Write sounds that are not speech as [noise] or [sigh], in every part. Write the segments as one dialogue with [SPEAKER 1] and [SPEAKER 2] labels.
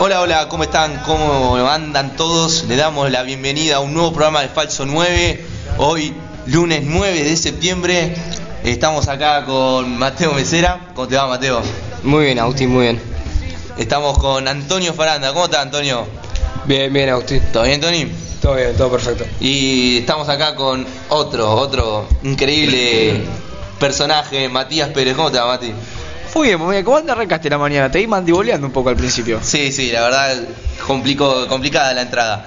[SPEAKER 1] Hola, hola, ¿cómo están? ¿Cómo andan todos? Le damos la bienvenida a un nuevo programa de Falso 9. Hoy, lunes 9 de septiembre, estamos acá con Mateo Mesera. ¿Cómo te va, Mateo?
[SPEAKER 2] Muy bien, Agustín, muy bien.
[SPEAKER 1] Estamos con Antonio Faranda. ¿Cómo está, Antonio?
[SPEAKER 2] Bien, bien, Agustín.
[SPEAKER 1] ¿Todo bien, Tony?
[SPEAKER 2] Todo bien, todo perfecto.
[SPEAKER 1] Y estamos acá con otro, otro increíble personaje, Matías Pérez. ¿Cómo te va, Mati?
[SPEAKER 2] Muy bien, muy bien. ¿Cómo te arrancaste la mañana? Te vi mandiboleando un poco al principio.
[SPEAKER 1] Sí, sí, la verdad, complicó- complicada la entrada.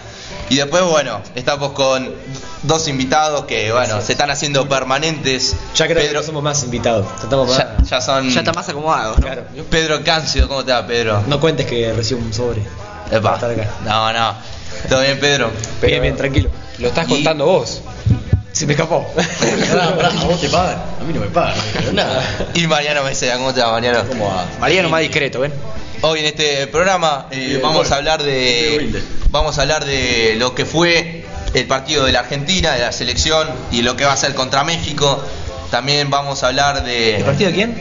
[SPEAKER 1] Y después, bueno, estamos con dos invitados que, bueno, se están haciendo permanentes.
[SPEAKER 3] Ya creo que
[SPEAKER 1] Pedro-
[SPEAKER 3] no somos más invitados. Tratamos más.
[SPEAKER 1] ya, ya son.
[SPEAKER 2] Ya está más acomodado, ¿no?
[SPEAKER 3] Claro.
[SPEAKER 1] Pedro Cancio, ¿cómo te va, Pedro?
[SPEAKER 3] No cuentes que recibo un sobre.
[SPEAKER 1] Epa.
[SPEAKER 3] Está acá.
[SPEAKER 1] No, no. ¿Todo bien, Pedro?
[SPEAKER 3] bien, bien, tranquilo.
[SPEAKER 2] Lo estás
[SPEAKER 1] Y-
[SPEAKER 2] contando vos.
[SPEAKER 3] Se me [laughs] escapó.
[SPEAKER 4] ¿a vos te pagan? A mí no me pagan, pero nada.
[SPEAKER 1] Y Mariano Mesera, ¿cómo te va, Mariano?
[SPEAKER 2] Mariano más discreto, ¿ven?
[SPEAKER 1] Hoy en este programa eh,
[SPEAKER 4] Eh,
[SPEAKER 1] vamos
[SPEAKER 4] bueno,
[SPEAKER 1] a hablar
[SPEAKER 4] Pepe
[SPEAKER 1] de
[SPEAKER 4] Wilde.
[SPEAKER 1] vamos a hablar de lo que fue el partido de la Argentina, de la selección y lo que va a ser contra México. También vamos a hablar de
[SPEAKER 3] ¿El partido de quién?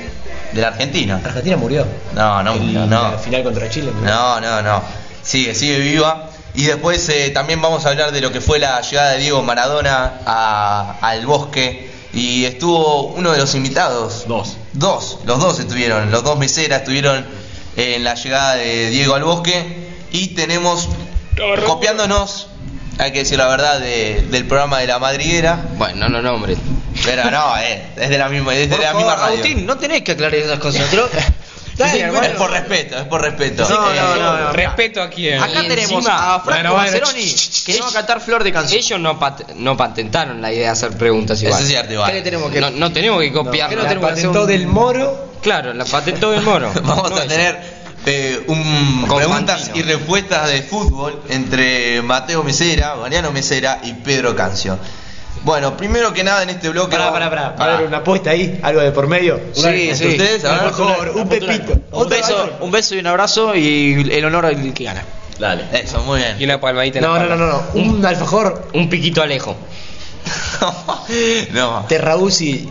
[SPEAKER 1] de la Argentina.
[SPEAKER 3] Argentina murió.
[SPEAKER 1] No, no,
[SPEAKER 3] El-
[SPEAKER 1] no.
[SPEAKER 3] La final contra Chile. murió.
[SPEAKER 1] No, no, no. Sigue, sigue viva. Y después eh, también vamos a hablar de lo que fue la llegada de Diego Maradona a- al bosque. Y estuvo uno de los invitados.
[SPEAKER 4] Dos.
[SPEAKER 1] Dos, los dos estuvieron, los dos meseras estuvieron en la llegada de Diego al bosque. Y tenemos, copiándonos, hay que decir la verdad, de- del programa de la madriguera.
[SPEAKER 2] Bueno, no lo nombres.
[SPEAKER 1] Pero no, eh, es de la misma, es de
[SPEAKER 2] Por
[SPEAKER 1] la
[SPEAKER 2] favor,
[SPEAKER 1] misma radio.
[SPEAKER 2] Agustín, no tenés que aclarar esas cosas. ¿no? [laughs] Dale,
[SPEAKER 3] Sí,
[SPEAKER 2] hermano.
[SPEAKER 1] es por respeto, es por respeto. Eh,
[SPEAKER 2] No, no, no, no.
[SPEAKER 5] Respeto a quien.
[SPEAKER 2] Acá tenemos a Franco Maceroni, que le va a cantar Flor de Canción.
[SPEAKER 5] Ellos no, pat- no patentaron la idea de hacer preguntas igual.
[SPEAKER 1] Eso es cierto, igual.
[SPEAKER 2] ¿Qué le tenemos que
[SPEAKER 5] No, no tenemos que copiar.
[SPEAKER 2] No,
[SPEAKER 3] La
[SPEAKER 2] ¿qué
[SPEAKER 5] la
[SPEAKER 2] tenemos que hacer
[SPEAKER 3] patentó
[SPEAKER 2] un-
[SPEAKER 3] del Moro.
[SPEAKER 5] pa- Claro, la patentó
[SPEAKER 2] [laughs]
[SPEAKER 5] del moro.
[SPEAKER 1] Vamos
[SPEAKER 5] No
[SPEAKER 1] a
[SPEAKER 5] es-
[SPEAKER 1] tener eh, un-
[SPEAKER 5] Con
[SPEAKER 1] preguntas
[SPEAKER 5] Fantino.
[SPEAKER 1] y respuestas de fútbol entre Mateo Mesera, Mariano Mesera y Pedro Cancio. Bueno, primero que nada en este bloque.
[SPEAKER 3] Pará,
[SPEAKER 1] vamos-
[SPEAKER 3] pará, pará.
[SPEAKER 1] Ah,
[SPEAKER 3] ¿Va a haber una apuesta ahí? ¿Algo de por medio?
[SPEAKER 2] Sí,
[SPEAKER 1] entre
[SPEAKER 2] sí.
[SPEAKER 1] ustedes, a
[SPEAKER 3] Por
[SPEAKER 1] ver.
[SPEAKER 3] favor, un pepito.
[SPEAKER 2] Un beso, un beso y un abrazo y el honor al que gana.
[SPEAKER 4] Dale.
[SPEAKER 1] Eso, muy
[SPEAKER 5] Y
[SPEAKER 1] bien.
[SPEAKER 5] una palmadita en la
[SPEAKER 3] No, no, no,
[SPEAKER 5] espalda.
[SPEAKER 3] no, no. Un alfajor
[SPEAKER 5] Un piquito alejo.
[SPEAKER 1] [laughs] no.
[SPEAKER 3] terrausi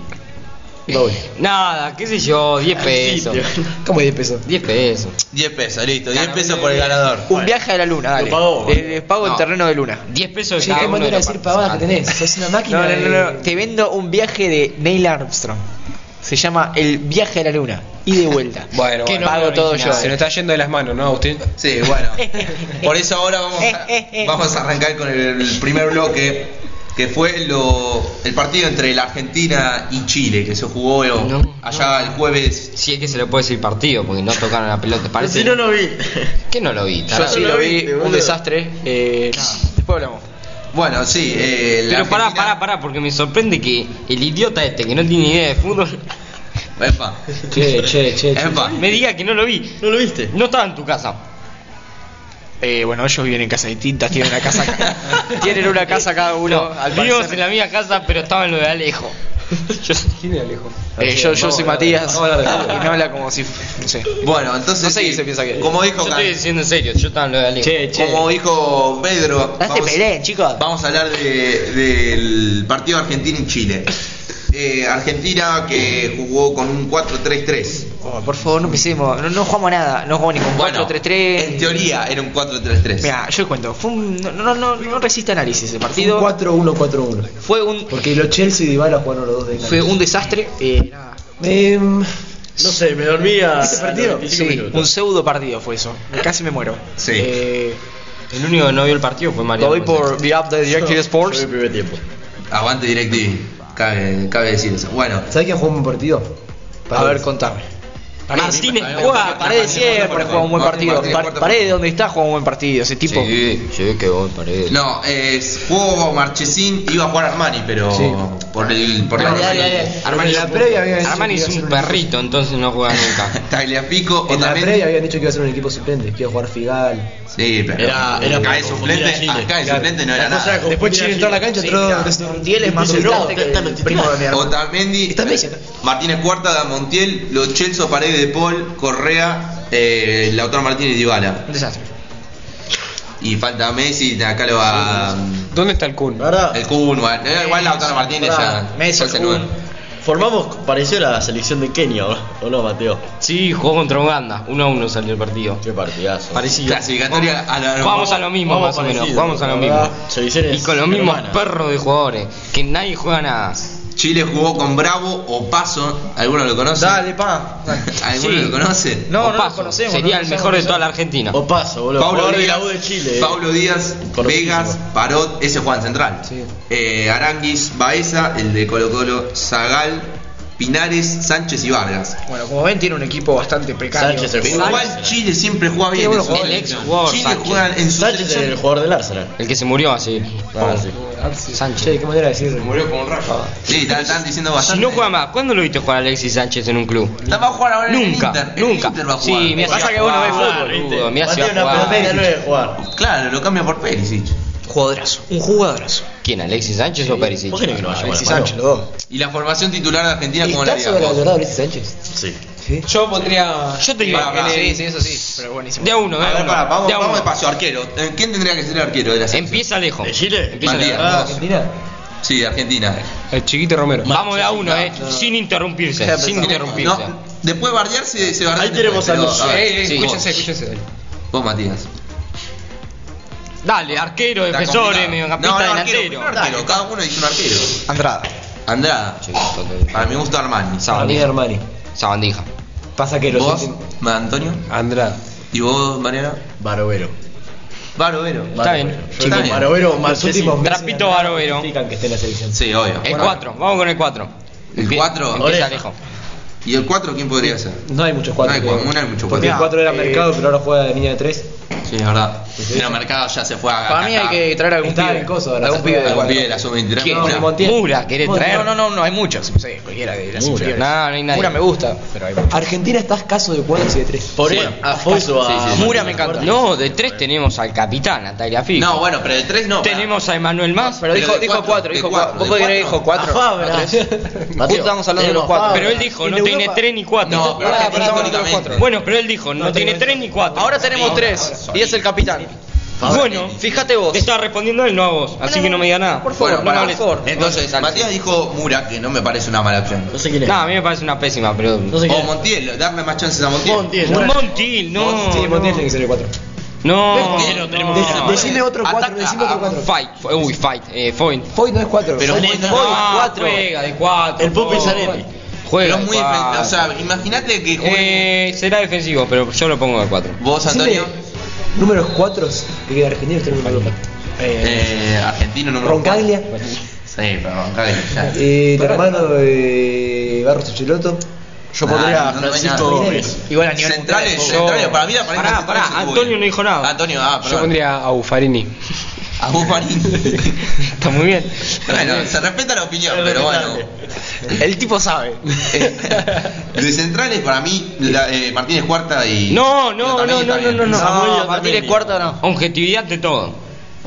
[SPEAKER 3] doble.
[SPEAKER 5] Nada, qué sé yo, 10 pesos.
[SPEAKER 3] [laughs] ¿Cómo 10 pesos?
[SPEAKER 5] 10 pesos.
[SPEAKER 1] 10 pesos, listo. 10 pesos por el ganador.
[SPEAKER 2] Un viaje a la luna, dale.
[SPEAKER 4] Lo pagó, boludo.
[SPEAKER 2] Les, les pago el
[SPEAKER 5] No.
[SPEAKER 2] terreno de luna.
[SPEAKER 5] 10 pesos
[SPEAKER 3] Che,
[SPEAKER 5] cada
[SPEAKER 3] qué
[SPEAKER 5] uno
[SPEAKER 3] manera de
[SPEAKER 5] los
[SPEAKER 3] decir pavadas que tenés. Sos una
[SPEAKER 2] No,
[SPEAKER 3] máquina.
[SPEAKER 2] no, no, no.
[SPEAKER 3] de-
[SPEAKER 2] Te vendo un viaje de Neil Armstrong. Se llama El viaje a la luna. Y de vuelta. [laughs]
[SPEAKER 5] Bueno,
[SPEAKER 2] Que
[SPEAKER 5] bueno.
[SPEAKER 2] pago todo yo.
[SPEAKER 5] Se nos está yendo de las manos, ¿no, Agustín?
[SPEAKER 1] Sí, bueno. Por eso ahora vamos a, vamos a arrancar con el, primer bloque, que fue lo, el partido entre la Argentina y Chile, que se jugó eh,
[SPEAKER 5] No,
[SPEAKER 1] allá el jueves.
[SPEAKER 5] Si es que se le puede decir partido, porque no tocaron la pelota. Parece...
[SPEAKER 4] lo vi.
[SPEAKER 5] ¿Qué no lo vi?
[SPEAKER 2] Yo
[SPEAKER 5] tarado?
[SPEAKER 2] sí
[SPEAKER 4] no
[SPEAKER 2] lo
[SPEAKER 4] lo
[SPEAKER 2] vi,
[SPEAKER 4] viste,
[SPEAKER 2] un
[SPEAKER 4] boludo.
[SPEAKER 2] desastre. Eh, Después hablamos.
[SPEAKER 1] Bueno, sí. eh, la
[SPEAKER 5] Pero pará,
[SPEAKER 1] Argentina-
[SPEAKER 5] pará, pará, porque me sorprende que el idiota este que no tiene idea de fútbol [laughs]
[SPEAKER 1] Epa,
[SPEAKER 3] [laughs] Che, che, che. che.
[SPEAKER 1] epa.
[SPEAKER 5] me diga que no lo vi.
[SPEAKER 4] ¿No lo viste?
[SPEAKER 5] No estaba en tu casa.
[SPEAKER 2] Eh, bueno, ellos viven en casas distintas, tienen una casa
[SPEAKER 5] [laughs]
[SPEAKER 2] tienen una casa cada uno. al
[SPEAKER 5] Vivimos
[SPEAKER 2] parecer.
[SPEAKER 5] en la misma casa, pero estaba en lo de Alejo. Yo-
[SPEAKER 2] Eh, yo yo
[SPEAKER 3] Vamos
[SPEAKER 2] soy
[SPEAKER 3] a hablar de-
[SPEAKER 2] Matías
[SPEAKER 3] vamos a hablar de
[SPEAKER 2] y me habla como si f- no sé.
[SPEAKER 1] Bueno, entonces.
[SPEAKER 2] No sé
[SPEAKER 1] sí,
[SPEAKER 2] qué se piensa que-
[SPEAKER 1] Como dijo,
[SPEAKER 5] yo
[SPEAKER 1] Can-
[SPEAKER 5] estoy diciendo en serio, yo estaba en lo de Alejo.
[SPEAKER 3] Che, che.
[SPEAKER 1] como dijo Pedro.
[SPEAKER 2] No se peleen, chicos.
[SPEAKER 1] Vamos a hablar de- del partido Argentina y Chile. Eh, Argentina que jugó con un 4-3-3.
[SPEAKER 2] Oh, por favor, no empecemos. No, no jugamos nada. No jugamos ni con
[SPEAKER 1] Bueno,
[SPEAKER 5] Eh.
[SPEAKER 2] 4-3-3.
[SPEAKER 1] En teoría era un 4-3-3.
[SPEAKER 2] Mira, yo cuento. Fue un, no, no, no, no resiste análisis el
[SPEAKER 3] Un
[SPEAKER 2] partido.
[SPEAKER 3] 4-1-4-1.
[SPEAKER 2] Fue un,
[SPEAKER 3] Porque los Chelsea y Dybala jugaron los dos de enganche.
[SPEAKER 2] fue un desastre. Eh, nada.
[SPEAKER 3] Em,
[SPEAKER 4] No sé, me dormí a.
[SPEAKER 3] ¿Viste el partido?
[SPEAKER 4] a los 25
[SPEAKER 2] Sí, un
[SPEAKER 4] minutos.
[SPEAKER 2] pseudo partido fue eso. Casi me muero.
[SPEAKER 1] Sí.
[SPEAKER 2] Eh,
[SPEAKER 5] El único que no vio el partido fue Mario.
[SPEAKER 2] lo doy por The App de Directive
[SPEAKER 4] Yo vi
[SPEAKER 2] Sports.
[SPEAKER 4] el primer tiempo.
[SPEAKER 1] Aguante DirecTV. Cabe, cabe decir eso. Bueno,
[SPEAKER 3] ¿Sabés quién jugó un buen partido?
[SPEAKER 2] A ver,
[SPEAKER 3] Paredes.
[SPEAKER 2] contame.
[SPEAKER 5] Martínez
[SPEAKER 1] Paredes.
[SPEAKER 5] Cuá.
[SPEAKER 2] Paredes siempre juega un buen partido.
[SPEAKER 1] Martín,
[SPEAKER 2] Pa-
[SPEAKER 1] Martín,
[SPEAKER 2] Paredes donde está juega un buen partido. Ese tipo.
[SPEAKER 5] Sí, yo que vos pared.
[SPEAKER 1] no, eh, jugó Marchesín, iba a jugar Armani, pero
[SPEAKER 3] Sí.
[SPEAKER 1] por el. Por
[SPEAKER 2] Dale,
[SPEAKER 1] la-
[SPEAKER 2] dale, dale.
[SPEAKER 3] Armani
[SPEAKER 5] Armani,
[SPEAKER 3] en la
[SPEAKER 5] es un-
[SPEAKER 3] previa había dicho
[SPEAKER 5] Armani
[SPEAKER 3] que iba
[SPEAKER 5] es
[SPEAKER 3] a ser
[SPEAKER 5] un
[SPEAKER 3] un-
[SPEAKER 5] perrito, entonces no
[SPEAKER 2] [laughs]
[SPEAKER 5] juega nunca.
[SPEAKER 1] Tagliafico o
[SPEAKER 3] En la
[SPEAKER 1] también-
[SPEAKER 3] previa habían dicho que iba a ser un equipo suplente, que iba a jugar Figal.
[SPEAKER 1] Sí, pero.
[SPEAKER 4] Era- era
[SPEAKER 1] acá
[SPEAKER 4] para
[SPEAKER 1] de
[SPEAKER 4] confundir
[SPEAKER 1] suplente,
[SPEAKER 4] a Chile.
[SPEAKER 1] acá de
[SPEAKER 3] Claro.
[SPEAKER 1] suplente no era
[SPEAKER 4] La cosa
[SPEAKER 1] nada.
[SPEAKER 4] era como-
[SPEAKER 3] Después Chile entró a la cancha,
[SPEAKER 2] Sí,
[SPEAKER 3] entró.
[SPEAKER 2] mirá, Montiel es más
[SPEAKER 3] Dice, no,
[SPEAKER 2] suplente que
[SPEAKER 4] está en
[SPEAKER 2] el
[SPEAKER 4] el
[SPEAKER 2] primo de mi hermano.
[SPEAKER 1] Otamendi,
[SPEAKER 3] Está Messi acá.
[SPEAKER 1] Martínez Cuarta, Damontiel, Lo Celso, Paredes de Paul, Correa, eh, Lautaro Martínez y Dybala.
[SPEAKER 2] Un desastre.
[SPEAKER 1] Y falta Messi, acá lo va
[SPEAKER 5] ¿Dónde está el Kun?
[SPEAKER 3] ¿Verdad?
[SPEAKER 1] el Kun, bueno, eh. igual Lautaro Martínez ya.
[SPEAKER 2] Messi,
[SPEAKER 1] fue ese
[SPEAKER 2] Kun.
[SPEAKER 1] lugar.
[SPEAKER 4] Formamos parecido a la selección de Kenia, ¿o o no, Mateo?
[SPEAKER 5] Sí, jugó contra Uganda. 1 a 1 salió el partido.
[SPEAKER 4] Qué partidazo.
[SPEAKER 5] Parecido.
[SPEAKER 1] Clasificatoria a la-
[SPEAKER 5] Vamos a lo mismo,
[SPEAKER 4] Vamos
[SPEAKER 5] más o
[SPEAKER 4] parecido,
[SPEAKER 5] menos. Vamos a lo
[SPEAKER 4] la
[SPEAKER 5] mismo.
[SPEAKER 4] verdad, selecciones
[SPEAKER 5] Y con los mismos
[SPEAKER 4] hermanas.
[SPEAKER 5] perros de jugadores. Que nadie juega nada.
[SPEAKER 1] Chile jugó con Bravo o Paso. ¿Alguno lo conoce?
[SPEAKER 2] Dale, pa.
[SPEAKER 1] ¿Alguno
[SPEAKER 5] Sí.
[SPEAKER 1] lo conoce?
[SPEAKER 2] No, no lo
[SPEAKER 5] Opaso,
[SPEAKER 2] conocemos,
[SPEAKER 5] Sería
[SPEAKER 2] no
[SPEAKER 5] el
[SPEAKER 2] lo
[SPEAKER 5] mejor de
[SPEAKER 2] conocemos.
[SPEAKER 5] toda la Argentina.
[SPEAKER 3] Oh,
[SPEAKER 4] O paso, boludo.
[SPEAKER 1] Pablo
[SPEAKER 4] Jugador de
[SPEAKER 1] Díaz,
[SPEAKER 4] la U de Chile. eh.
[SPEAKER 1] Pablo Díaz,
[SPEAKER 4] Conocidísimo.
[SPEAKER 1] Vegas, Parot, ese Juan Central.
[SPEAKER 3] Sí.
[SPEAKER 1] Eh, Aranguis, Baeza, el de Colo Colo, Zagal, Pinares, Sánchez y Vargas.
[SPEAKER 2] Bueno, como ven, tiene un equipo bastante precario.
[SPEAKER 4] Sánchez, el
[SPEAKER 1] Pero
[SPEAKER 4] jugador.
[SPEAKER 1] igual Chile siempre juega bien.
[SPEAKER 5] bueno,
[SPEAKER 1] en su
[SPEAKER 5] el
[SPEAKER 1] selección.
[SPEAKER 5] ex jugador
[SPEAKER 1] Chile
[SPEAKER 5] Sánchez.
[SPEAKER 1] juega en su
[SPEAKER 4] Sánchez es
[SPEAKER 1] selección.
[SPEAKER 4] el jugador del Arsenal.
[SPEAKER 5] El que se murió así.
[SPEAKER 4] Ah, sí.
[SPEAKER 5] Sánchez.
[SPEAKER 3] Che, qué manera de decirlo.
[SPEAKER 1] Oh. Murió con un rayo. Sí, están, están diciendo
[SPEAKER 5] Si
[SPEAKER 1] bastante.
[SPEAKER 5] no juega más, ¿cuándo lo viste jugar a Alexis Sánchez en un club?
[SPEAKER 1] Está- va a jugar ahora en el
[SPEAKER 5] Nunca,
[SPEAKER 1] Inter. En el
[SPEAKER 5] nunca.
[SPEAKER 1] Inter va a jugar.
[SPEAKER 5] Sí, mira,
[SPEAKER 4] Pasa
[SPEAKER 5] si va
[SPEAKER 4] que
[SPEAKER 5] a
[SPEAKER 4] uno ve
[SPEAKER 5] jugar,
[SPEAKER 4] fútbol,
[SPEAKER 5] boludo,
[SPEAKER 4] ¿viste?
[SPEAKER 5] mirá si va
[SPEAKER 4] Mateo,
[SPEAKER 5] a
[SPEAKER 4] una
[SPEAKER 5] jugar.
[SPEAKER 4] pelota no debe jugar.
[SPEAKER 1] Claro, lo cambia por Perisic.
[SPEAKER 2] Jugadorazo. Un jugadorazo.
[SPEAKER 4] Ah,
[SPEAKER 5] ¿Quién? ¿Alexis Sánchez o Perisic?
[SPEAKER 4] ¿Vos crees que no va a
[SPEAKER 2] Alexis
[SPEAKER 4] jugar,
[SPEAKER 2] Sánchez, los dos.
[SPEAKER 1] Y la formación titular de Argentina, ¿cómo la
[SPEAKER 3] ¿Está
[SPEAKER 1] haría?
[SPEAKER 3] sobrevalorado Alexis Sánchez?
[SPEAKER 4] Sí.
[SPEAKER 3] Sí.
[SPEAKER 2] Yo pondría.
[SPEAKER 5] Yo te digo-
[SPEAKER 1] Ah,
[SPEAKER 2] Sí, sí, eso sí. Pero buenísimo.
[SPEAKER 5] De a uno,
[SPEAKER 1] A
[SPEAKER 5] de a
[SPEAKER 1] ver,
[SPEAKER 5] uno.
[SPEAKER 1] pará, vamos,
[SPEAKER 5] de a
[SPEAKER 1] vamos
[SPEAKER 5] uno.
[SPEAKER 1] despacio, arquero. Eh, ¿Quién tendría que ser el arquero de la selección?
[SPEAKER 5] Empieza lejos.
[SPEAKER 4] ¿De Chile?
[SPEAKER 5] Empieza
[SPEAKER 1] Matías.
[SPEAKER 5] lejos.
[SPEAKER 1] Ah,
[SPEAKER 3] Argentina.
[SPEAKER 1] Sí, de Argentina.
[SPEAKER 2] El chiquito Romero.
[SPEAKER 5] Vamos de a uno, eh. Sin interrumpirse. Sin interrumpirse.
[SPEAKER 1] No, después bardear se, se bardea
[SPEAKER 4] Ahí tenemos
[SPEAKER 1] después,
[SPEAKER 4] a
[SPEAKER 1] pero,
[SPEAKER 4] los-
[SPEAKER 1] ver,
[SPEAKER 2] Eh, eh,
[SPEAKER 5] Sí.
[SPEAKER 2] escúchense,
[SPEAKER 1] vos,
[SPEAKER 2] escúchense.
[SPEAKER 1] vos, Matías.
[SPEAKER 5] Dale, arquero,
[SPEAKER 1] Está
[SPEAKER 5] defensores,
[SPEAKER 1] complicado.
[SPEAKER 5] mediocampista,
[SPEAKER 1] No, no, arquero,
[SPEAKER 5] delantero.
[SPEAKER 1] primero arquero, cada uno dice un arquero.
[SPEAKER 2] Andrada.
[SPEAKER 1] Andrada. Para mi gusto Armani.
[SPEAKER 5] Sa-
[SPEAKER 3] Armani Ah, Armani.
[SPEAKER 5] Sabandija.
[SPEAKER 3] Pasa que los
[SPEAKER 1] ¿Vos,
[SPEAKER 3] últimos-
[SPEAKER 1] Ma- Antonio?
[SPEAKER 2] Andrada.
[SPEAKER 1] ¿Y vos, Mariana?
[SPEAKER 4] Barovero.
[SPEAKER 1] Barovero.
[SPEAKER 5] Está bien.
[SPEAKER 4] Yo
[SPEAKER 1] Está
[SPEAKER 4] con
[SPEAKER 1] bien.
[SPEAKER 4] Barovero o
[SPEAKER 3] los
[SPEAKER 4] Marchesi.
[SPEAKER 3] últimos meses
[SPEAKER 5] Trapito
[SPEAKER 3] de Armani
[SPEAKER 5] Barovero.
[SPEAKER 3] significan que esté en la selección.
[SPEAKER 1] Sí, obvio.
[SPEAKER 5] El 4, vamos con el 4.
[SPEAKER 1] ¿El cuatro?
[SPEAKER 5] Empieza
[SPEAKER 4] Oreja.
[SPEAKER 5] lejos.
[SPEAKER 1] ¿Y el 4 quién podría ser?
[SPEAKER 3] No hay muchos
[SPEAKER 1] No
[SPEAKER 3] cuatro.
[SPEAKER 1] hay
[SPEAKER 3] creo.
[SPEAKER 1] cuatro, no hay muchos
[SPEAKER 3] Porque el
[SPEAKER 1] cuatro.
[SPEAKER 3] 4 era
[SPEAKER 2] Eh,
[SPEAKER 3] mercado, pero ahora juega de línea de 3.
[SPEAKER 1] Sí, es verdad.
[SPEAKER 3] Sí.
[SPEAKER 1] Pero Mercado ya se fue a
[SPEAKER 2] Para mí hay que traer algún
[SPEAKER 3] Está
[SPEAKER 2] pibe.
[SPEAKER 3] en coso ahora,
[SPEAKER 2] algún
[SPEAKER 3] se
[SPEAKER 2] pibe.
[SPEAKER 3] fue a-
[SPEAKER 1] Algún pibe de la sub-23.
[SPEAKER 2] ¿Quién?
[SPEAKER 1] Mura.
[SPEAKER 3] Montiel.
[SPEAKER 5] Mura, ¿querés
[SPEAKER 3] Montiel.
[SPEAKER 5] traer?
[SPEAKER 2] No, no, no, no, hay muchos. No sé, cualquiera de las
[SPEAKER 4] Mura.
[SPEAKER 2] inferiores.
[SPEAKER 5] No, no hay nadie.
[SPEAKER 2] Mura me gusta, pero hay muchos.
[SPEAKER 3] Argentina está escaso de 4 y de 3.
[SPEAKER 4] Por
[SPEAKER 1] Sí.
[SPEAKER 4] eso, a Foso, a
[SPEAKER 1] Sí, sí, sí.
[SPEAKER 2] Mura me encanta.
[SPEAKER 5] No, de 3 tenemos al capitán, a Tagliafico.
[SPEAKER 1] No, bueno, pero de 3 no.
[SPEAKER 5] tenemos a Emanuel Más.
[SPEAKER 2] Pero dijo
[SPEAKER 1] de
[SPEAKER 2] 4,
[SPEAKER 1] cuatro,
[SPEAKER 2] cuatro,
[SPEAKER 1] de
[SPEAKER 2] dijo
[SPEAKER 1] cuatro,
[SPEAKER 2] 4. ¿Vos
[SPEAKER 1] de
[SPEAKER 2] podés creer que
[SPEAKER 1] cuatro.
[SPEAKER 2] dijo 4?
[SPEAKER 4] A Fabra.
[SPEAKER 3] [laughs]
[SPEAKER 4] Mateo,
[SPEAKER 2] Justo estamos hablando de los
[SPEAKER 4] tenemos
[SPEAKER 2] 4.
[SPEAKER 4] Fabra.
[SPEAKER 5] Pero él dijo,
[SPEAKER 2] En
[SPEAKER 5] no tiene
[SPEAKER 2] Europa-
[SPEAKER 5] 3 ni
[SPEAKER 1] Pará.
[SPEAKER 5] 4.
[SPEAKER 1] No, pero
[SPEAKER 2] Pará,
[SPEAKER 1] Argentina
[SPEAKER 2] pará, pará,
[SPEAKER 1] históricamente.
[SPEAKER 2] cuatro.
[SPEAKER 5] Bueno, pero él dijo, no, tiene 3 ni 4.
[SPEAKER 2] Ahora tenemos 3 y es el capitán.
[SPEAKER 5] Bueno,
[SPEAKER 2] Fíjate vos.
[SPEAKER 5] te estaba respondiendo él, no a vos. Así que no me diga nada.
[SPEAKER 2] Por favor,
[SPEAKER 1] Bueno,
[SPEAKER 5] no me
[SPEAKER 1] pará.
[SPEAKER 5] hables.
[SPEAKER 2] por favor.
[SPEAKER 1] Entonces, Matías dijo Mura, que no me parece una mala opción.
[SPEAKER 4] No sé quién es.
[SPEAKER 5] No, a mí me parece una pésima, pero.
[SPEAKER 4] No sé quién
[SPEAKER 1] O
[SPEAKER 4] es.
[SPEAKER 1] Montiel, darle más chances a Montiel.
[SPEAKER 4] Montiel, ¿no?
[SPEAKER 5] Montil, no.
[SPEAKER 3] Sí, Montiel tiene que ser el 4.
[SPEAKER 5] No.
[SPEAKER 1] Montiel no tenemos
[SPEAKER 5] no.
[SPEAKER 1] que
[SPEAKER 3] Decime otro
[SPEAKER 1] Ataca
[SPEAKER 3] 4, decime
[SPEAKER 1] a-
[SPEAKER 3] otro 4.
[SPEAKER 5] Fight, fue- uy, fight, eh, Foyt.
[SPEAKER 3] Foy no es 4.
[SPEAKER 1] Pero Foyt no-
[SPEAKER 5] Ah, Juega de 4.
[SPEAKER 4] El Pupi Zanetti.
[SPEAKER 5] Juega.
[SPEAKER 1] Pero es muy
[SPEAKER 5] de
[SPEAKER 1] diferente.
[SPEAKER 5] cuatro.
[SPEAKER 1] O sea, imagínate que juegue.
[SPEAKER 5] eh, será defensivo, pero yo lo pongo de 4.
[SPEAKER 1] Vos, Antonio.
[SPEAKER 3] Números 4 de que Argentina está en número 4.
[SPEAKER 1] Eh, argentino número
[SPEAKER 3] Roncaglia.
[SPEAKER 1] cuatro. Sí, pero Roncaglia. ya.
[SPEAKER 3] El hermano de Barros Chiloto.
[SPEAKER 4] Yo
[SPEAKER 1] Ah,
[SPEAKER 4] podría a
[SPEAKER 1] no, no hay
[SPEAKER 4] Francisco
[SPEAKER 1] nada.
[SPEAKER 4] Gómez.
[SPEAKER 2] Igual a nivel
[SPEAKER 1] Centrales,
[SPEAKER 2] mundial,
[SPEAKER 1] centrales,
[SPEAKER 5] yo-
[SPEAKER 1] para mí la pareja
[SPEAKER 5] Pará,
[SPEAKER 1] central
[SPEAKER 5] pará,
[SPEAKER 1] es el
[SPEAKER 5] Antonio
[SPEAKER 1] Uruguay.
[SPEAKER 5] no dijo nada.
[SPEAKER 1] Antonio, ah, perdón.
[SPEAKER 2] Yo pondría a Bufarini.
[SPEAKER 1] A Bufarini.
[SPEAKER 2] [laughs]
[SPEAKER 5] Está muy bien.
[SPEAKER 1] bueno, se respeta la opinión, pero bueno.
[SPEAKER 2] El tipo sabe.
[SPEAKER 1] De centrales, para mí, la- eh, Martínez Cuarta
[SPEAKER 5] [laughs]
[SPEAKER 1] y.
[SPEAKER 5] No, no,
[SPEAKER 1] Otamendi
[SPEAKER 5] no,
[SPEAKER 1] está
[SPEAKER 5] no, no,
[SPEAKER 1] bien.
[SPEAKER 5] no, no.
[SPEAKER 4] Samuel
[SPEAKER 2] No,
[SPEAKER 4] Otamendi.
[SPEAKER 2] Martínez cuarto no.
[SPEAKER 5] Objetividad de todo.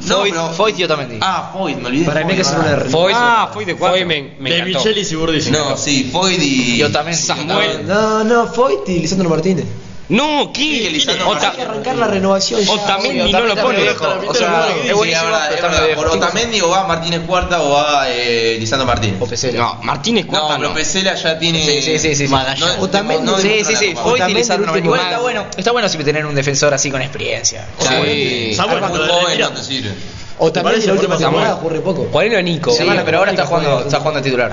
[SPEAKER 2] Foyt,
[SPEAKER 1] pero-
[SPEAKER 2] Foyt y Otamendi.
[SPEAKER 1] Ah, Foyt, me olvidé.
[SPEAKER 3] Para mí hay que
[SPEAKER 1] Foyt,
[SPEAKER 3] ser una
[SPEAKER 1] pará.
[SPEAKER 3] re-
[SPEAKER 5] ah, Foyt de 4.
[SPEAKER 4] De Micheli y Burdici.
[SPEAKER 1] No, sí, Foyt y.
[SPEAKER 2] y Otamendi.
[SPEAKER 5] Samuel.
[SPEAKER 3] No, no, Foyt y Lisandro Martínez.
[SPEAKER 5] No,
[SPEAKER 1] Sí, que
[SPEAKER 5] ¿qué?
[SPEAKER 1] Lisandro
[SPEAKER 5] Ota-
[SPEAKER 3] Hay que arrancar la renovación. ya.
[SPEAKER 5] Otamendi
[SPEAKER 2] Sí,
[SPEAKER 5] no lo
[SPEAKER 2] Otamendi
[SPEAKER 5] pone.
[SPEAKER 2] está muy lejos.
[SPEAKER 5] O sea,
[SPEAKER 2] Sí,
[SPEAKER 1] Es buenísimo, sí, es verdad, es verdad. Por Otamendi o va Martínez Cuarta o va eh, Lisandro Martínez.
[SPEAKER 2] O Pesela.
[SPEAKER 5] no, Martínez
[SPEAKER 1] No,
[SPEAKER 5] cuarta
[SPEAKER 1] pero
[SPEAKER 5] no.
[SPEAKER 1] Pesela ya tiene.
[SPEAKER 2] Sí, sí, sí, sí. sí.
[SPEAKER 1] No,
[SPEAKER 3] Otamendi-
[SPEAKER 1] no- no
[SPEAKER 2] sí,
[SPEAKER 1] demostró
[SPEAKER 2] sí,
[SPEAKER 1] la
[SPEAKER 2] sí.
[SPEAKER 1] Copa.
[SPEAKER 2] Foyt y
[SPEAKER 3] Otamendi,
[SPEAKER 2] Lisandro
[SPEAKER 3] el
[SPEAKER 2] Martínez.
[SPEAKER 3] último
[SPEAKER 2] Igual
[SPEAKER 3] más.
[SPEAKER 2] está bueno. Está bueno si tener un defensor así con experiencia.
[SPEAKER 5] Sí.
[SPEAKER 1] Samuel,
[SPEAKER 4] Samuel,
[SPEAKER 1] muy
[SPEAKER 4] lo de
[SPEAKER 1] joven,
[SPEAKER 4] Mira.
[SPEAKER 1] no te sirve.
[SPEAKER 3] Otamendi
[SPEAKER 4] parece
[SPEAKER 3] la última
[SPEAKER 4] Samuel?
[SPEAKER 3] temporada ocurre poco.
[SPEAKER 2] Ponelo a Nico.
[SPEAKER 3] Sí,
[SPEAKER 2] pero ahora está
[SPEAKER 3] Nico
[SPEAKER 2] jugando,
[SPEAKER 3] juega.
[SPEAKER 2] está jugando titular.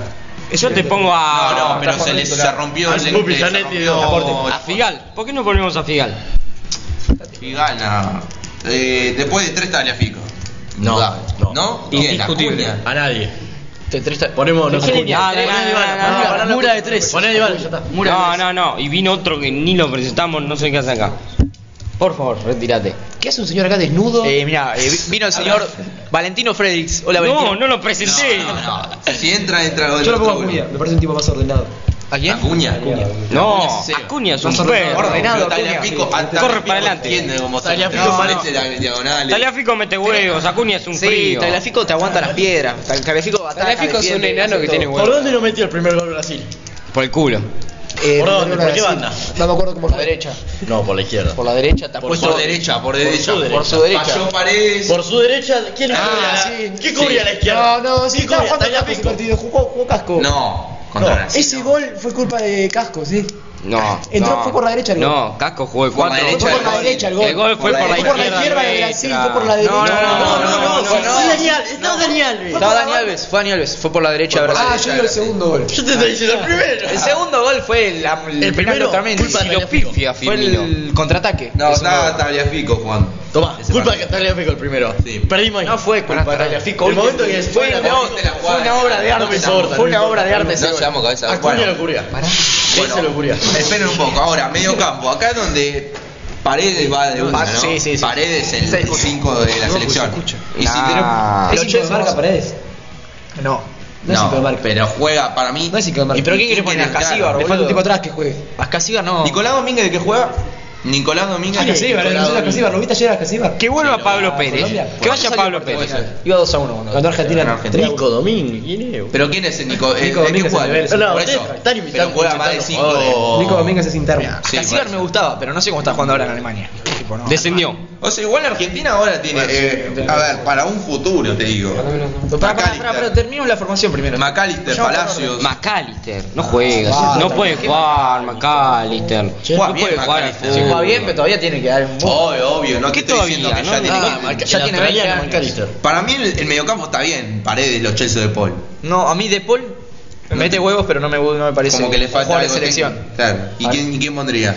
[SPEAKER 5] Yo te pongo
[SPEAKER 1] No, no,
[SPEAKER 5] a.
[SPEAKER 1] pero se les se rompió
[SPEAKER 4] Al
[SPEAKER 1] el este,
[SPEAKER 4] Pupi
[SPEAKER 1] se
[SPEAKER 4] Zanetti
[SPEAKER 1] rompió-
[SPEAKER 4] dio aporte.
[SPEAKER 5] A Figal. ¿Por qué no volvemos a Figal?
[SPEAKER 1] Figal, no. Eh, después de tres tareas fico.
[SPEAKER 4] No,
[SPEAKER 1] no.
[SPEAKER 4] no.
[SPEAKER 1] ¿No? ¿Quién?
[SPEAKER 4] Indiscutible. Ah,
[SPEAKER 1] Acuña.
[SPEAKER 4] A nadie.
[SPEAKER 2] Te triste.
[SPEAKER 4] Ponemos, no sé,
[SPEAKER 5] ¿Qué
[SPEAKER 4] Julián.
[SPEAKER 5] línea?
[SPEAKER 4] Ponele
[SPEAKER 5] No, no,
[SPEAKER 4] Dybala,
[SPEAKER 5] no,
[SPEAKER 4] ponele
[SPEAKER 5] no,
[SPEAKER 4] Dybala.
[SPEAKER 5] no,
[SPEAKER 4] Mura de tres. Ponele Dybala, ya está.
[SPEAKER 5] No, no, no. Y vino otro que ni lo presentamos, no sé qué hace acá. Por favor, retírate.
[SPEAKER 3] ¿Qué hace un señor acá desnudo?
[SPEAKER 2] Eh, mirá, eh, vi- vino el señor Valentino Fredix. Hola,
[SPEAKER 5] No,
[SPEAKER 2] Valentino.
[SPEAKER 5] no lo presenté.
[SPEAKER 1] No, no, no. Si entra, entra. el
[SPEAKER 3] Yo lo pongo a
[SPEAKER 1] otro,
[SPEAKER 3] Acuña,
[SPEAKER 1] bueno.
[SPEAKER 3] me parece un tipo más ordenado.
[SPEAKER 2] ¿A quién?
[SPEAKER 1] Acuña.
[SPEAKER 5] No, Acuña es un
[SPEAKER 3] No,
[SPEAKER 5] perro.
[SPEAKER 2] ordenado.
[SPEAKER 1] Pero
[SPEAKER 2] Acuña.
[SPEAKER 1] Tagliafico,
[SPEAKER 2] Sí,
[SPEAKER 1] hasta
[SPEAKER 5] corre
[SPEAKER 1] Tagliafico
[SPEAKER 5] para adelante.
[SPEAKER 1] Entiende cómo se
[SPEAKER 4] Tagliafico
[SPEAKER 1] no,
[SPEAKER 4] parece-
[SPEAKER 1] las diagonales.
[SPEAKER 5] Taliafico mete huevos, Acuña es un
[SPEAKER 2] Sí,
[SPEAKER 5] frío.
[SPEAKER 2] Tagliafico te aguanta las piedras. Tal- Tagliafico ataca,
[SPEAKER 6] Tagliafico es un
[SPEAKER 2] defiende,
[SPEAKER 6] enano
[SPEAKER 2] hace
[SPEAKER 6] que
[SPEAKER 2] todo.
[SPEAKER 6] tiene huevo.
[SPEAKER 4] ¿Por dónde no metió el primer gol Brasil?
[SPEAKER 5] Por el culo.
[SPEAKER 3] Eh, no
[SPEAKER 4] ¿Por dónde?
[SPEAKER 3] me acuerdo
[SPEAKER 4] ¿Por qué
[SPEAKER 3] decir.
[SPEAKER 4] banda?
[SPEAKER 3] No me acuerdo cómo
[SPEAKER 2] Por la
[SPEAKER 3] fue.
[SPEAKER 2] derecha.
[SPEAKER 4] No, por la izquierda.
[SPEAKER 2] Por la derecha te ha
[SPEAKER 1] Por,
[SPEAKER 2] puesto.
[SPEAKER 1] por derecha, por derecha.
[SPEAKER 4] su derecha.
[SPEAKER 2] su derecha.
[SPEAKER 1] Falló paredes.
[SPEAKER 4] Por su derecha, ¿quién
[SPEAKER 1] Ah,
[SPEAKER 4] cubría?
[SPEAKER 1] sí.
[SPEAKER 4] ¿Quién cubría
[SPEAKER 1] Sí.
[SPEAKER 4] la
[SPEAKER 3] No,
[SPEAKER 4] izquierda?
[SPEAKER 3] no, sí,
[SPEAKER 4] ¿Quién
[SPEAKER 3] estaba jugando
[SPEAKER 4] cubría?
[SPEAKER 3] casco ese
[SPEAKER 4] Tagliafico.
[SPEAKER 3] partido, jugó, jugó casco.
[SPEAKER 1] No.
[SPEAKER 5] Contra
[SPEAKER 4] No,
[SPEAKER 5] Brasil.
[SPEAKER 3] Ese gol fue culpa de Cascos, ¿eh?
[SPEAKER 5] No.
[SPEAKER 3] Entró-
[SPEAKER 5] no.
[SPEAKER 3] fue por la derecha el gol.
[SPEAKER 5] No, Casco jugó de
[SPEAKER 1] Por la
[SPEAKER 5] cuatro.
[SPEAKER 1] derecha
[SPEAKER 3] Fue por
[SPEAKER 1] el
[SPEAKER 3] la
[SPEAKER 1] gol.
[SPEAKER 3] derecha el gol.
[SPEAKER 5] El gol fue por la
[SPEAKER 3] Fue por la
[SPEAKER 5] izquierda
[SPEAKER 3] izquierda de
[SPEAKER 5] nuestra.
[SPEAKER 3] Brasil, fue por la derecha.
[SPEAKER 5] No, no, no, no, no, no,
[SPEAKER 4] no,
[SPEAKER 5] no.
[SPEAKER 4] Dani Alves, no, Dani Alves.
[SPEAKER 2] Estaba Dani Alves, fue Dani Alves, fue por la derecha de
[SPEAKER 4] Fue por
[SPEAKER 2] Brasil.
[SPEAKER 3] Ah, yo digo el segundo gol.
[SPEAKER 4] Yo te estoy diciendo el primero.
[SPEAKER 2] El segundo gol fue el, la- el,
[SPEAKER 4] El primero,
[SPEAKER 2] también.
[SPEAKER 4] culpa de
[SPEAKER 2] lo
[SPEAKER 4] Tagliafico.
[SPEAKER 2] pifia, fue el
[SPEAKER 5] Firmino.
[SPEAKER 2] contraataque.
[SPEAKER 1] No,
[SPEAKER 2] El segundo
[SPEAKER 1] estaba
[SPEAKER 2] gol.
[SPEAKER 1] Tagliafico jugando.
[SPEAKER 4] Tomá, culpa de Tagliafico el primero. Perdimos ahí.
[SPEAKER 2] No fue culpa de Tagliafico.
[SPEAKER 4] El momento que
[SPEAKER 2] fue,
[SPEAKER 4] fue-
[SPEAKER 2] una- fue una obra de
[SPEAKER 4] No me
[SPEAKER 2] arte.
[SPEAKER 4] importa,
[SPEAKER 2] fue
[SPEAKER 4] no
[SPEAKER 2] una
[SPEAKER 4] me
[SPEAKER 2] obra de
[SPEAKER 4] importa.
[SPEAKER 2] arte. ese
[SPEAKER 1] No
[SPEAKER 2] gol.
[SPEAKER 1] seamos cabeza de
[SPEAKER 4] Acuña
[SPEAKER 1] cuero.
[SPEAKER 4] lo curía. Ese lo curía.
[SPEAKER 1] Esperen un poco, ahora, medio campo. Acá es donde Paredes va de una, ¿no?
[SPEAKER 2] Sí, sí, sí.
[SPEAKER 1] Paredes
[SPEAKER 2] Sí.
[SPEAKER 1] el 5 de la selección. Y si
[SPEAKER 2] Nah.
[SPEAKER 1] tenemos-
[SPEAKER 3] ¿Es
[SPEAKER 1] Los
[SPEAKER 3] hincha de
[SPEAKER 1] Chelsea-
[SPEAKER 3] marca Paredes?
[SPEAKER 2] No.
[SPEAKER 3] No es hincha de
[SPEAKER 1] No,
[SPEAKER 3] marca.
[SPEAKER 1] pero juega para mí.
[SPEAKER 3] No es hincha de marca.
[SPEAKER 2] ¿Y pero quién querés poner? A
[SPEAKER 1] Claro.
[SPEAKER 2] Casíbar,
[SPEAKER 3] Le falta un tipo
[SPEAKER 2] boludo.
[SPEAKER 3] atrás que juegue.
[SPEAKER 2] A Casíbar no.
[SPEAKER 1] Nicolás Domínguez, ¿de qué juega? Nicolás Domínguez.
[SPEAKER 3] Ah, Casíbar,
[SPEAKER 4] Nicolás
[SPEAKER 3] ¿no es Casíbar? ¿Lo viste ayer a Casíbar?
[SPEAKER 5] Que vuelva Pablo Pérez.
[SPEAKER 3] Colombia.
[SPEAKER 5] Que vaya Pablo Pérez.
[SPEAKER 2] Iba 2 a 1.
[SPEAKER 3] Cuando Argentina
[SPEAKER 1] Argentina.
[SPEAKER 3] tres-
[SPEAKER 4] Nico Domínguez, ¿quién es?
[SPEAKER 1] Pero ¿quién es el Nico? eh,
[SPEAKER 3] Nico
[SPEAKER 1] ¿de qué
[SPEAKER 3] Domínguez
[SPEAKER 1] juega?
[SPEAKER 3] es el de
[SPEAKER 4] Vélez. No,
[SPEAKER 1] Por
[SPEAKER 4] ustedes
[SPEAKER 1] eso.
[SPEAKER 4] están
[SPEAKER 1] Pero
[SPEAKER 4] invitando
[SPEAKER 1] juega
[SPEAKER 4] mucho
[SPEAKER 1] más de
[SPEAKER 4] tanto
[SPEAKER 1] 5.
[SPEAKER 2] Oh.
[SPEAKER 3] Nico Domínguez es interno.
[SPEAKER 1] Sí,
[SPEAKER 2] Casíbar
[SPEAKER 1] por
[SPEAKER 2] me
[SPEAKER 1] eso.
[SPEAKER 2] gustaba, pero no sé cómo está jugando ahora en Alemania. Tipo, no.
[SPEAKER 5] Descendió.
[SPEAKER 1] O sea, igual Argentina ahora tiene. eh, a ver, para un futuro te digo.
[SPEAKER 2] Pará, pará, pará, pará,
[SPEAKER 1] McAllister,
[SPEAKER 2] terminemos la formación primero.
[SPEAKER 1] McAllister, Palacios.
[SPEAKER 5] McAllister. No juega.
[SPEAKER 3] Ah,
[SPEAKER 5] no
[SPEAKER 3] está
[SPEAKER 5] puede jugar McAllister.
[SPEAKER 1] Juega
[SPEAKER 5] No
[SPEAKER 1] bien
[SPEAKER 5] puede jugar al
[SPEAKER 1] McAllister.
[SPEAKER 5] fútbol.
[SPEAKER 2] Si juega bien, pero todavía tiene que dar un buen.
[SPEAKER 1] Obvio, obvio, no te
[SPEAKER 5] ¿Qué
[SPEAKER 1] estoy
[SPEAKER 5] todavía?
[SPEAKER 1] diciendo que ya
[SPEAKER 5] No,
[SPEAKER 1] tiene.
[SPEAKER 5] nada.
[SPEAKER 4] Marca-
[SPEAKER 2] Ya
[SPEAKER 4] el
[SPEAKER 2] tiene
[SPEAKER 4] australiano,
[SPEAKER 2] 20 años.
[SPEAKER 4] McAllister.
[SPEAKER 1] Para mí el, el mediocampo está bien, Paredes, los Chelsea de Paul.
[SPEAKER 2] No, a mí De Paul me mete huevos, pero no me, no me parece
[SPEAKER 1] Como que le
[SPEAKER 2] un
[SPEAKER 1] falta
[SPEAKER 2] jugador de
[SPEAKER 1] algo
[SPEAKER 2] selección.
[SPEAKER 1] técnico. Claro. ¿Y quién, y quién pondría?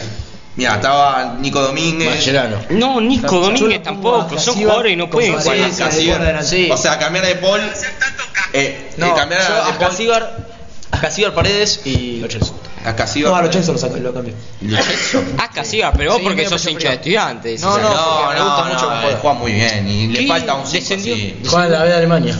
[SPEAKER 1] Mira, estaba Nico Domínguez.
[SPEAKER 4] Mascherano.
[SPEAKER 5] No, Nico
[SPEAKER 3] Yo lo
[SPEAKER 5] Domínguez
[SPEAKER 3] pongo
[SPEAKER 5] tampoco.
[SPEAKER 3] a
[SPEAKER 5] Son
[SPEAKER 3] Casíbar
[SPEAKER 5] jugadores y no
[SPEAKER 3] con
[SPEAKER 5] pueden
[SPEAKER 3] Paredes
[SPEAKER 5] jugar.
[SPEAKER 1] Bueno,
[SPEAKER 3] y
[SPEAKER 1] Casíbar.
[SPEAKER 3] Borda delante.
[SPEAKER 2] Sí.
[SPEAKER 1] O sea, cambiar de Paul. Eh, eh,
[SPEAKER 2] No,
[SPEAKER 1] cambiar
[SPEAKER 2] yo
[SPEAKER 1] de
[SPEAKER 2] a
[SPEAKER 1] Paul.
[SPEAKER 2] Casíbar, a Casíbar Paredes y
[SPEAKER 1] A
[SPEAKER 3] No, a
[SPEAKER 1] Casíbar.
[SPEAKER 3] los Chelsea lo saco, lo cambio.
[SPEAKER 1] Los Chelsea.
[SPEAKER 5] Ah, Casíbar, pero vos
[SPEAKER 2] Sí,
[SPEAKER 5] porque
[SPEAKER 2] me
[SPEAKER 5] sos
[SPEAKER 2] parece
[SPEAKER 5] hincha de estudiantes.
[SPEAKER 2] No,
[SPEAKER 5] decís,
[SPEAKER 2] no,
[SPEAKER 5] ah,
[SPEAKER 2] porque me gusta mucho cómo
[SPEAKER 1] eh,
[SPEAKER 2] juega.
[SPEAKER 1] juega muy bien y le
[SPEAKER 5] ¿Qué?
[SPEAKER 1] falta un 5
[SPEAKER 5] Descendió.
[SPEAKER 1] sí.
[SPEAKER 4] Juega en la B de Alemania.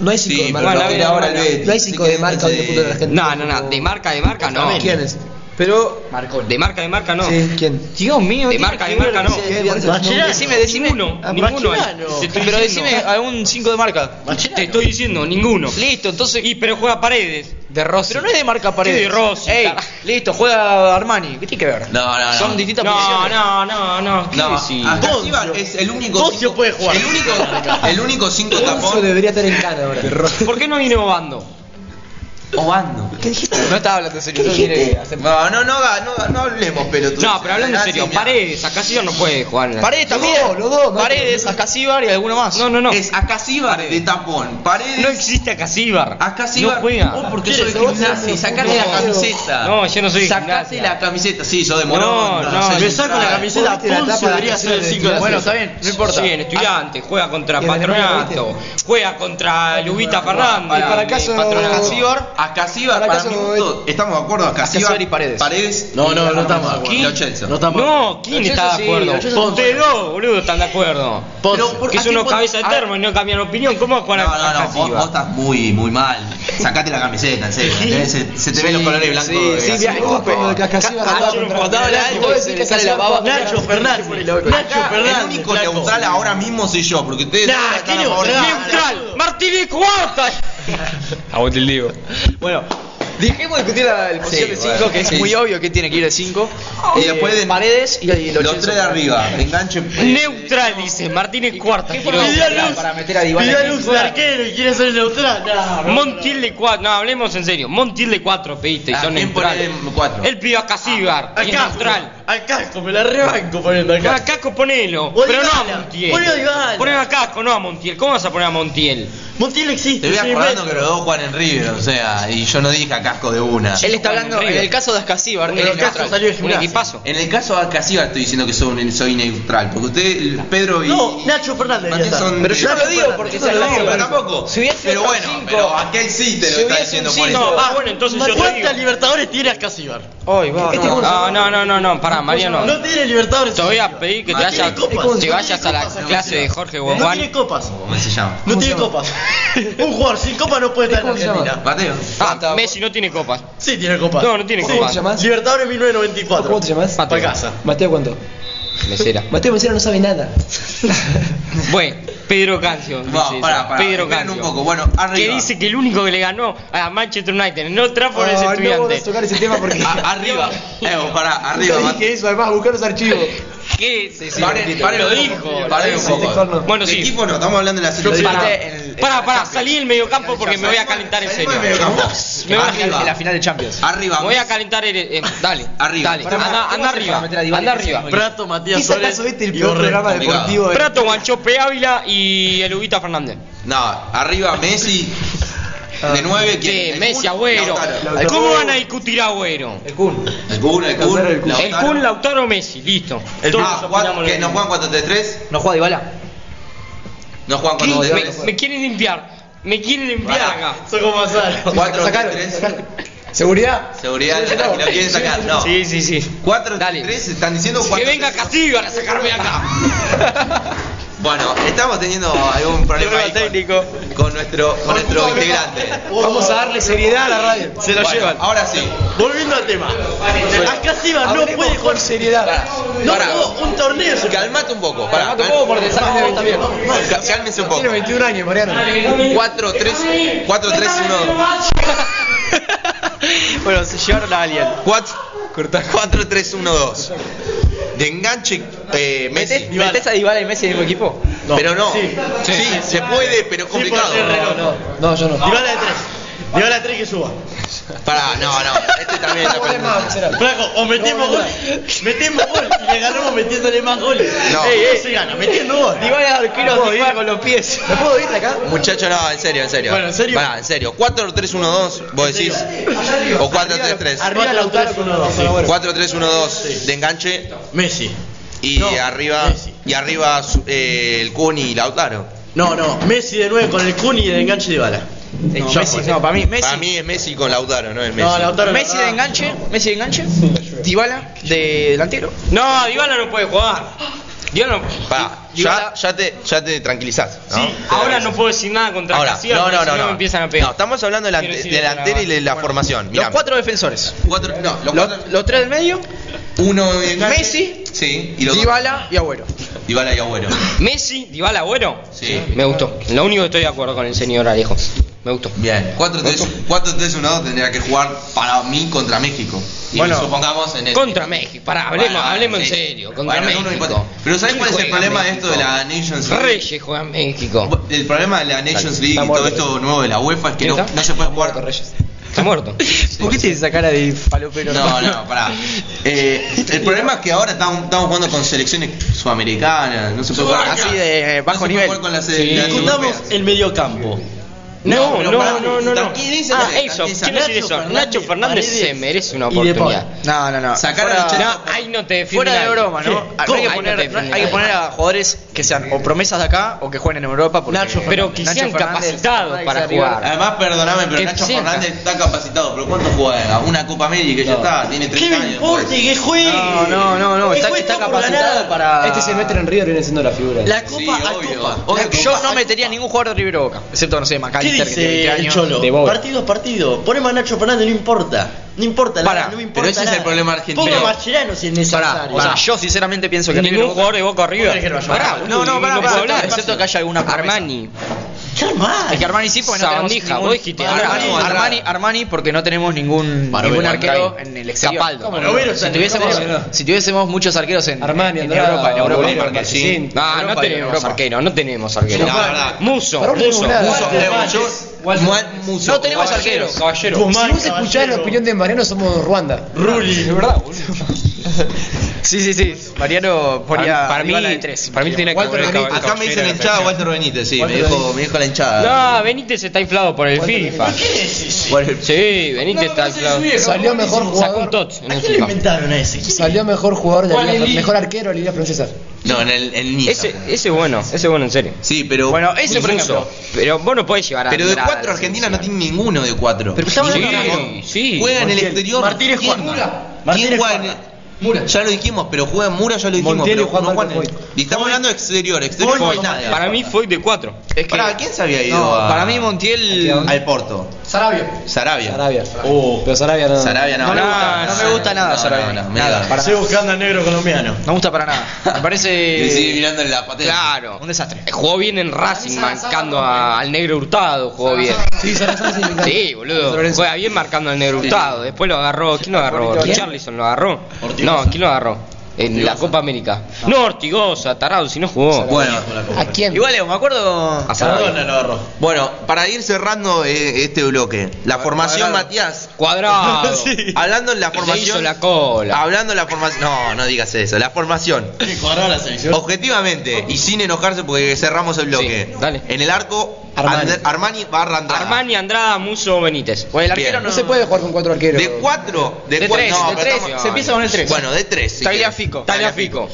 [SPEAKER 3] No hay cinco
[SPEAKER 1] Sí,
[SPEAKER 3] de
[SPEAKER 1] pero
[SPEAKER 3] marca.
[SPEAKER 5] la
[SPEAKER 1] tiene
[SPEAKER 5] verdad,
[SPEAKER 1] ahora el
[SPEAKER 5] no,
[SPEAKER 1] Betis.
[SPEAKER 3] No hay
[SPEAKER 1] Así
[SPEAKER 3] cinco
[SPEAKER 1] que
[SPEAKER 3] de marca
[SPEAKER 1] ese-
[SPEAKER 3] donde punto de la gente.
[SPEAKER 5] No, no, no, de marca, de marca no.
[SPEAKER 3] ¿Quién es?
[SPEAKER 2] Pero
[SPEAKER 5] De marca, de marca no.
[SPEAKER 3] Sí, ¿quién?
[SPEAKER 5] Dios mío, de marca, de marca no.
[SPEAKER 4] Mascherano.
[SPEAKER 2] decime, decime
[SPEAKER 5] Ninguno, ninguno hay.
[SPEAKER 4] Mascherano.
[SPEAKER 5] Te estoy
[SPEAKER 2] Pero
[SPEAKER 5] diciendo.
[SPEAKER 2] decime a un 5 de marca.
[SPEAKER 4] Mascherano.
[SPEAKER 5] Te estoy diciendo, ninguno.
[SPEAKER 2] Listo, entonces
[SPEAKER 5] Y pero juega Paredes.
[SPEAKER 2] de Rossi. Pero no es de marca Paredes.
[SPEAKER 5] Sí, de Rossi,
[SPEAKER 2] Ey,
[SPEAKER 5] carajo.
[SPEAKER 2] listo, juega Armani. ¿Qué tiene que ver?
[SPEAKER 1] No, no, no.
[SPEAKER 2] Son distintas
[SPEAKER 5] No,
[SPEAKER 2] posiciones.
[SPEAKER 5] no, no, no. ¿qué
[SPEAKER 1] No, Ah,
[SPEAKER 5] decís?
[SPEAKER 1] a Casíbar es el único.
[SPEAKER 4] Poncio
[SPEAKER 1] cinco-
[SPEAKER 4] puede jugar.
[SPEAKER 1] El único, el único 5
[SPEAKER 3] Poncio
[SPEAKER 1] tapón.
[SPEAKER 3] debería estar en Cana ahora.
[SPEAKER 5] ¿Por qué no vino Bando?
[SPEAKER 1] Obando.
[SPEAKER 2] No estaba hablando en serio. Yo quiere hacer-
[SPEAKER 1] No, no, no, haga- no, no hablemos pelotudos.
[SPEAKER 5] No, pero hablando en serio, Paredes, acá sí no puede jugar. en la-
[SPEAKER 2] Paredes también.
[SPEAKER 3] dos, los dos, Marco.
[SPEAKER 2] Paredes, a Casíbar y alguno más.
[SPEAKER 5] No, no, no.
[SPEAKER 1] Es a Casíbar de tapón. Paredes.
[SPEAKER 5] No existe a Casíbar.
[SPEAKER 1] a Casíbar.
[SPEAKER 5] No juega.
[SPEAKER 1] Vos porque soy
[SPEAKER 3] ¿Quieres? Vos
[SPEAKER 1] gimnasia.
[SPEAKER 3] sos-
[SPEAKER 1] Sacate la
[SPEAKER 3] no.
[SPEAKER 1] camiseta.
[SPEAKER 5] No, yo no soy de
[SPEAKER 1] Sacate
[SPEAKER 5] gimnasia.
[SPEAKER 1] la camiseta. Sí, sos de morón.
[SPEAKER 5] No, no,
[SPEAKER 1] sé qué
[SPEAKER 5] yo-
[SPEAKER 4] Empezar con la
[SPEAKER 1] tal.
[SPEAKER 4] camiseta
[SPEAKER 3] ¿Viste la tapa
[SPEAKER 4] Poncio
[SPEAKER 3] de la
[SPEAKER 4] debería ser el
[SPEAKER 3] camiseta de
[SPEAKER 4] 5 de
[SPEAKER 2] Bueno,
[SPEAKER 4] Bueno,
[SPEAKER 2] está bien, no importa.
[SPEAKER 5] Sí, en estudiante, juega contra
[SPEAKER 3] Y en Alemania,
[SPEAKER 5] Patronato, juega contra Lubita Fernández.
[SPEAKER 3] Y para acaso-
[SPEAKER 5] Patronato.
[SPEAKER 2] Casíbar,
[SPEAKER 1] A Casíbar, para,
[SPEAKER 3] Acaso
[SPEAKER 1] mí,
[SPEAKER 3] no-
[SPEAKER 1] todo- estamos de acuerdo. A Casíbar
[SPEAKER 2] Casíbar y Paredes.
[SPEAKER 1] Paredes.
[SPEAKER 4] No, no, no estamos de
[SPEAKER 1] Y
[SPEAKER 4] acuerdo.
[SPEAKER 1] los Chelsea.
[SPEAKER 4] No estamos de acuerdo.
[SPEAKER 5] No, ¿quién
[SPEAKER 2] Los
[SPEAKER 5] está
[SPEAKER 2] Chelsea
[SPEAKER 5] de
[SPEAKER 2] sí,
[SPEAKER 5] acuerdo?
[SPEAKER 2] los Chelsea
[SPEAKER 4] son-
[SPEAKER 5] Ustedes dos, boludo, están de acuerdo.
[SPEAKER 1] Pero por-
[SPEAKER 5] Que son
[SPEAKER 1] ¿a
[SPEAKER 5] unos
[SPEAKER 1] qué
[SPEAKER 5] cabezas de
[SPEAKER 1] pon-
[SPEAKER 5] termo y no cambian opinión. ¿Cómo van a
[SPEAKER 1] No,
[SPEAKER 5] jugar
[SPEAKER 1] no,
[SPEAKER 5] a
[SPEAKER 1] no, vos,
[SPEAKER 5] Casíbar?
[SPEAKER 1] vos estás muy, muy mal. Sacate la camiseta, en serio. ¿entendés? Se, se te ven los colores blancos. de
[SPEAKER 2] sí,
[SPEAKER 1] Casíbar.
[SPEAKER 2] sí,
[SPEAKER 3] Uh, pero de Cascasíbar
[SPEAKER 2] Ca-
[SPEAKER 3] andaba
[SPEAKER 2] Nacho
[SPEAKER 3] contra-
[SPEAKER 2] Fernando,
[SPEAKER 3] Nacho,
[SPEAKER 2] Nacho,
[SPEAKER 3] vos decís
[SPEAKER 2] se
[SPEAKER 3] que
[SPEAKER 2] le sale
[SPEAKER 3] Cascasíbar
[SPEAKER 2] la baba.
[SPEAKER 3] juega contra-
[SPEAKER 4] Nacho Fernández. Nacho
[SPEAKER 1] Acá, Ah, el
[SPEAKER 4] Fernández.
[SPEAKER 1] único
[SPEAKER 4] flaco.
[SPEAKER 1] neutral ahora mismo soy yo, porque ustedes.
[SPEAKER 4] Nah,
[SPEAKER 1] todos están
[SPEAKER 4] ¿qué
[SPEAKER 1] a favor de-
[SPEAKER 4] neutral?
[SPEAKER 5] ¡Neutral! ¡Martínez Cuarta!
[SPEAKER 2] A vos te digo. Bueno, dejemos de discutir la- el posición de
[SPEAKER 1] Sí,
[SPEAKER 2] 5,
[SPEAKER 1] bueno,
[SPEAKER 2] que es
[SPEAKER 1] sí.
[SPEAKER 2] muy obvio que tiene que ir el 5.
[SPEAKER 1] Y Eh, después de-
[SPEAKER 2] Paredes y, y
[SPEAKER 1] Los
[SPEAKER 2] Chelsea.
[SPEAKER 1] tres de arriba, de enganche.
[SPEAKER 5] ¡Neutral! Dice Martínez Cuarta.
[SPEAKER 4] Pidió
[SPEAKER 5] Montiel
[SPEAKER 4] luz.
[SPEAKER 2] para meter a Dybala
[SPEAKER 4] Pidió
[SPEAKER 2] en el
[SPEAKER 4] luz de arquero y quiere ser neutral. No, no,
[SPEAKER 5] de Cuatro. No, hablemos en serio. Montiel de Cuatro pediste y
[SPEAKER 1] ¿A
[SPEAKER 5] son
[SPEAKER 1] Ah, quién poner
[SPEAKER 5] neutrales.
[SPEAKER 1] en cuatro? Ah,
[SPEAKER 5] Él pidió a Casíbar.
[SPEAKER 4] Al
[SPEAKER 5] y es
[SPEAKER 4] casco,
[SPEAKER 5] neutral.
[SPEAKER 4] Al casco, me la rebanco poniendo al
[SPEAKER 5] A
[SPEAKER 4] casco.
[SPEAKER 5] Casco ponelo,
[SPEAKER 4] Vos
[SPEAKER 5] pero no
[SPEAKER 4] Dybala,
[SPEAKER 5] a Montiel.
[SPEAKER 4] vos Dybala.
[SPEAKER 5] Ponen a Casco, no a Montiel. ¿Cómo vas a poner a Montiel?
[SPEAKER 4] Montiel
[SPEAKER 1] Te
[SPEAKER 4] existe.
[SPEAKER 1] voy
[SPEAKER 4] es un
[SPEAKER 1] acordando
[SPEAKER 4] invento.
[SPEAKER 1] que los dos juegan en River, o sea, y yo no dije a casco de una.
[SPEAKER 2] Él está hablando,
[SPEAKER 5] River.
[SPEAKER 2] en el caso de Ascasíbar,
[SPEAKER 4] Pero el casco salió de
[SPEAKER 5] Un
[SPEAKER 4] gimnasia.
[SPEAKER 5] equipazo.
[SPEAKER 1] En el caso de Casíbar estoy diciendo que soy, soy neutral, porque usted, Pedro y.
[SPEAKER 4] No, Nacho Fernández.
[SPEAKER 1] Martín
[SPEAKER 4] ya está.
[SPEAKER 1] son-
[SPEAKER 2] Pero yo no
[SPEAKER 1] Nacho
[SPEAKER 2] lo digo
[SPEAKER 1] Fernández.
[SPEAKER 2] porque
[SPEAKER 1] Yo no
[SPEAKER 2] se
[SPEAKER 1] lo
[SPEAKER 2] acaba
[SPEAKER 1] digo,
[SPEAKER 2] de-
[SPEAKER 1] pero tampoco.
[SPEAKER 2] Si hubiese
[SPEAKER 1] pero
[SPEAKER 2] otro
[SPEAKER 1] bueno,
[SPEAKER 2] cinco-
[SPEAKER 1] pero aquel sí te lo
[SPEAKER 2] si
[SPEAKER 1] está
[SPEAKER 2] hubiese
[SPEAKER 1] diciendo
[SPEAKER 2] un
[SPEAKER 1] por
[SPEAKER 2] cinco-
[SPEAKER 1] eso.
[SPEAKER 5] No, ah, bueno, entonces yo te digo.
[SPEAKER 4] ¿Cuántas libertadores tiene Ascasíbar?
[SPEAKER 2] Hoy va,
[SPEAKER 3] Este
[SPEAKER 2] no.
[SPEAKER 3] curso-
[SPEAKER 5] No, Ah, no, no, no, no, pará, Mariano.
[SPEAKER 4] No tiene libertadores.
[SPEAKER 5] Te voy a
[SPEAKER 4] Ascasíbar.
[SPEAKER 5] pedir que te,
[SPEAKER 1] Ah,
[SPEAKER 5] vayas-
[SPEAKER 4] tiene copas.
[SPEAKER 5] te vayas a la clase de Jorge
[SPEAKER 4] No tiene
[SPEAKER 5] Guaguán.
[SPEAKER 4] copas.
[SPEAKER 1] ¿Cómo se llama?
[SPEAKER 4] No
[SPEAKER 5] [laughs]
[SPEAKER 4] tiene copas. Un jugador sin copas no puede estar en
[SPEAKER 3] ¿Cómo se llama?
[SPEAKER 4] Argentina.
[SPEAKER 1] Mateo.
[SPEAKER 5] Ah, Messi no tiene copas.
[SPEAKER 4] Sí tiene copas.
[SPEAKER 5] No, no tiene
[SPEAKER 3] ¿Cómo te
[SPEAKER 5] copas.
[SPEAKER 3] llamás?
[SPEAKER 4] Libertadores 1994.
[SPEAKER 3] ¿Cómo te llamás?
[SPEAKER 4] Pa' casa.
[SPEAKER 3] Mateo cuánto?
[SPEAKER 5] Mesera.
[SPEAKER 3] Mateo Mesera no sabe nada.
[SPEAKER 5] [laughs] Bueno, Pedro Cancio. dice
[SPEAKER 1] No,
[SPEAKER 5] eso.
[SPEAKER 1] pará, pará.
[SPEAKER 5] Pedro
[SPEAKER 1] esperen
[SPEAKER 5] Cancio.
[SPEAKER 1] un poco. Bueno, arriba.
[SPEAKER 5] Que dice que el único que le ganó a Manchester United en Old Trafford es
[SPEAKER 3] Oh, no vamos a
[SPEAKER 5] estudiante.
[SPEAKER 1] [laughs]
[SPEAKER 3] tocar ese tema porque
[SPEAKER 1] A- Ah, arriba. Eh, pará, arriba,
[SPEAKER 3] [laughs] Yo
[SPEAKER 1] Mateo.
[SPEAKER 3] dije eso, además buscar los archivos.
[SPEAKER 5] ¿Qué? Sí,
[SPEAKER 1] sí, repito.
[SPEAKER 5] lo dijo.
[SPEAKER 1] Paren un poco.
[SPEAKER 5] Bueno,
[SPEAKER 1] De
[SPEAKER 5] sí.
[SPEAKER 1] equipo no, estamos hablando de la selección.
[SPEAKER 5] Pará,
[SPEAKER 2] en el-
[SPEAKER 5] pará, pará, salí del medio campo porque me voy a calentar en serio.
[SPEAKER 1] Salimos
[SPEAKER 5] Me
[SPEAKER 1] del mediocampo.
[SPEAKER 5] voy a-
[SPEAKER 1] Arriba.
[SPEAKER 2] En la final de Champions.
[SPEAKER 1] Arriba.
[SPEAKER 5] voy a calentar en. en- dale,
[SPEAKER 1] Arriba.
[SPEAKER 5] dale.
[SPEAKER 1] Pará,
[SPEAKER 5] Anda, anda arriba. Anda arriba.
[SPEAKER 4] Prato, Matías
[SPEAKER 3] ¿Quizás
[SPEAKER 4] Suárez.
[SPEAKER 3] acaso viste el
[SPEAKER 4] y
[SPEAKER 3] peor
[SPEAKER 4] Orrego.
[SPEAKER 3] programa deportivo de
[SPEAKER 5] Prato, Guanchope Ávila y el Ubita Fernández.
[SPEAKER 1] No, arriba Messi. De 9,
[SPEAKER 5] Sí,
[SPEAKER 1] ¿quién? El
[SPEAKER 5] Messi,
[SPEAKER 1] Kun,
[SPEAKER 5] Agüero.
[SPEAKER 1] Lautaro.
[SPEAKER 5] ¿Cómo van a discutir a Agüero?
[SPEAKER 3] El Kun.
[SPEAKER 1] El Kun, el Kun,
[SPEAKER 3] Lautaro, el Kun.
[SPEAKER 5] El
[SPEAKER 1] Lautaro.
[SPEAKER 5] Kun, Lautaro, Messi, listo.
[SPEAKER 1] El
[SPEAKER 5] Todos
[SPEAKER 1] Ah,
[SPEAKER 5] opinamos
[SPEAKER 1] Juan-
[SPEAKER 5] lo
[SPEAKER 1] que
[SPEAKER 5] mismo.
[SPEAKER 1] no juegan 4-3-3.
[SPEAKER 3] ¿No juega Dybala?
[SPEAKER 1] No juegan
[SPEAKER 5] ¿Qué?
[SPEAKER 1] 4-3-3.
[SPEAKER 5] Me, me quieren limpiar. Me quieren limpiar
[SPEAKER 1] Pará.
[SPEAKER 5] acá.
[SPEAKER 4] Soy como Mazaro.
[SPEAKER 1] 4-3-3.
[SPEAKER 3] ¿Seguridad?
[SPEAKER 1] Seguridad, si lo quieren sacar, no.
[SPEAKER 5] Sí, sí, sí.
[SPEAKER 1] 4-3-3,
[SPEAKER 5] Dale.
[SPEAKER 1] están diciendo 4-3-3.
[SPEAKER 5] Que venga Castillo a sacarme de acá.
[SPEAKER 1] Bueno, estamos teniendo algún problema ahí con- Con, nuestro, con nuestro integrante.
[SPEAKER 3] Vamos a darle seriedad a la radio.
[SPEAKER 4] Se lo
[SPEAKER 1] Bueno,
[SPEAKER 4] llevan.
[SPEAKER 1] Ahora sí.
[SPEAKER 4] Volviendo al tema. Acá Sivas no
[SPEAKER 3] Hablemos
[SPEAKER 4] puede jugar.
[SPEAKER 3] con seriedad.
[SPEAKER 4] No
[SPEAKER 1] Pará.
[SPEAKER 4] jugó un torneo. su-
[SPEAKER 1] Calmate un poco. Pará,
[SPEAKER 5] Calmate un poco porque te sacan de
[SPEAKER 1] Calmate un
[SPEAKER 5] 20.
[SPEAKER 1] poco. Ca- Cálmense un poco.
[SPEAKER 3] Tiene 21 años, Mariano.
[SPEAKER 1] 4-3, 4-3-1.
[SPEAKER 2] Bueno, se llevaron a alguien.
[SPEAKER 1] 4-3-1-2. De enganche eh, Messi.
[SPEAKER 2] [laughs] ¿Metés a Dybala y Messi en el mismo equipo?
[SPEAKER 1] Pero no. Sí, se puede, pero
[SPEAKER 4] Sí, por
[SPEAKER 1] complicado.
[SPEAKER 4] el reloj, no.
[SPEAKER 3] No, yo no.
[SPEAKER 4] Dibala de tres. Dibala de tres que suba.
[SPEAKER 1] Pará, no, no. Este también está perdiendo.
[SPEAKER 4] Flaco, o metemos gol. Metemos gol y le ganamos metiéndole más goles.
[SPEAKER 1] No.
[SPEAKER 4] Ey, ey, se gana, metiendo gol.
[SPEAKER 2] Dybala
[SPEAKER 5] Ah,
[SPEAKER 2] arquero de con los pies.
[SPEAKER 3] ¿Me puedo ir de acá?
[SPEAKER 1] Muchacho, no, en serio, en serio.
[SPEAKER 4] Bueno, ¿en serio?
[SPEAKER 1] Pará, en serio. 4-3-1-2, vos decís. O 4-3-3.
[SPEAKER 4] Arriba Lautaro con dos.
[SPEAKER 1] 4-3-1-2 de enganche
[SPEAKER 4] Messi.
[SPEAKER 1] y
[SPEAKER 4] No,
[SPEAKER 1] arriba
[SPEAKER 4] Messi.
[SPEAKER 1] y arriba su- eh, el Kun y Lautaro.
[SPEAKER 4] No, no, Messi de nueve con el Kun y el enganche de bala.
[SPEAKER 2] No, Eh, Messi, no, para mí, Messi.
[SPEAKER 1] Para mí es Messi con Lautaro, no es Messi.
[SPEAKER 4] No, Lautaro. no.
[SPEAKER 2] Messi de enganche, Messi de enganche, Dybala de delantero.
[SPEAKER 5] No, Dybala no puede jugar. Dybala no.
[SPEAKER 1] Pará, ya,
[SPEAKER 5] Dybala-
[SPEAKER 1] ya te ya te tranquilizás, ¿no?
[SPEAKER 5] Sí,
[SPEAKER 1] Te
[SPEAKER 5] ahora
[SPEAKER 1] tranquilizás.
[SPEAKER 5] no puedo decir nada contra
[SPEAKER 1] Ahora,
[SPEAKER 5] Casillas
[SPEAKER 1] no,
[SPEAKER 5] porque
[SPEAKER 1] no,
[SPEAKER 5] si
[SPEAKER 1] no, no.
[SPEAKER 5] me empiezan a pegar.
[SPEAKER 1] No, estamos hablando de la,
[SPEAKER 5] Quiero decir,
[SPEAKER 1] delantera y de la
[SPEAKER 5] bueno,
[SPEAKER 1] formación. Mirá.
[SPEAKER 2] Los cuatro defensores.
[SPEAKER 1] Cuatro- no,
[SPEAKER 2] Los,
[SPEAKER 1] los cuatro-
[SPEAKER 2] los tres del medio,
[SPEAKER 1] uno de enganche.
[SPEAKER 2] Messi,
[SPEAKER 1] Sí, y los dos-
[SPEAKER 2] Dybala y Agüero.
[SPEAKER 1] Dybala y Agüero.
[SPEAKER 5] Messi, Dybala, bueno.
[SPEAKER 1] Sí.
[SPEAKER 5] Me gustó. Lo único que estoy de acuerdo con el señor Alejo. Me gustó.
[SPEAKER 1] Bien, 4-3-1-2 tendría que jugar para mí contra México. Y
[SPEAKER 2] Bueno,
[SPEAKER 1] supongamos en este- el.
[SPEAKER 5] Contra México. Este, Pará, hablemos,
[SPEAKER 1] Bueno,
[SPEAKER 5] hablemos
[SPEAKER 1] sí.
[SPEAKER 5] en serio. Contra
[SPEAKER 1] Bueno, no, no
[SPEAKER 5] México.
[SPEAKER 1] importa. Pero ¿sabes
[SPEAKER 5] ¿Quién
[SPEAKER 1] cuál es el
[SPEAKER 5] juega
[SPEAKER 1] problema de
[SPEAKER 5] México?
[SPEAKER 1] esto de la Nations League?
[SPEAKER 5] Reyes juega en México.
[SPEAKER 1] El problema de la Nations League y todo esto nuevo de la UEFA es que no,
[SPEAKER 5] ¿Quién está?
[SPEAKER 1] no se puede jugar.
[SPEAKER 5] Está muerto.
[SPEAKER 2] ¿Por qué tienes esa cara de falopero?
[SPEAKER 1] No, no,
[SPEAKER 5] [laughs]
[SPEAKER 1] pará. Eh, el problema es que ahora estamos, estamos jugando con selecciones sudamericanas, no se puede jugar
[SPEAKER 2] Así de, eh,
[SPEAKER 1] No se
[SPEAKER 2] bajo
[SPEAKER 1] puede
[SPEAKER 2] nivel.
[SPEAKER 1] jugar con las,
[SPEAKER 5] Sí.
[SPEAKER 1] las
[SPEAKER 4] Discutamos
[SPEAKER 1] europeas.
[SPEAKER 4] el mediocampo.
[SPEAKER 5] [laughs] No,
[SPEAKER 1] pero
[SPEAKER 5] no,
[SPEAKER 1] pará,
[SPEAKER 5] no, no, no.
[SPEAKER 1] tranquilízate,
[SPEAKER 5] Ah, eso,
[SPEAKER 1] tranquilízate.
[SPEAKER 5] quiero decir eso.
[SPEAKER 4] Nacho
[SPEAKER 5] Nacho
[SPEAKER 4] Fernández,
[SPEAKER 5] Fernández se
[SPEAKER 4] Paredes
[SPEAKER 5] merece una
[SPEAKER 4] y De Paul.
[SPEAKER 5] oportunidad.
[SPEAKER 2] No, no, no.
[SPEAKER 1] Sacar
[SPEAKER 2] Fuera-
[SPEAKER 1] a Richard-
[SPEAKER 5] No, ahí no te defiende.
[SPEAKER 2] Fuera de
[SPEAKER 5] nadie.
[SPEAKER 2] broma, ¿no? Ah,
[SPEAKER 4] ¿Qué?
[SPEAKER 2] Hay
[SPEAKER 5] ¿Cómo?
[SPEAKER 2] que,
[SPEAKER 5] Ahí no
[SPEAKER 2] poner,
[SPEAKER 5] te define
[SPEAKER 2] hay que
[SPEAKER 5] nadie.
[SPEAKER 2] poner a jugadores que sean o promesas de acá o que jueguen en Europa. porque
[SPEAKER 4] Nacho
[SPEAKER 5] Pero que
[SPEAKER 2] Nacho
[SPEAKER 5] sean
[SPEAKER 2] Fernández-
[SPEAKER 5] capacitados para jugar.
[SPEAKER 1] Además, perdoname, pero
[SPEAKER 5] Que
[SPEAKER 1] Nacho
[SPEAKER 5] seca.
[SPEAKER 1] Fernández está capacitado. ¿Pero cuánto juega? Una Copa América y ya está, tiene 30
[SPEAKER 4] Kevin
[SPEAKER 1] años.
[SPEAKER 4] Porte, que juegue.
[SPEAKER 2] No, no, no, no.
[SPEAKER 4] Que
[SPEAKER 2] Está,
[SPEAKER 4] juegue,
[SPEAKER 2] está
[SPEAKER 4] no cobra
[SPEAKER 2] capacitado
[SPEAKER 4] nada.
[SPEAKER 2] para.
[SPEAKER 3] Este semestre en River viene siendo la figura.
[SPEAKER 4] La
[SPEAKER 1] Sí,
[SPEAKER 4] copa a
[SPEAKER 1] obvio.
[SPEAKER 4] copa.
[SPEAKER 1] Obvio que
[SPEAKER 2] Yo
[SPEAKER 1] vos-
[SPEAKER 2] no metería a ningún jugador de River o Boca. Excepto, no sé,
[SPEAKER 4] ¿Qué
[SPEAKER 2] McAllister, que tiene 20
[SPEAKER 4] dice el
[SPEAKER 2] años.
[SPEAKER 4] Cholo?
[SPEAKER 2] De Boca.
[SPEAKER 4] Partido a partido. Ponemos a Nacho Fernández, no importa. No importa, la-
[SPEAKER 2] Pará,
[SPEAKER 4] no
[SPEAKER 2] pero
[SPEAKER 4] me importa.
[SPEAKER 1] ese es
[SPEAKER 4] nada.
[SPEAKER 1] el problema argentino.
[SPEAKER 4] Ponga a Mascherano si es
[SPEAKER 2] Pará,
[SPEAKER 4] necesario.
[SPEAKER 2] o sea, yo sinceramente pienso que River
[SPEAKER 5] Ningún
[SPEAKER 2] o Boca-
[SPEAKER 5] jugador de Boca arriba.
[SPEAKER 4] ¿Cómo querés que lo haya?
[SPEAKER 5] Pará,
[SPEAKER 2] No,
[SPEAKER 5] boludo,
[SPEAKER 2] no, pará,
[SPEAKER 5] puedo
[SPEAKER 2] pará,
[SPEAKER 5] hablar.
[SPEAKER 2] excepto que haya alguna promesa.
[SPEAKER 5] Armani,
[SPEAKER 4] Ya mal.
[SPEAKER 2] Es que Armani sí, porque no tenemos
[SPEAKER 5] Sabandija,
[SPEAKER 2] ningún-
[SPEAKER 5] vos dijiste.
[SPEAKER 2] Armani,
[SPEAKER 1] Armani,
[SPEAKER 2] Armani, Armani, porque no tenemos ningún,
[SPEAKER 4] Para
[SPEAKER 2] ningún
[SPEAKER 4] ver,
[SPEAKER 2] arquero
[SPEAKER 5] Andrai.
[SPEAKER 2] en el exterior.
[SPEAKER 5] Capaldo.
[SPEAKER 4] Para ver, o sea,
[SPEAKER 2] Si tuviésemos,
[SPEAKER 4] no.
[SPEAKER 2] si tuviésemos muchos arqueros en,
[SPEAKER 3] Armani,
[SPEAKER 2] en
[SPEAKER 3] Andrada,
[SPEAKER 2] Europa, en Europa.
[SPEAKER 1] Obrero,
[SPEAKER 2] porque-
[SPEAKER 1] Marchesín.
[SPEAKER 5] No, no
[SPEAKER 2] Europa,
[SPEAKER 5] tenemos
[SPEAKER 2] Europa.
[SPEAKER 5] arquero, no tenemos arquero.
[SPEAKER 1] No, la verdad.
[SPEAKER 5] Muso,
[SPEAKER 3] Pará, no tenemos
[SPEAKER 5] Muso,
[SPEAKER 3] nada.
[SPEAKER 1] Muso,
[SPEAKER 3] Walter
[SPEAKER 1] eh,
[SPEAKER 3] Mates,
[SPEAKER 1] yo-
[SPEAKER 3] Walter-
[SPEAKER 1] Muad- Muso.
[SPEAKER 2] No tenemos arquero.
[SPEAKER 5] caballero.
[SPEAKER 3] Si vos escuchás la opinión de Mariano, somos Ruanda.
[SPEAKER 4] Rulli.
[SPEAKER 2] Sí, sí, sí. Mariano ponía
[SPEAKER 5] Para, para mí,
[SPEAKER 2] Dybala de tres.
[SPEAKER 5] para mí tiene que
[SPEAKER 3] Walter
[SPEAKER 5] volver el
[SPEAKER 3] Benítez.
[SPEAKER 5] caballero
[SPEAKER 1] Acá me dicen
[SPEAKER 5] de
[SPEAKER 1] la
[SPEAKER 5] la
[SPEAKER 1] hinchada Walter Benítez, sí, me
[SPEAKER 3] Walter
[SPEAKER 1] dijo,
[SPEAKER 3] Benítez.
[SPEAKER 1] me dijo la hinchada.
[SPEAKER 5] No, Benítez está inflado por el FIFA.
[SPEAKER 4] ¿Qué decís?
[SPEAKER 1] Por el-
[SPEAKER 5] Sí, Benítez está inflado.
[SPEAKER 3] Salió mejor
[SPEAKER 5] Sacó un
[SPEAKER 3] jugador.
[SPEAKER 5] tot en
[SPEAKER 4] ¿A
[SPEAKER 5] el
[SPEAKER 4] quién le
[SPEAKER 5] FIFA.
[SPEAKER 4] inventaron a ese? ¿Quién-
[SPEAKER 3] Salió mejor jugador de la
[SPEAKER 5] ¿Cuál
[SPEAKER 3] Liga
[SPEAKER 5] es
[SPEAKER 3] Fran-
[SPEAKER 5] el-
[SPEAKER 3] Mejor arquero de la Liga Francesa.
[SPEAKER 1] No, en el en Niza.
[SPEAKER 5] Ese, ese es bueno, ese es bueno en serio.
[SPEAKER 1] Sí, pero.
[SPEAKER 2] Bueno, ese por
[SPEAKER 5] Muso.
[SPEAKER 2] ejemplo.
[SPEAKER 5] Pero vos no podés llevar a
[SPEAKER 1] pero de
[SPEAKER 5] Andrada,
[SPEAKER 1] cuatro Argentina no
[SPEAKER 5] sí,
[SPEAKER 1] tiene ninguno de cuatro.
[SPEAKER 4] Pero estamos
[SPEAKER 5] Sí,
[SPEAKER 4] hablando de-
[SPEAKER 5] sí.
[SPEAKER 1] juega en el
[SPEAKER 4] Montiel.
[SPEAKER 1] exterior.
[SPEAKER 4] Martínez
[SPEAKER 1] ¿Quién
[SPEAKER 4] Juan.
[SPEAKER 1] juega?
[SPEAKER 4] Martínez
[SPEAKER 1] ¿Quién juega en-
[SPEAKER 4] Juan.
[SPEAKER 1] Ya lo dijimos, pero juega en Mura, ya lo dijimos.
[SPEAKER 3] Montiel y
[SPEAKER 1] pero
[SPEAKER 3] Juan
[SPEAKER 1] no juega
[SPEAKER 3] Marcos
[SPEAKER 1] en- Y estamos hablando de exterior, exterior no hay nada.
[SPEAKER 5] Para mí fue de cuatro.
[SPEAKER 2] Es que-
[SPEAKER 1] Pará, ¿quién se había ido
[SPEAKER 2] No,
[SPEAKER 1] a-
[SPEAKER 2] Para mí Montiel...
[SPEAKER 1] Al Porto.
[SPEAKER 3] Sarabia.
[SPEAKER 1] Sarabia.
[SPEAKER 3] Sarabia.
[SPEAKER 4] Oh.
[SPEAKER 3] Pero Sarabia no.
[SPEAKER 1] Sarabia no.
[SPEAKER 2] No me gusta, no me gusta nada,
[SPEAKER 1] no,
[SPEAKER 2] Sarabia.
[SPEAKER 1] no, no, me
[SPEAKER 2] Nada,
[SPEAKER 1] da.
[SPEAKER 2] para-
[SPEAKER 4] Estoy buscando al negro colombiano.
[SPEAKER 2] No me gusta para nada. Me
[SPEAKER 1] Y sigue
[SPEAKER 2] parece...
[SPEAKER 1] mirándole la patera.
[SPEAKER 5] Claro.
[SPEAKER 2] Un desastre.
[SPEAKER 5] Jugó bien en Racing, marcando a- al negro Hurtado. Jugó bien.
[SPEAKER 3] Sí, Sarabia sí. me encanta.
[SPEAKER 5] Sí, boludo. Juega bien marcando al negro Hurtado. Después lo agarró. ¿Quién lo agarró?
[SPEAKER 3] ¿Quién?
[SPEAKER 5] Charlison lo agarró.
[SPEAKER 4] Ortigosa.
[SPEAKER 5] No, ¿quién lo agarró? en la Copa América. No, Ortigosa, tarado, si no jugó.
[SPEAKER 1] Bueno,
[SPEAKER 6] ¿A quién?
[SPEAKER 1] igual Leo, me acuerdo.
[SPEAKER 5] A Sarabia.
[SPEAKER 4] Maradona lo agarró.
[SPEAKER 1] Bueno, para ir cerrando eh, este bloque, la formación
[SPEAKER 4] cuadrado.
[SPEAKER 1] Matías.
[SPEAKER 5] Cuadrado.
[SPEAKER 1] Hablando en la
[SPEAKER 5] Le hizo
[SPEAKER 1] formación.
[SPEAKER 5] la cola.
[SPEAKER 1] Hablando en la formación. No, no digas eso. La formación.
[SPEAKER 4] ¿Qué cuadraba la selección?
[SPEAKER 1] Objetivamente y sin enojarse porque cerramos el bloque.
[SPEAKER 5] Sí, dale.
[SPEAKER 1] En el arco,
[SPEAKER 3] Armani.
[SPEAKER 1] Ander- Armani barra Andrade.
[SPEAKER 5] Armani, Andrada, Muso, Benítez. Pues el
[SPEAKER 1] Bien.
[SPEAKER 5] arquero
[SPEAKER 3] No se puede jugar con cuatro arqueros.
[SPEAKER 1] De cuatro, de,
[SPEAKER 5] De
[SPEAKER 1] cua-
[SPEAKER 5] tres,
[SPEAKER 1] no,
[SPEAKER 5] de
[SPEAKER 1] pero
[SPEAKER 5] tres.
[SPEAKER 1] estamos-
[SPEAKER 5] Se empieza con el tres.
[SPEAKER 1] Bueno, de tres. si querés.
[SPEAKER 2] Tagliafico.
[SPEAKER 1] Tagliafico.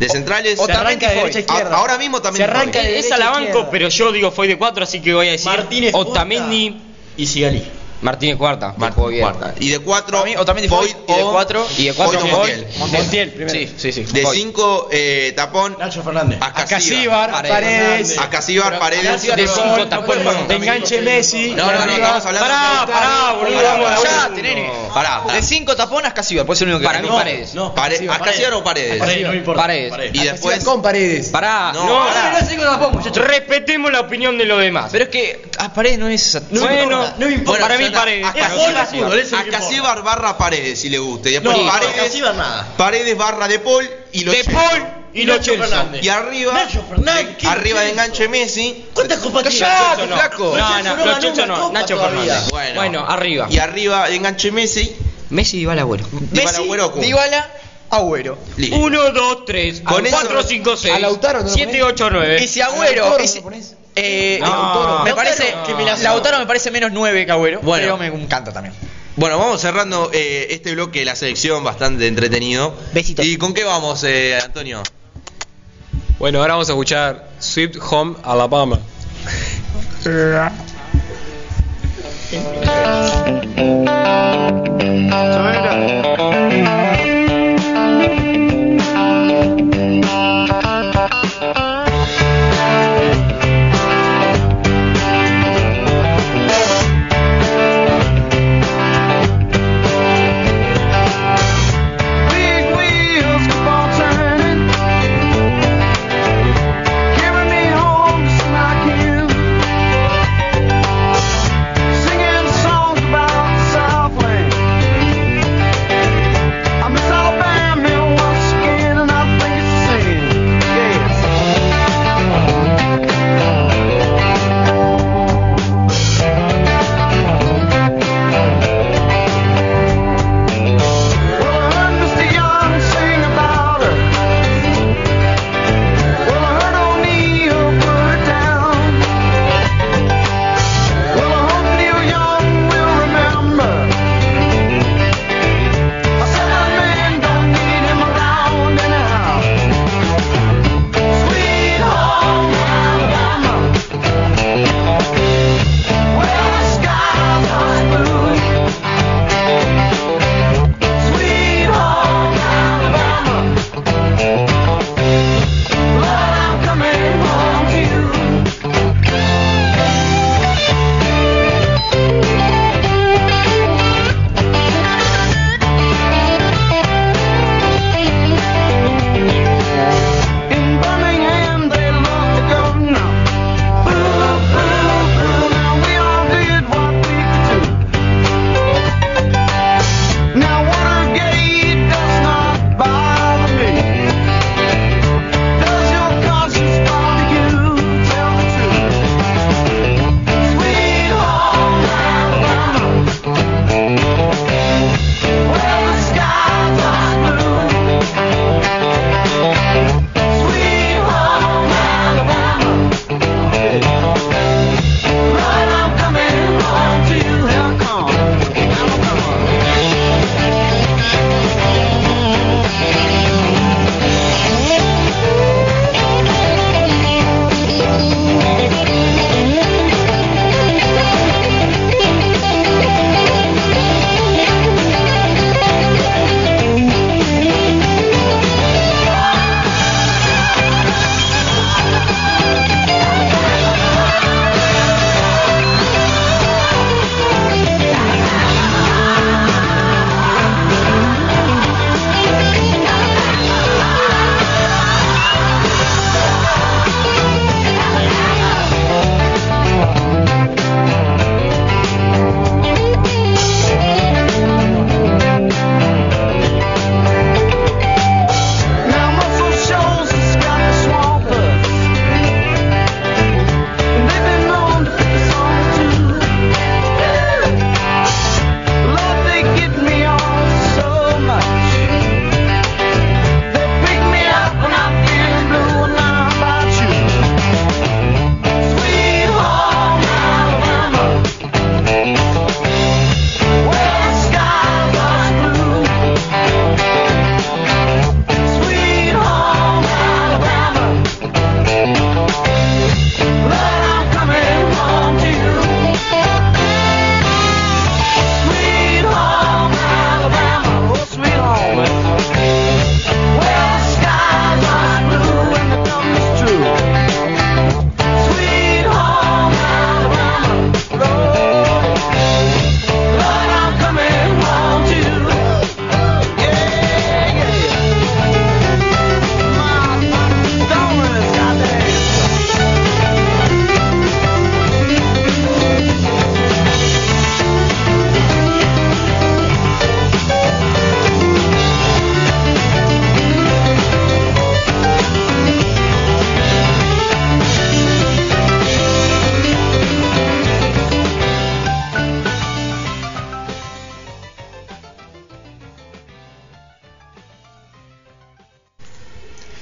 [SPEAKER 1] De centrales.
[SPEAKER 3] O también
[SPEAKER 4] arranca de
[SPEAKER 3] Foy.
[SPEAKER 4] derecha a
[SPEAKER 1] A-
[SPEAKER 4] izquierda.
[SPEAKER 1] Ahora mismo también.
[SPEAKER 3] Se arranca
[SPEAKER 1] Foy.
[SPEAKER 3] de-
[SPEAKER 5] Esa la banco,
[SPEAKER 3] izquierda.
[SPEAKER 5] pero yo digo fue de cuatro, así que voy a decir
[SPEAKER 4] Martínez
[SPEAKER 5] Otamendi,
[SPEAKER 4] Y Sigali.
[SPEAKER 5] Martínez Cuarta, que
[SPEAKER 1] Martín,
[SPEAKER 5] jugó bien.
[SPEAKER 1] cuarta. Y de cuatro.
[SPEAKER 2] Para mí, Otamendi, Foy, y de cuatro-
[SPEAKER 5] Y de cuatro
[SPEAKER 1] Foy,
[SPEAKER 5] Foy.
[SPEAKER 1] Montiel.
[SPEAKER 2] Montiel, primero. Sí, sí, sí.
[SPEAKER 1] De cinco, eh, tapón.
[SPEAKER 4] Nacho Fernández.
[SPEAKER 1] Acasíbar.
[SPEAKER 2] Paredes.
[SPEAKER 1] Acasíbar, Paredes.
[SPEAKER 5] De cinco tapón.
[SPEAKER 2] De enganche Messi.
[SPEAKER 1] No, no, no, estamos hablando.
[SPEAKER 5] Pará, pará, boludo.
[SPEAKER 1] Pará,
[SPEAKER 5] vamos a
[SPEAKER 1] pará,
[SPEAKER 5] la
[SPEAKER 1] pará.
[SPEAKER 5] uno.
[SPEAKER 2] tenés.
[SPEAKER 1] Pará, pará.
[SPEAKER 2] De cinco tapones, casi iba. Puede ser el único que
[SPEAKER 5] Para mí
[SPEAKER 2] ganó.
[SPEAKER 5] Paredes.
[SPEAKER 4] No,
[SPEAKER 1] Pare-
[SPEAKER 4] Acasíbar,
[SPEAKER 1] ¿Acasíbar o Paredes?
[SPEAKER 4] Paredes, no importa.
[SPEAKER 5] Paredes.
[SPEAKER 1] Y después.
[SPEAKER 3] Con paredes.
[SPEAKER 5] Pará,
[SPEAKER 1] No,
[SPEAKER 5] no.
[SPEAKER 1] pará.
[SPEAKER 5] pará. Respetemos la opinión de los demás.
[SPEAKER 2] Pero es que ah, Paredes no es.
[SPEAKER 5] bueno,
[SPEAKER 4] no me importa.
[SPEAKER 5] para mí
[SPEAKER 1] Bueno,
[SPEAKER 5] Paredes.
[SPEAKER 1] Acá-
[SPEAKER 5] Para mí
[SPEAKER 1] Acá-
[SPEAKER 5] Paredes.
[SPEAKER 4] Fútbol, eso es lo que
[SPEAKER 1] Acasíbar barra Paredes, si le gusta. Y después
[SPEAKER 4] No,
[SPEAKER 1] Paredes.
[SPEAKER 4] Acasíbar nada.
[SPEAKER 1] Paredes barra De Paul y los
[SPEAKER 5] De
[SPEAKER 1] Chelsea.
[SPEAKER 5] Paul y los
[SPEAKER 4] Nacho
[SPEAKER 5] Chelsea.
[SPEAKER 4] Fernández.
[SPEAKER 1] Y arriba.
[SPEAKER 4] Nacho Fernández, ¿qué
[SPEAKER 1] Arriba
[SPEAKER 4] es
[SPEAKER 1] de
[SPEAKER 4] eso?
[SPEAKER 1] enganche Messi.
[SPEAKER 4] ¿Cuántas copas tiene?
[SPEAKER 5] Nacho no.
[SPEAKER 1] flaco.
[SPEAKER 5] No, no,
[SPEAKER 4] Nacho no
[SPEAKER 5] los
[SPEAKER 4] ganó
[SPEAKER 5] Chelsea
[SPEAKER 4] una
[SPEAKER 5] no.
[SPEAKER 4] copa
[SPEAKER 5] Nacho
[SPEAKER 4] todavía.
[SPEAKER 5] Fernández. Bueno, arriba.
[SPEAKER 1] Y arriba de enganche Messi.
[SPEAKER 5] Messi y Balagüero.
[SPEAKER 1] Dybala, Agüero, Kun.
[SPEAKER 2] Dybala, Agüero.
[SPEAKER 1] Listo.
[SPEAKER 5] 1, 2, 3,
[SPEAKER 1] Con eso-
[SPEAKER 5] 4, 5,
[SPEAKER 3] a
[SPEAKER 5] 6,
[SPEAKER 3] Lautaro no lo
[SPEAKER 5] 7,
[SPEAKER 3] ponés.
[SPEAKER 5] 8, 9.
[SPEAKER 2] Y si Agüero.
[SPEAKER 3] Lautaro,
[SPEAKER 2] y si-
[SPEAKER 3] ¿lo ponés?
[SPEAKER 2] eh,
[SPEAKER 5] Lautaro.
[SPEAKER 2] Me
[SPEAKER 5] Lautaro,
[SPEAKER 2] parece.
[SPEAKER 5] que me la-
[SPEAKER 2] Lautaro me parece menos 9 que Agüero.
[SPEAKER 1] Bueno.
[SPEAKER 2] Pero me encanta también.
[SPEAKER 1] Bueno, vamos cerrando eh, este bloque de la selección, bastante entretenido.
[SPEAKER 2] Besitos.
[SPEAKER 1] ¿Y con qué vamos, eh, Antonio?
[SPEAKER 7] Bueno, ahora vamos a escuchar Sweet Home Alabama.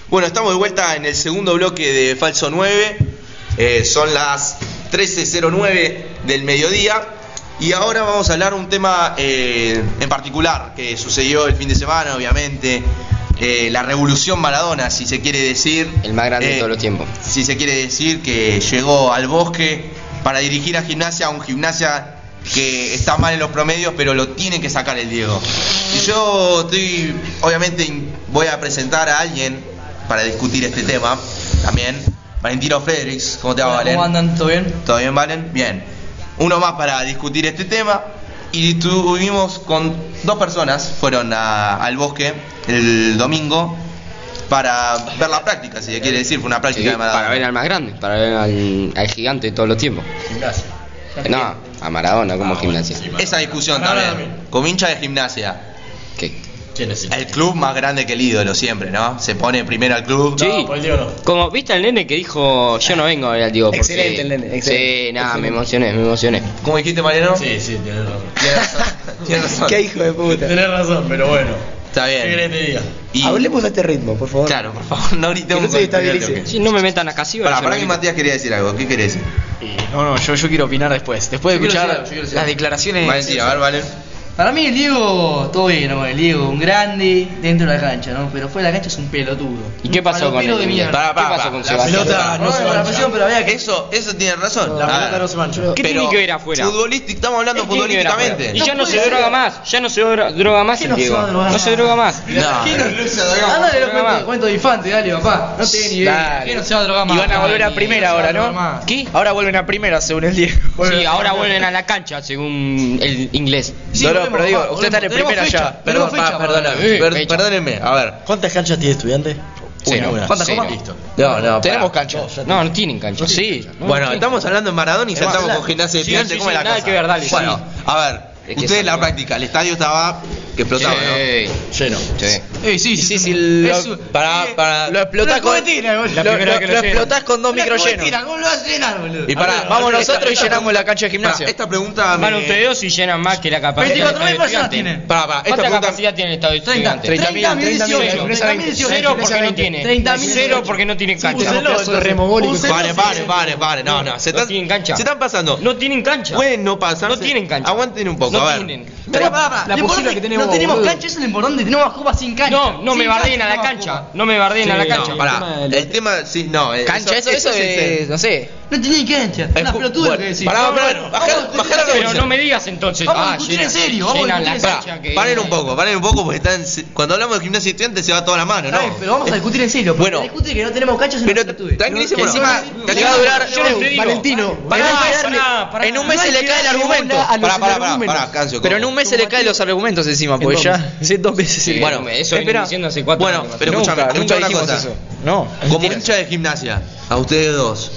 [SPEAKER 1] Bueno, estamos de vuelta en el segundo bloque de Falso 9. Eh, son las 13.09 del mediodía. Y ahora vamos a hablar un tema eh, en particular que sucedió el fin de semana, obviamente. Eh, la revolución Maradona, si se quiere decir.
[SPEAKER 5] El más grande de
[SPEAKER 1] Eh,
[SPEAKER 5] todos los tiempos.
[SPEAKER 1] Si se quiere decir que llegó al bosque para dirigir a gimnasia, un gimnasia que está mal en los promedios, pero lo tiene que sacar el Diego. Y yo estoy, obviamente, in- voy a presentar a alguien para discutir este tema también. Valentino Fredericks, ¿cómo te va, Valen?
[SPEAKER 4] ¿Cómo andan? ¿Todo bien?
[SPEAKER 1] ¿Todo bien, Valen? Bien. Uno más para discutir este tema. Y tuvimos con dos personas, fueron a- al bosque el domingo para ver la práctica, si se quiere decir, fue una práctica
[SPEAKER 5] Sí,
[SPEAKER 1] de Maradona.
[SPEAKER 5] para ver al más grande, para ver al, al gigante de todos los tiempos.
[SPEAKER 4] Gimnasia.
[SPEAKER 5] No, a Maradona
[SPEAKER 2] Ah,
[SPEAKER 5] como gimnasia.
[SPEAKER 1] Esa discusión
[SPEAKER 4] Maradona
[SPEAKER 1] también.
[SPEAKER 4] también.
[SPEAKER 1] Con hincha de gimnasia.
[SPEAKER 5] ¿Qué?
[SPEAKER 4] ¿Quién es el?
[SPEAKER 1] El club más grande que el ídolo siempre, ¿no? Se pone primero al club.
[SPEAKER 5] Sí.
[SPEAKER 4] No, por el Diego no.
[SPEAKER 5] Como viste al nene que dijo, yo no vengo a ver al Diego. porque-
[SPEAKER 3] Excelente el nene,
[SPEAKER 5] Sí,
[SPEAKER 3] excelente,
[SPEAKER 5] nada, me
[SPEAKER 3] excelente.
[SPEAKER 5] emocioné, me emocioné.
[SPEAKER 1] ¿Cómo dijiste, Mariano?
[SPEAKER 4] Sí, sí, tenés razón.
[SPEAKER 1] Tienes razón. Tienes [laughs] razón.
[SPEAKER 3] Qué hijo de puta.
[SPEAKER 4] Tenés razón, pero bueno.
[SPEAKER 1] Está
[SPEAKER 4] ¿Qué querés
[SPEAKER 1] bien.
[SPEAKER 4] que te diga?
[SPEAKER 1] Y-
[SPEAKER 3] Hablemos a este ritmo, por favor.
[SPEAKER 1] Claro, por favor, no
[SPEAKER 3] Que
[SPEAKER 1] gritemos.
[SPEAKER 3] no se
[SPEAKER 1] Para,
[SPEAKER 3] estabilice.
[SPEAKER 5] Sí, no me metan a casi.
[SPEAKER 1] para, que Matías quería decir algo. ¿Qué querés decir?
[SPEAKER 2] Y no, no, yo, yo quiero opinar después. Después de
[SPEAKER 4] Yo
[SPEAKER 2] escuchar
[SPEAKER 4] quiero decir algo, yo quiero decir
[SPEAKER 2] las
[SPEAKER 4] algo.
[SPEAKER 2] declaraciones.
[SPEAKER 1] Valentín, a ver, Valen.
[SPEAKER 6] Para mí el Diego, todo bien, ¿no? el Diego, un grande dentro de la cancha, ¿no? Pero fuera de la cancha es un pelotudo.
[SPEAKER 5] ¿Y qué pasó con
[SPEAKER 6] Palopero
[SPEAKER 5] él?
[SPEAKER 6] de mierda.
[SPEAKER 1] Pará,
[SPEAKER 5] ¿Qué
[SPEAKER 1] pará,
[SPEAKER 5] pasó
[SPEAKER 1] pará.
[SPEAKER 5] con
[SPEAKER 1] La
[SPEAKER 5] Sebastián?
[SPEAKER 4] pelota no se
[SPEAKER 6] Bueno, la
[SPEAKER 4] mancha.
[SPEAKER 6] presión, pero había que...
[SPEAKER 1] Eso, eso tiene razón.
[SPEAKER 4] La
[SPEAKER 1] A ver,
[SPEAKER 4] pelota no se mancha.
[SPEAKER 5] ¿Qué tiene que ver afuera?
[SPEAKER 1] Futbolística, estamos hablando
[SPEAKER 5] ¿Qué tiene que ver afuera?
[SPEAKER 1] futbolísticamente.
[SPEAKER 5] Y ya no
[SPEAKER 6] puede
[SPEAKER 5] se
[SPEAKER 6] ser.
[SPEAKER 5] droga más, ya no se dro- droga más
[SPEAKER 6] ¿Qué
[SPEAKER 5] el
[SPEAKER 6] no se
[SPEAKER 5] Diego.
[SPEAKER 6] va a drogar
[SPEAKER 5] No
[SPEAKER 6] más?
[SPEAKER 5] se droga más.
[SPEAKER 1] No.
[SPEAKER 6] Ándale, lo
[SPEAKER 5] droga más.
[SPEAKER 6] cuento, cuento de infante, dale, papá. No tenés ni idea.
[SPEAKER 2] Dale.
[SPEAKER 6] ¿Qué no se va a drogar más?
[SPEAKER 2] Y van a volver a
[SPEAKER 6] Dale,
[SPEAKER 2] primera
[SPEAKER 6] no se va
[SPEAKER 2] ahora,
[SPEAKER 6] a drogar más.
[SPEAKER 2] ¿no? ¿Qué? Ahora vuelven a primera, según el Diego.
[SPEAKER 5] Sí, ahora vuelven a la cancha, según el inglés.
[SPEAKER 6] Sí,
[SPEAKER 2] no, no,
[SPEAKER 6] volvemos,
[SPEAKER 2] pero digo,
[SPEAKER 6] papá,
[SPEAKER 2] usted está en
[SPEAKER 6] volvemos.
[SPEAKER 2] primera
[SPEAKER 6] Tenemos
[SPEAKER 2] ya.
[SPEAKER 6] fecha, tenemos
[SPEAKER 1] Perdón,
[SPEAKER 6] fecha, papá.
[SPEAKER 1] perdóname,
[SPEAKER 5] Eh,
[SPEAKER 1] per-
[SPEAKER 5] fecha.
[SPEAKER 1] perdónenme. A ver.
[SPEAKER 4] ¿Cuántas canchas tiene estudiante?
[SPEAKER 5] Cero.
[SPEAKER 4] Una.
[SPEAKER 5] ¿Cuántas
[SPEAKER 4] Cero.
[SPEAKER 5] comas?
[SPEAKER 4] Listo.
[SPEAKER 1] No, no,
[SPEAKER 2] Tenemos
[SPEAKER 1] pará.
[SPEAKER 2] cancha.
[SPEAKER 5] No, no tienen cancha.
[SPEAKER 2] Sí.
[SPEAKER 5] No,
[SPEAKER 1] bueno,
[SPEAKER 5] sí.
[SPEAKER 1] estamos hablando en Maradona y saltamos con gimnasia de
[SPEAKER 5] sí,
[SPEAKER 1] estudiantes.
[SPEAKER 5] sí,
[SPEAKER 1] ¿Cómo
[SPEAKER 5] sí,
[SPEAKER 1] es la
[SPEAKER 5] nada
[SPEAKER 1] cosa?
[SPEAKER 5] que ver, dale,
[SPEAKER 1] Bueno, a ver,
[SPEAKER 5] Es que
[SPEAKER 1] ustedes la
[SPEAKER 5] salió.
[SPEAKER 1] práctica, el estadio estaba que explotaba,
[SPEAKER 5] Sí.
[SPEAKER 4] Lleno.
[SPEAKER 5] Sí.
[SPEAKER 6] Ey, sí, sí,
[SPEAKER 2] Sí,
[SPEAKER 6] sí.
[SPEAKER 2] sí, lo,
[SPEAKER 6] es un-
[SPEAKER 2] para, para, lo explotás
[SPEAKER 6] Una
[SPEAKER 2] con.
[SPEAKER 6] cubetina, boludo.
[SPEAKER 2] lo, lo- lo explotás con dos
[SPEAKER 6] Una
[SPEAKER 2] micro
[SPEAKER 6] cubetina,
[SPEAKER 2] llenos.
[SPEAKER 6] ¿Cómo lo vas a llenar, boludo?
[SPEAKER 1] Y pará,
[SPEAKER 2] Pará, vamos nosotros y llenamos la cancha de
[SPEAKER 1] Pará,
[SPEAKER 2] gimnasia.
[SPEAKER 1] esta pregunta me...
[SPEAKER 5] Van ustedes dos y llenan más que la
[SPEAKER 6] 24.000
[SPEAKER 5] capacidad. del estadio
[SPEAKER 6] personas
[SPEAKER 5] estudiante.
[SPEAKER 6] tienen.
[SPEAKER 1] Pará, pará, esta
[SPEAKER 5] ¿Cuánta
[SPEAKER 1] pregunta...
[SPEAKER 5] capacidad tiene el estado
[SPEAKER 6] 30,
[SPEAKER 5] estudiante?
[SPEAKER 6] 30,
[SPEAKER 2] 30.000,
[SPEAKER 6] 18,
[SPEAKER 2] 30.000,
[SPEAKER 6] 30.000,
[SPEAKER 5] Cero porque no
[SPEAKER 6] 20.
[SPEAKER 5] tiene.
[SPEAKER 6] 30.000,
[SPEAKER 5] Cero porque no tienen cancha.
[SPEAKER 6] Úsenlo,
[SPEAKER 3] pedazo de
[SPEAKER 6] entonces.
[SPEAKER 3] remogólico.
[SPEAKER 6] Úsenlo,
[SPEAKER 1] Pare,
[SPEAKER 6] sí,
[SPEAKER 1] pare,
[SPEAKER 6] sí.
[SPEAKER 1] pare, pare, no, no, se
[SPEAKER 5] No
[SPEAKER 1] están,
[SPEAKER 5] tienen cancha.
[SPEAKER 1] se están pasando.
[SPEAKER 5] No tienen cancha.
[SPEAKER 1] Pueden no pasar.
[SPEAKER 5] No tienen cancha.
[SPEAKER 1] Aguanten un poco,
[SPEAKER 5] No
[SPEAKER 1] a ver.
[SPEAKER 5] tienen.
[SPEAKER 6] Pero pará, pará,
[SPEAKER 3] La
[SPEAKER 6] lo
[SPEAKER 3] postura
[SPEAKER 6] importante
[SPEAKER 3] que
[SPEAKER 6] es
[SPEAKER 3] tenemos,
[SPEAKER 6] No tenemos
[SPEAKER 3] boludo.
[SPEAKER 6] cancha, eso es lo importante. Tenemos copas sin cancha.
[SPEAKER 5] No, no me
[SPEAKER 6] Sin
[SPEAKER 5] bardeen
[SPEAKER 6] cancha
[SPEAKER 5] a la
[SPEAKER 6] tenemos
[SPEAKER 5] cancha.
[SPEAKER 6] copas.
[SPEAKER 5] No me bardeen a la
[SPEAKER 3] Sí,
[SPEAKER 5] cancha.
[SPEAKER 1] No, Ah, pará,
[SPEAKER 3] El tema del-
[SPEAKER 1] el tema, sí, no. eh,
[SPEAKER 2] Cancha, eso, eso, es. No sé.
[SPEAKER 6] No tienen cancha.
[SPEAKER 1] es
[SPEAKER 6] Una
[SPEAKER 1] ju-
[SPEAKER 6] pelotuda lo que
[SPEAKER 1] bueno,
[SPEAKER 6] decís.
[SPEAKER 1] Pará,
[SPEAKER 6] Vamos,
[SPEAKER 1] pará,
[SPEAKER 6] vamos,
[SPEAKER 1] bajá-
[SPEAKER 6] vamos,
[SPEAKER 1] bajá la
[SPEAKER 5] Pero
[SPEAKER 1] cancha.
[SPEAKER 5] no me digas entonces.
[SPEAKER 6] Vamos a discutir
[SPEAKER 5] llenan-
[SPEAKER 6] en serio, vamos a
[SPEAKER 5] llenan la
[SPEAKER 6] discutir en
[SPEAKER 5] cancha.
[SPEAKER 6] serio.
[SPEAKER 1] Pará,
[SPEAKER 5] que-
[SPEAKER 1] paren un poco, paren un poco porque están, cuando hablamos de gimnasia de estudiantes se va toda la mano, ¿no?
[SPEAKER 6] Ay, Pero vamos a discutir en serio. porque
[SPEAKER 1] Bueno.
[SPEAKER 6] discutir que no tenemos cancha es una
[SPEAKER 1] Pero
[SPEAKER 6] pelotude.
[SPEAKER 1] tranquilísimo, no.
[SPEAKER 2] encima
[SPEAKER 1] Que
[SPEAKER 2] le va a durar-
[SPEAKER 5] Yo no te digo.
[SPEAKER 3] Valentino,
[SPEAKER 5] Pará,
[SPEAKER 3] no hay que
[SPEAKER 5] pará,
[SPEAKER 3] darle-
[SPEAKER 5] pará.
[SPEAKER 2] En un mes
[SPEAKER 3] no
[SPEAKER 2] se
[SPEAKER 3] hay
[SPEAKER 2] le
[SPEAKER 3] que
[SPEAKER 2] cae el
[SPEAKER 3] darle
[SPEAKER 2] argumento.
[SPEAKER 3] bola a los
[SPEAKER 1] Pará, pará, pará,
[SPEAKER 3] energúmenos.
[SPEAKER 1] pará, Cancio,
[SPEAKER 2] Pero en
[SPEAKER 1] ¿cómo?
[SPEAKER 2] un mes se le caen los argumentos encima, porque
[SPEAKER 3] dos
[SPEAKER 2] ya.
[SPEAKER 3] [laughs]
[SPEAKER 2] Sí, dos veces.
[SPEAKER 5] Sí,
[SPEAKER 1] Bueno,
[SPEAKER 5] eso vienen
[SPEAKER 2] espera.
[SPEAKER 5] diciendo hace cuatro
[SPEAKER 1] Bueno,
[SPEAKER 5] años.
[SPEAKER 1] pero
[SPEAKER 2] nunca,
[SPEAKER 1] escúchame,
[SPEAKER 2] nunca
[SPEAKER 1] escuchame una
[SPEAKER 2] dijimos
[SPEAKER 1] cosa.
[SPEAKER 2] eso. No.
[SPEAKER 1] Como hincha de gimnasia, a ustedes dos.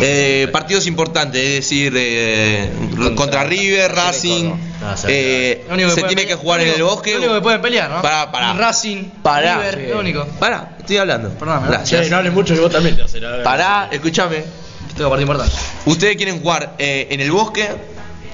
[SPEAKER 1] eh, partidos importantes, es decir, eh, contra, River, Racing,
[SPEAKER 4] Ah, sí,
[SPEAKER 1] eh,
[SPEAKER 6] Lo único
[SPEAKER 1] se
[SPEAKER 6] pueden
[SPEAKER 1] tiene que
[SPEAKER 6] pelear-
[SPEAKER 1] jugar
[SPEAKER 6] lo
[SPEAKER 1] en el
[SPEAKER 6] único-
[SPEAKER 1] bosque. uh.
[SPEAKER 6] Lo único que pueden pelear, ¿no?
[SPEAKER 1] Pará, pará.
[SPEAKER 6] Racing,
[SPEAKER 2] Pará,
[SPEAKER 6] River,
[SPEAKER 2] sí.
[SPEAKER 6] lo único.
[SPEAKER 1] Pará, estoy hablando.
[SPEAKER 6] Perdóname, ¿no?
[SPEAKER 1] Gracias.
[SPEAKER 4] Che, no hables mucho que vos también te haces la verdad.
[SPEAKER 1] Pará, escúchame.
[SPEAKER 6] Tengo parte importante.
[SPEAKER 1] Ustedes quieren jugar eh, en el bosque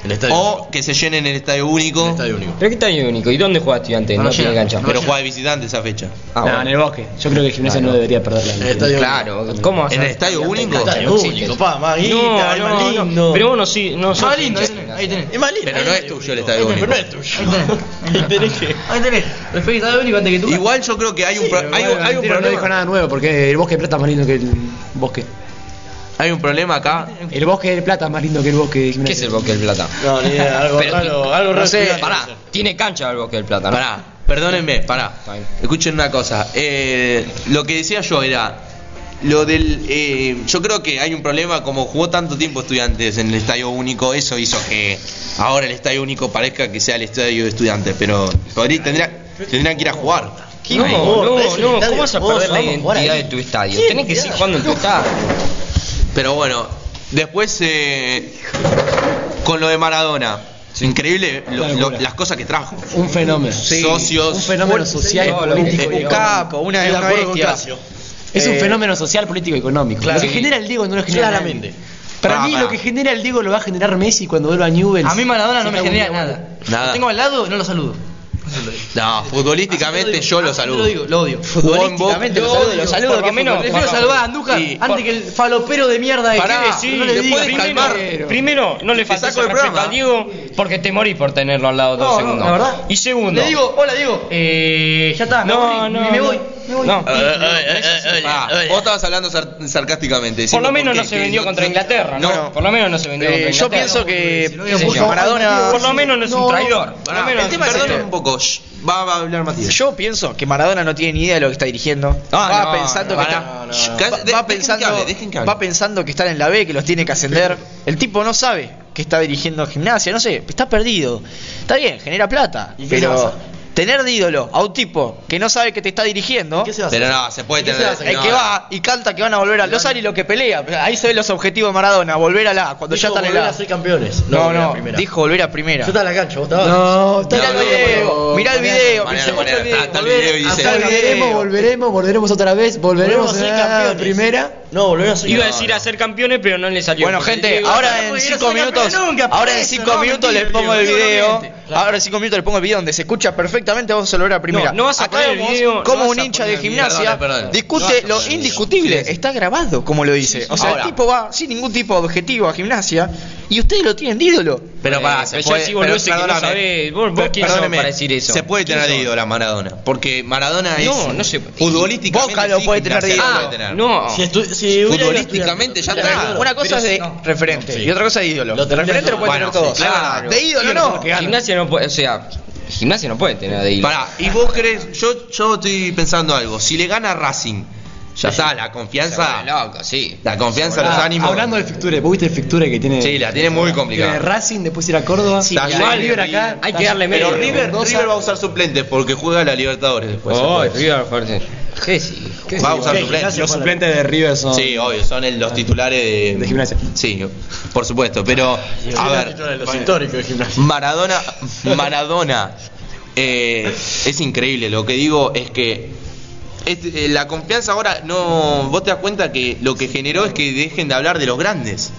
[SPEAKER 4] El estadio.
[SPEAKER 1] o que se llenen el estadio único,
[SPEAKER 4] El estadio único.
[SPEAKER 5] Pero qué tal único. ¿Y dónde juega estudiante?
[SPEAKER 6] No
[SPEAKER 5] No, tiene
[SPEAKER 6] llega,
[SPEAKER 5] cancha.
[SPEAKER 6] no
[SPEAKER 1] pero juega de visitante esa fecha.
[SPEAKER 5] Ah,
[SPEAKER 3] No, en
[SPEAKER 5] bueno.
[SPEAKER 3] el bosque. Yo creo que Gimnasia no debería perderla.
[SPEAKER 4] El estadio
[SPEAKER 5] Claro, ¿cómo vas a-
[SPEAKER 1] ¿En el estadio único?
[SPEAKER 4] único. Estadio
[SPEAKER 5] no existe.
[SPEAKER 4] único, pa, más guita,
[SPEAKER 5] No,
[SPEAKER 4] es más
[SPEAKER 5] no,
[SPEAKER 4] lindo.
[SPEAKER 5] no. Pero vos no, sí, no sos
[SPEAKER 6] Más lindo, ahí
[SPEAKER 5] hincha.
[SPEAKER 6] tenés. Ahí tenés.
[SPEAKER 4] Es más lindo.
[SPEAKER 1] Pero no es tuyo el estadio
[SPEAKER 4] Pero
[SPEAKER 1] único.
[SPEAKER 4] no es tuyo.
[SPEAKER 6] Ahí tenés.
[SPEAKER 4] Y tenés que-
[SPEAKER 6] Ahí tenés. Respecto a Estadio único antes que tú.
[SPEAKER 1] Igual yo creo que hay un, pro- hay un- hay un
[SPEAKER 3] Pero no dijo
[SPEAKER 1] problema.
[SPEAKER 3] nada nuevo porque el bosque de plata es más lindo que el bosque.
[SPEAKER 1] Hay un problema acá.
[SPEAKER 3] El bosque de plata es más lindo que el bosque de
[SPEAKER 5] ¿Qué
[SPEAKER 3] Gimnasia.
[SPEAKER 5] es el Bosque del Plata?
[SPEAKER 4] No, ni idea, algo
[SPEAKER 5] Pero-
[SPEAKER 4] raro, algo raro.
[SPEAKER 5] No sé,
[SPEAKER 4] estudiante.
[SPEAKER 5] pará. Tiene cancha el Bosque del Plata, ¿no?
[SPEAKER 1] Pará, perdónenme, pará.
[SPEAKER 5] Está bien.
[SPEAKER 1] Escuchen una cosa. eh, lo que decía yo era. Lo del. eh, yo creo que hay un problema, como jugó tanto tiempo estudiantes en el estadio único, eso hizo que ahora el estadio único parezca que sea el estadio de estudiantes, pero podría, tendría, tendrían que ir a jugar.
[SPEAKER 5] No, no,
[SPEAKER 4] vos, es el
[SPEAKER 5] no,
[SPEAKER 4] estadio
[SPEAKER 5] ¿cómo vas a
[SPEAKER 4] de vos,
[SPEAKER 5] perder la
[SPEAKER 4] vamos a jugar
[SPEAKER 5] identidad de
[SPEAKER 4] ahí.
[SPEAKER 5] tu estadio?
[SPEAKER 4] Sí,
[SPEAKER 5] Tenés que
[SPEAKER 4] mirá.
[SPEAKER 5] seguir jugando en tu estadio.
[SPEAKER 1] Pero bueno, después eh, con lo de Maradona, increíble lo-
[SPEAKER 3] Una
[SPEAKER 1] lo-
[SPEAKER 3] locura.
[SPEAKER 1] las cosas que trajo.
[SPEAKER 3] Un fenómeno.
[SPEAKER 1] Eh. Socios.
[SPEAKER 3] Un fenómeno social,
[SPEAKER 5] sí,
[SPEAKER 3] político.
[SPEAKER 1] eh,
[SPEAKER 3] y
[SPEAKER 2] Un
[SPEAKER 3] económico.
[SPEAKER 2] capo, una,
[SPEAKER 4] Estoy de
[SPEAKER 2] una
[SPEAKER 4] acuerdo con
[SPEAKER 2] bestia.
[SPEAKER 4] Casio.
[SPEAKER 3] Es un
[SPEAKER 2] Eh,
[SPEAKER 3] fenómeno social, político y económico.
[SPEAKER 4] claro.
[SPEAKER 3] lo que genera el Diego no lo genera
[SPEAKER 4] Claramente.
[SPEAKER 3] nadie. Para
[SPEAKER 1] Pará,
[SPEAKER 3] mí
[SPEAKER 1] pará.
[SPEAKER 3] lo que genera el Diego lo va a generar Messi cuando vuelva a Newell's.
[SPEAKER 6] A mí Maradona
[SPEAKER 3] Si
[SPEAKER 6] no me
[SPEAKER 3] está
[SPEAKER 6] genera
[SPEAKER 3] un día
[SPEAKER 6] nada.
[SPEAKER 1] Nada.
[SPEAKER 6] Lo tengo al lado, no lo saludo.
[SPEAKER 1] No, futbolísticamente
[SPEAKER 6] Así
[SPEAKER 1] yo
[SPEAKER 3] Ah,
[SPEAKER 6] lo digo,
[SPEAKER 1] lo
[SPEAKER 6] así
[SPEAKER 1] saludo.
[SPEAKER 6] Lo digo, lo odio.
[SPEAKER 1] Futbolísticamente
[SPEAKER 6] Lo
[SPEAKER 1] lo
[SPEAKER 6] odio,
[SPEAKER 1] saludo.
[SPEAKER 6] lo saludo, que menos. Prefiero salvar a Andújar
[SPEAKER 2] Y-
[SPEAKER 6] antes que el falopero de mierda de
[SPEAKER 1] Pará,
[SPEAKER 4] Ah,
[SPEAKER 6] que-
[SPEAKER 1] sí,
[SPEAKER 6] no le digas.
[SPEAKER 1] después de
[SPEAKER 6] Primero-
[SPEAKER 1] calmar-
[SPEAKER 4] eh,
[SPEAKER 5] Primero, primero, no le
[SPEAKER 1] Te
[SPEAKER 5] faltes
[SPEAKER 1] saco
[SPEAKER 5] el
[SPEAKER 1] del
[SPEAKER 5] respeto a
[SPEAKER 1] programa.
[SPEAKER 5] Diego porque te morís por tenerlo al lado dos
[SPEAKER 6] No, no,
[SPEAKER 5] segundos.
[SPEAKER 6] la verdad.
[SPEAKER 5] Y segundo,
[SPEAKER 6] Le digo, hola Diego, eh, ya está, me
[SPEAKER 5] No,
[SPEAKER 6] aburrí,
[SPEAKER 5] no,
[SPEAKER 6] me
[SPEAKER 5] no.
[SPEAKER 6] voy, me voy.
[SPEAKER 5] No.
[SPEAKER 1] Eh, eh, eh, eh,
[SPEAKER 4] Ah,
[SPEAKER 1] eh, vos estabas hablando sar- sarcásticamente.
[SPEAKER 5] por
[SPEAKER 1] diciendo
[SPEAKER 5] lo menos
[SPEAKER 1] qué,
[SPEAKER 5] no se
[SPEAKER 1] que
[SPEAKER 5] vendió
[SPEAKER 1] no-
[SPEAKER 5] contra Inglaterra. No,
[SPEAKER 1] No.
[SPEAKER 5] por lo menos no se vendió contra
[SPEAKER 2] Eh, yo
[SPEAKER 5] Inglaterra.
[SPEAKER 2] pienso que
[SPEAKER 6] no
[SPEAKER 2] qué
[SPEAKER 6] digas
[SPEAKER 2] sé
[SPEAKER 6] mucho,
[SPEAKER 2] yo,
[SPEAKER 6] Maradona-
[SPEAKER 5] Por lo menos no es un
[SPEAKER 6] No.
[SPEAKER 5] traidor. Por lo
[SPEAKER 1] Pará,
[SPEAKER 5] menos
[SPEAKER 1] el tema
[SPEAKER 5] no es un
[SPEAKER 1] es esto
[SPEAKER 6] este.
[SPEAKER 5] traidor.
[SPEAKER 1] un poco. shh, Va, va a hablar Matías.
[SPEAKER 2] Yo pienso que Maradona no tiene ni idea de lo que está dirigiendo. va
[SPEAKER 1] no,
[SPEAKER 2] pensando
[SPEAKER 1] no,
[SPEAKER 2] que
[SPEAKER 1] no,
[SPEAKER 2] está-
[SPEAKER 1] no, no.
[SPEAKER 2] Shh,
[SPEAKER 1] Casi-
[SPEAKER 2] va-
[SPEAKER 1] de-
[SPEAKER 2] va
[SPEAKER 1] dejen que
[SPEAKER 2] pensando,
[SPEAKER 1] hable, dejen que hable.
[SPEAKER 2] va pensando que están en la B, que los tiene que ascender. El tipo no sabe que está dirigiendo gimnasia, no sé, está perdido. Está bien, genera plata,
[SPEAKER 6] ¿Y qué se basa?
[SPEAKER 2] pero tener de ídolo a un tipo que no sabe que te está dirigiendo,
[SPEAKER 6] ¿Qué se va a hacer?
[SPEAKER 1] Pero no, se puede
[SPEAKER 6] ¿Qué
[SPEAKER 1] tener.
[SPEAKER 6] se hace?
[SPEAKER 2] el
[SPEAKER 1] no,
[SPEAKER 2] Eh, que va y canta que van a volver a Los y lo que pelea, ahí se ven los objetivos de Maradona, volver a la A, cuando
[SPEAKER 4] Dijo
[SPEAKER 2] ya están en
[SPEAKER 4] volver
[SPEAKER 2] la.
[SPEAKER 4] a
[SPEAKER 2] A.
[SPEAKER 4] ser campeones.
[SPEAKER 2] No,
[SPEAKER 4] volver a
[SPEAKER 2] no,
[SPEAKER 4] primera.
[SPEAKER 2] dijo volver a primera.
[SPEAKER 4] Yo estaba en la cancha, vos estabas.
[SPEAKER 3] No, está
[SPEAKER 2] Mirá el
[SPEAKER 1] No, no,
[SPEAKER 2] video, mirá el video.
[SPEAKER 1] Mariano,
[SPEAKER 2] mirá el
[SPEAKER 1] Mariano,
[SPEAKER 2] video.
[SPEAKER 1] está el video y dice-
[SPEAKER 2] Hasta el
[SPEAKER 3] Volveremos,
[SPEAKER 2] video.
[SPEAKER 3] volveremos, volveremos otra vez, volveremos
[SPEAKER 4] Volvemos a ser
[SPEAKER 3] a la
[SPEAKER 4] campeones.
[SPEAKER 3] primera.
[SPEAKER 4] No, volver a ser
[SPEAKER 5] Iba a
[SPEAKER 4] campeones.
[SPEAKER 5] decir a ser campeones, pero no le salió.
[SPEAKER 2] Bueno,
[SPEAKER 5] Porque
[SPEAKER 2] gente,
[SPEAKER 5] Diego-
[SPEAKER 2] ahora
[SPEAKER 6] no
[SPEAKER 2] en
[SPEAKER 6] pudieron
[SPEAKER 2] 5
[SPEAKER 6] ser
[SPEAKER 2] minutos,
[SPEAKER 6] campeones nunca, por
[SPEAKER 2] ahora en
[SPEAKER 6] eso,
[SPEAKER 2] 5
[SPEAKER 6] no,
[SPEAKER 2] minutos
[SPEAKER 6] mentira,
[SPEAKER 2] les pongo el
[SPEAKER 6] Diego, no
[SPEAKER 2] video.
[SPEAKER 6] miente.
[SPEAKER 1] Ah,
[SPEAKER 6] Claro.
[SPEAKER 2] Ahora en 5 minutos les pongo el video donde se escucha perfectamente vos solo era primera.
[SPEAKER 5] No, no vas a
[SPEAKER 2] Acá
[SPEAKER 5] poner el
[SPEAKER 2] vemos
[SPEAKER 5] video,
[SPEAKER 2] Como
[SPEAKER 5] no vas
[SPEAKER 2] un
[SPEAKER 5] a
[SPEAKER 2] hincha
[SPEAKER 5] poner
[SPEAKER 2] de
[SPEAKER 5] el video.
[SPEAKER 2] gimnasia
[SPEAKER 1] Perdón, perdón. No
[SPEAKER 2] discute
[SPEAKER 1] vas a
[SPEAKER 2] lo
[SPEAKER 1] poner el video.
[SPEAKER 2] indiscutible. Está grabado, como lo dice. O sea,
[SPEAKER 1] Ahora.
[SPEAKER 2] el tipo va sin ningún tipo de objetivo a gimnasia y ustedes lo tienen de ídolo.
[SPEAKER 1] Pero
[SPEAKER 5] Eh,
[SPEAKER 1] para, se
[SPEAKER 5] pero ya
[SPEAKER 1] puede.
[SPEAKER 5] sí, boludo, ese que no
[SPEAKER 1] perdóname.
[SPEAKER 5] sabe. Vos- vos quién sos
[SPEAKER 1] Perdóneme,
[SPEAKER 5] para decir eso.
[SPEAKER 1] Se puede
[SPEAKER 5] ¿Quién
[SPEAKER 1] tener de
[SPEAKER 5] sos?
[SPEAKER 1] ídolo a Maradona. Porque Maradona es.
[SPEAKER 5] No, no se-
[SPEAKER 1] Futbolísticamente.
[SPEAKER 2] Boca lo
[SPEAKER 1] sí,
[SPEAKER 2] puede tener de
[SPEAKER 1] Gimnasia lo
[SPEAKER 2] ídolo.
[SPEAKER 1] puede tener.
[SPEAKER 5] Ah, No.
[SPEAKER 4] Si estu- si hubiera ido a estudiar-
[SPEAKER 1] Futbolísticamente ya
[SPEAKER 4] Claro,
[SPEAKER 1] está.
[SPEAKER 2] Una cosa es de referente y otra cosa es de ídolo.
[SPEAKER 4] Lo
[SPEAKER 2] de referente lo pueden
[SPEAKER 1] bueno,
[SPEAKER 2] tener todos.
[SPEAKER 1] sí, claro.
[SPEAKER 2] De ídolo no.
[SPEAKER 5] Gimnasia no puede, o sea, gimnasia no puede tener de hilo.
[SPEAKER 1] Pará, y vos crees. Yo, yo estoy pensando algo. Si le gana Racing, ya está, la confianza.
[SPEAKER 5] Se vuelve loco, sí.
[SPEAKER 1] La confianza, los
[SPEAKER 3] Ah,
[SPEAKER 1] ánimos.
[SPEAKER 3] Hablando del fixture, ¿vos viste el fixture que tiene?
[SPEAKER 1] Sí, la tiene muy
[SPEAKER 3] tiene
[SPEAKER 1] complicada.
[SPEAKER 3] Racing, después ir a Córdoba.
[SPEAKER 1] Está
[SPEAKER 3] Está
[SPEAKER 1] mal,
[SPEAKER 3] River acá.
[SPEAKER 5] Hay que darle medio.
[SPEAKER 1] Pero River, River va a usar suplentes porque juega la Libertadores después.
[SPEAKER 7] Oh,
[SPEAKER 5] River fuerte. ¿Qué sí?
[SPEAKER 1] va a usar suplentes.
[SPEAKER 7] Los suplentes de River son.
[SPEAKER 1] Sí, obvio, son el- los titulares de,
[SPEAKER 7] De gimnasia.
[SPEAKER 1] Sí, por supuesto, pero a ver,
[SPEAKER 4] Los históricos de gimnasia.
[SPEAKER 1] Maradona, Maradona, eh, es increíble. Lo que digo es que este, eh, la confianza ahora no, vos te das cuenta que lo que generó es que dejen de hablar de los grandes.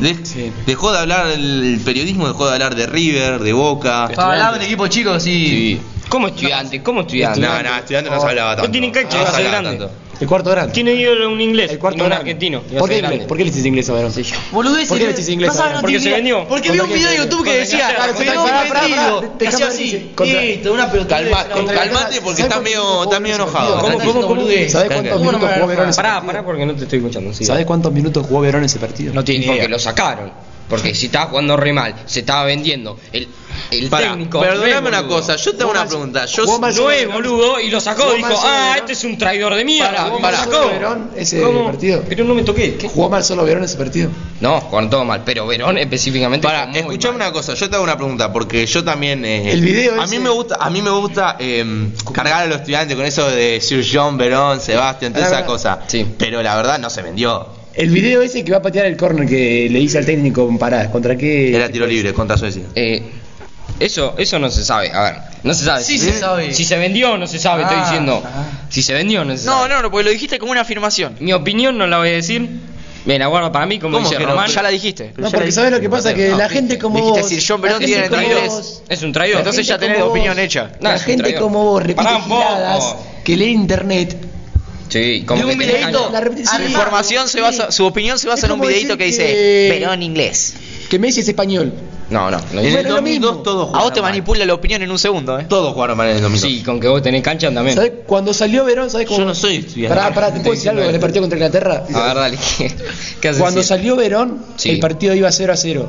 [SPEAKER 1] De-
[SPEAKER 7] Sí.
[SPEAKER 1] Dejó de hablar el periodismo, dejó de hablar de River, de Boca.
[SPEAKER 6] Hablaba de equipo chico, sí.
[SPEAKER 1] Sí.
[SPEAKER 5] ¿Cómo estudiante? ¿Cómo estudiante?
[SPEAKER 1] No, no, estudiante no se hablaba tanto.
[SPEAKER 5] No tienen cancha,
[SPEAKER 1] se
[SPEAKER 5] no soy
[SPEAKER 1] hablaba
[SPEAKER 5] grande.
[SPEAKER 1] tanto.
[SPEAKER 3] El cuarto grande.
[SPEAKER 5] Tiene ídolo un inglés,
[SPEAKER 3] El
[SPEAKER 5] y
[SPEAKER 3] cuarto
[SPEAKER 5] un
[SPEAKER 3] grande.
[SPEAKER 5] argentino.
[SPEAKER 3] ¿Por qué, inglés? ¿Por qué le hiciste inglés a Verón?
[SPEAKER 6] Boludeces,
[SPEAKER 3] ¿Por qué le decís inglés
[SPEAKER 6] vas a ver,
[SPEAKER 3] ahora?
[SPEAKER 6] no
[SPEAKER 5] Porque
[SPEAKER 6] tiene
[SPEAKER 5] se
[SPEAKER 6] idea.
[SPEAKER 5] vendió.
[SPEAKER 6] Porque vi un
[SPEAKER 3] Contra
[SPEAKER 6] video de
[SPEAKER 3] quién-
[SPEAKER 6] YouTube que
[SPEAKER 5] contra
[SPEAKER 6] decía,
[SPEAKER 5] Inglaterra,
[SPEAKER 6] me
[SPEAKER 3] contra
[SPEAKER 6] veo
[SPEAKER 3] Inglaterra,
[SPEAKER 6] ofendido.
[SPEAKER 3] pará, pará, te
[SPEAKER 6] Hacía
[SPEAKER 3] cámara
[SPEAKER 6] así.
[SPEAKER 3] dice, contra-
[SPEAKER 6] Listo, una pelotudez,
[SPEAKER 1] Calma-
[SPEAKER 6] una
[SPEAKER 1] calmate porque está medio, está medio enojado.
[SPEAKER 5] ¿Cómo, cómo, cómo?
[SPEAKER 3] ¿Sabés
[SPEAKER 1] Tranquilo.
[SPEAKER 3] cuántos minutos jugó Verón ese
[SPEAKER 5] Pará,
[SPEAKER 3] partido?
[SPEAKER 5] pará porque no te estoy escuchando. sí.
[SPEAKER 3] ¿Sabés cuántos minutos jugó Verón ese partido?
[SPEAKER 5] No tiene Porque lo sacaron. Porque si estaba jugando re mal, se estaba vendiendo. El, el
[SPEAKER 1] Pará,
[SPEAKER 5] técnico.
[SPEAKER 1] perdóname
[SPEAKER 5] re
[SPEAKER 1] una
[SPEAKER 5] boludo.
[SPEAKER 1] cosa, yo tengo una
[SPEAKER 3] Vos
[SPEAKER 1] pregunta. Yo
[SPEAKER 3] vos
[SPEAKER 5] No es boludo y lo sacó.
[SPEAKER 3] Vos
[SPEAKER 5] Dijo,
[SPEAKER 3] más
[SPEAKER 5] ah,
[SPEAKER 3] seguro.
[SPEAKER 5] este es un traidor de mierda.
[SPEAKER 3] Pará,
[SPEAKER 5] y
[SPEAKER 3] pará.
[SPEAKER 5] lo sacó.
[SPEAKER 3] Verón, ese
[SPEAKER 5] ¿Cómo?
[SPEAKER 3] partido.
[SPEAKER 5] Pero no me toqué. ¿qué?
[SPEAKER 3] ¿Jugó mal solo Verón ese partido?
[SPEAKER 5] No, jugaron todo mal. Pero Verón específicamente.
[SPEAKER 1] Para,
[SPEAKER 5] jugó muy
[SPEAKER 1] escuchame
[SPEAKER 5] mal.
[SPEAKER 1] una cosa, yo te hago una pregunta, porque yo también. eh,
[SPEAKER 3] El video
[SPEAKER 1] A mí
[SPEAKER 3] ese-
[SPEAKER 1] me gusta, a mí me gusta eh, cargar a los estudiantes con eso de Sir John, Verón, Sebastián, toda
[SPEAKER 3] La
[SPEAKER 1] esa
[SPEAKER 3] verdad.
[SPEAKER 1] cosa.
[SPEAKER 5] Sí.
[SPEAKER 1] Pero la verdad no se vendió.
[SPEAKER 3] El video ese que va a patear el córner que le dice al técnico en parada, ¿contra qué?
[SPEAKER 1] Era tiro libre contra Suecia.
[SPEAKER 5] Eh, eso, eso no se sabe. A ver, no se sabe.
[SPEAKER 6] Sí se sabe.
[SPEAKER 5] Si se vendió, no se sabe. estoy
[SPEAKER 6] Ah,
[SPEAKER 5] diciendo.
[SPEAKER 6] ah.
[SPEAKER 5] Si se vendió, no se
[SPEAKER 2] No,
[SPEAKER 5] sabe.
[SPEAKER 2] no, no, porque lo dijiste como una afirmación.
[SPEAKER 5] Mi opinión no la voy a decir. Me la guardo para mí, como
[SPEAKER 1] ¿Cómo
[SPEAKER 5] dice
[SPEAKER 1] que no?
[SPEAKER 5] Román.
[SPEAKER 2] Ya la dijiste.
[SPEAKER 3] No, porque sabes lo que pasa, que la gente como
[SPEAKER 2] Dijiste
[SPEAKER 3] vos...
[SPEAKER 2] Sir John Verón
[SPEAKER 3] la
[SPEAKER 2] tiene
[SPEAKER 3] gente como
[SPEAKER 2] 33.
[SPEAKER 3] vos-
[SPEAKER 5] Es un traidor.
[SPEAKER 2] Entonces
[SPEAKER 3] gente
[SPEAKER 2] ya tenés
[SPEAKER 3] como
[SPEAKER 2] opinión
[SPEAKER 3] vos-
[SPEAKER 2] hecha.
[SPEAKER 5] No,
[SPEAKER 3] La
[SPEAKER 5] es un
[SPEAKER 3] gente
[SPEAKER 5] traidor.
[SPEAKER 3] como vos repite
[SPEAKER 5] Pará un poco.
[SPEAKER 3] giladas que lee internet.
[SPEAKER 5] Sí, como
[SPEAKER 6] De
[SPEAKER 5] que
[SPEAKER 6] un
[SPEAKER 5] tenés
[SPEAKER 6] videíto.
[SPEAKER 5] caña.
[SPEAKER 3] La repetición
[SPEAKER 2] Su
[SPEAKER 3] es-
[SPEAKER 2] información se basa, su opinión se
[SPEAKER 3] Es
[SPEAKER 2] basa en un
[SPEAKER 3] como
[SPEAKER 2] videito
[SPEAKER 3] decir
[SPEAKER 2] que
[SPEAKER 3] que-
[SPEAKER 2] dice Verón inglés.
[SPEAKER 3] Que Messi es español.
[SPEAKER 5] No, no. no
[SPEAKER 1] En
[SPEAKER 3] Bueno,
[SPEAKER 1] el
[SPEAKER 3] lo
[SPEAKER 1] 2002
[SPEAKER 3] mismo.
[SPEAKER 1] todos
[SPEAKER 2] A
[SPEAKER 1] jugaron.
[SPEAKER 2] vos te
[SPEAKER 1] mal.
[SPEAKER 2] manipula la opinión en un segundo, eh.
[SPEAKER 1] Todos jugaron mal en el 2002.
[SPEAKER 5] sí, con que vos tenés cancha también.
[SPEAKER 3] ¿Sabés? Cuando salió Verón, ¿sabés cómo?
[SPEAKER 1] Yo no soy estudiante.
[SPEAKER 3] Pará, pará, ¿te puedo decir algo del partido contra Inglaterra?
[SPEAKER 5] A ver, dale. [laughs] ¿Qué haces?
[SPEAKER 3] Cuando salió Verón,
[SPEAKER 5] Sí.
[SPEAKER 3] el partido iba 0 a 0.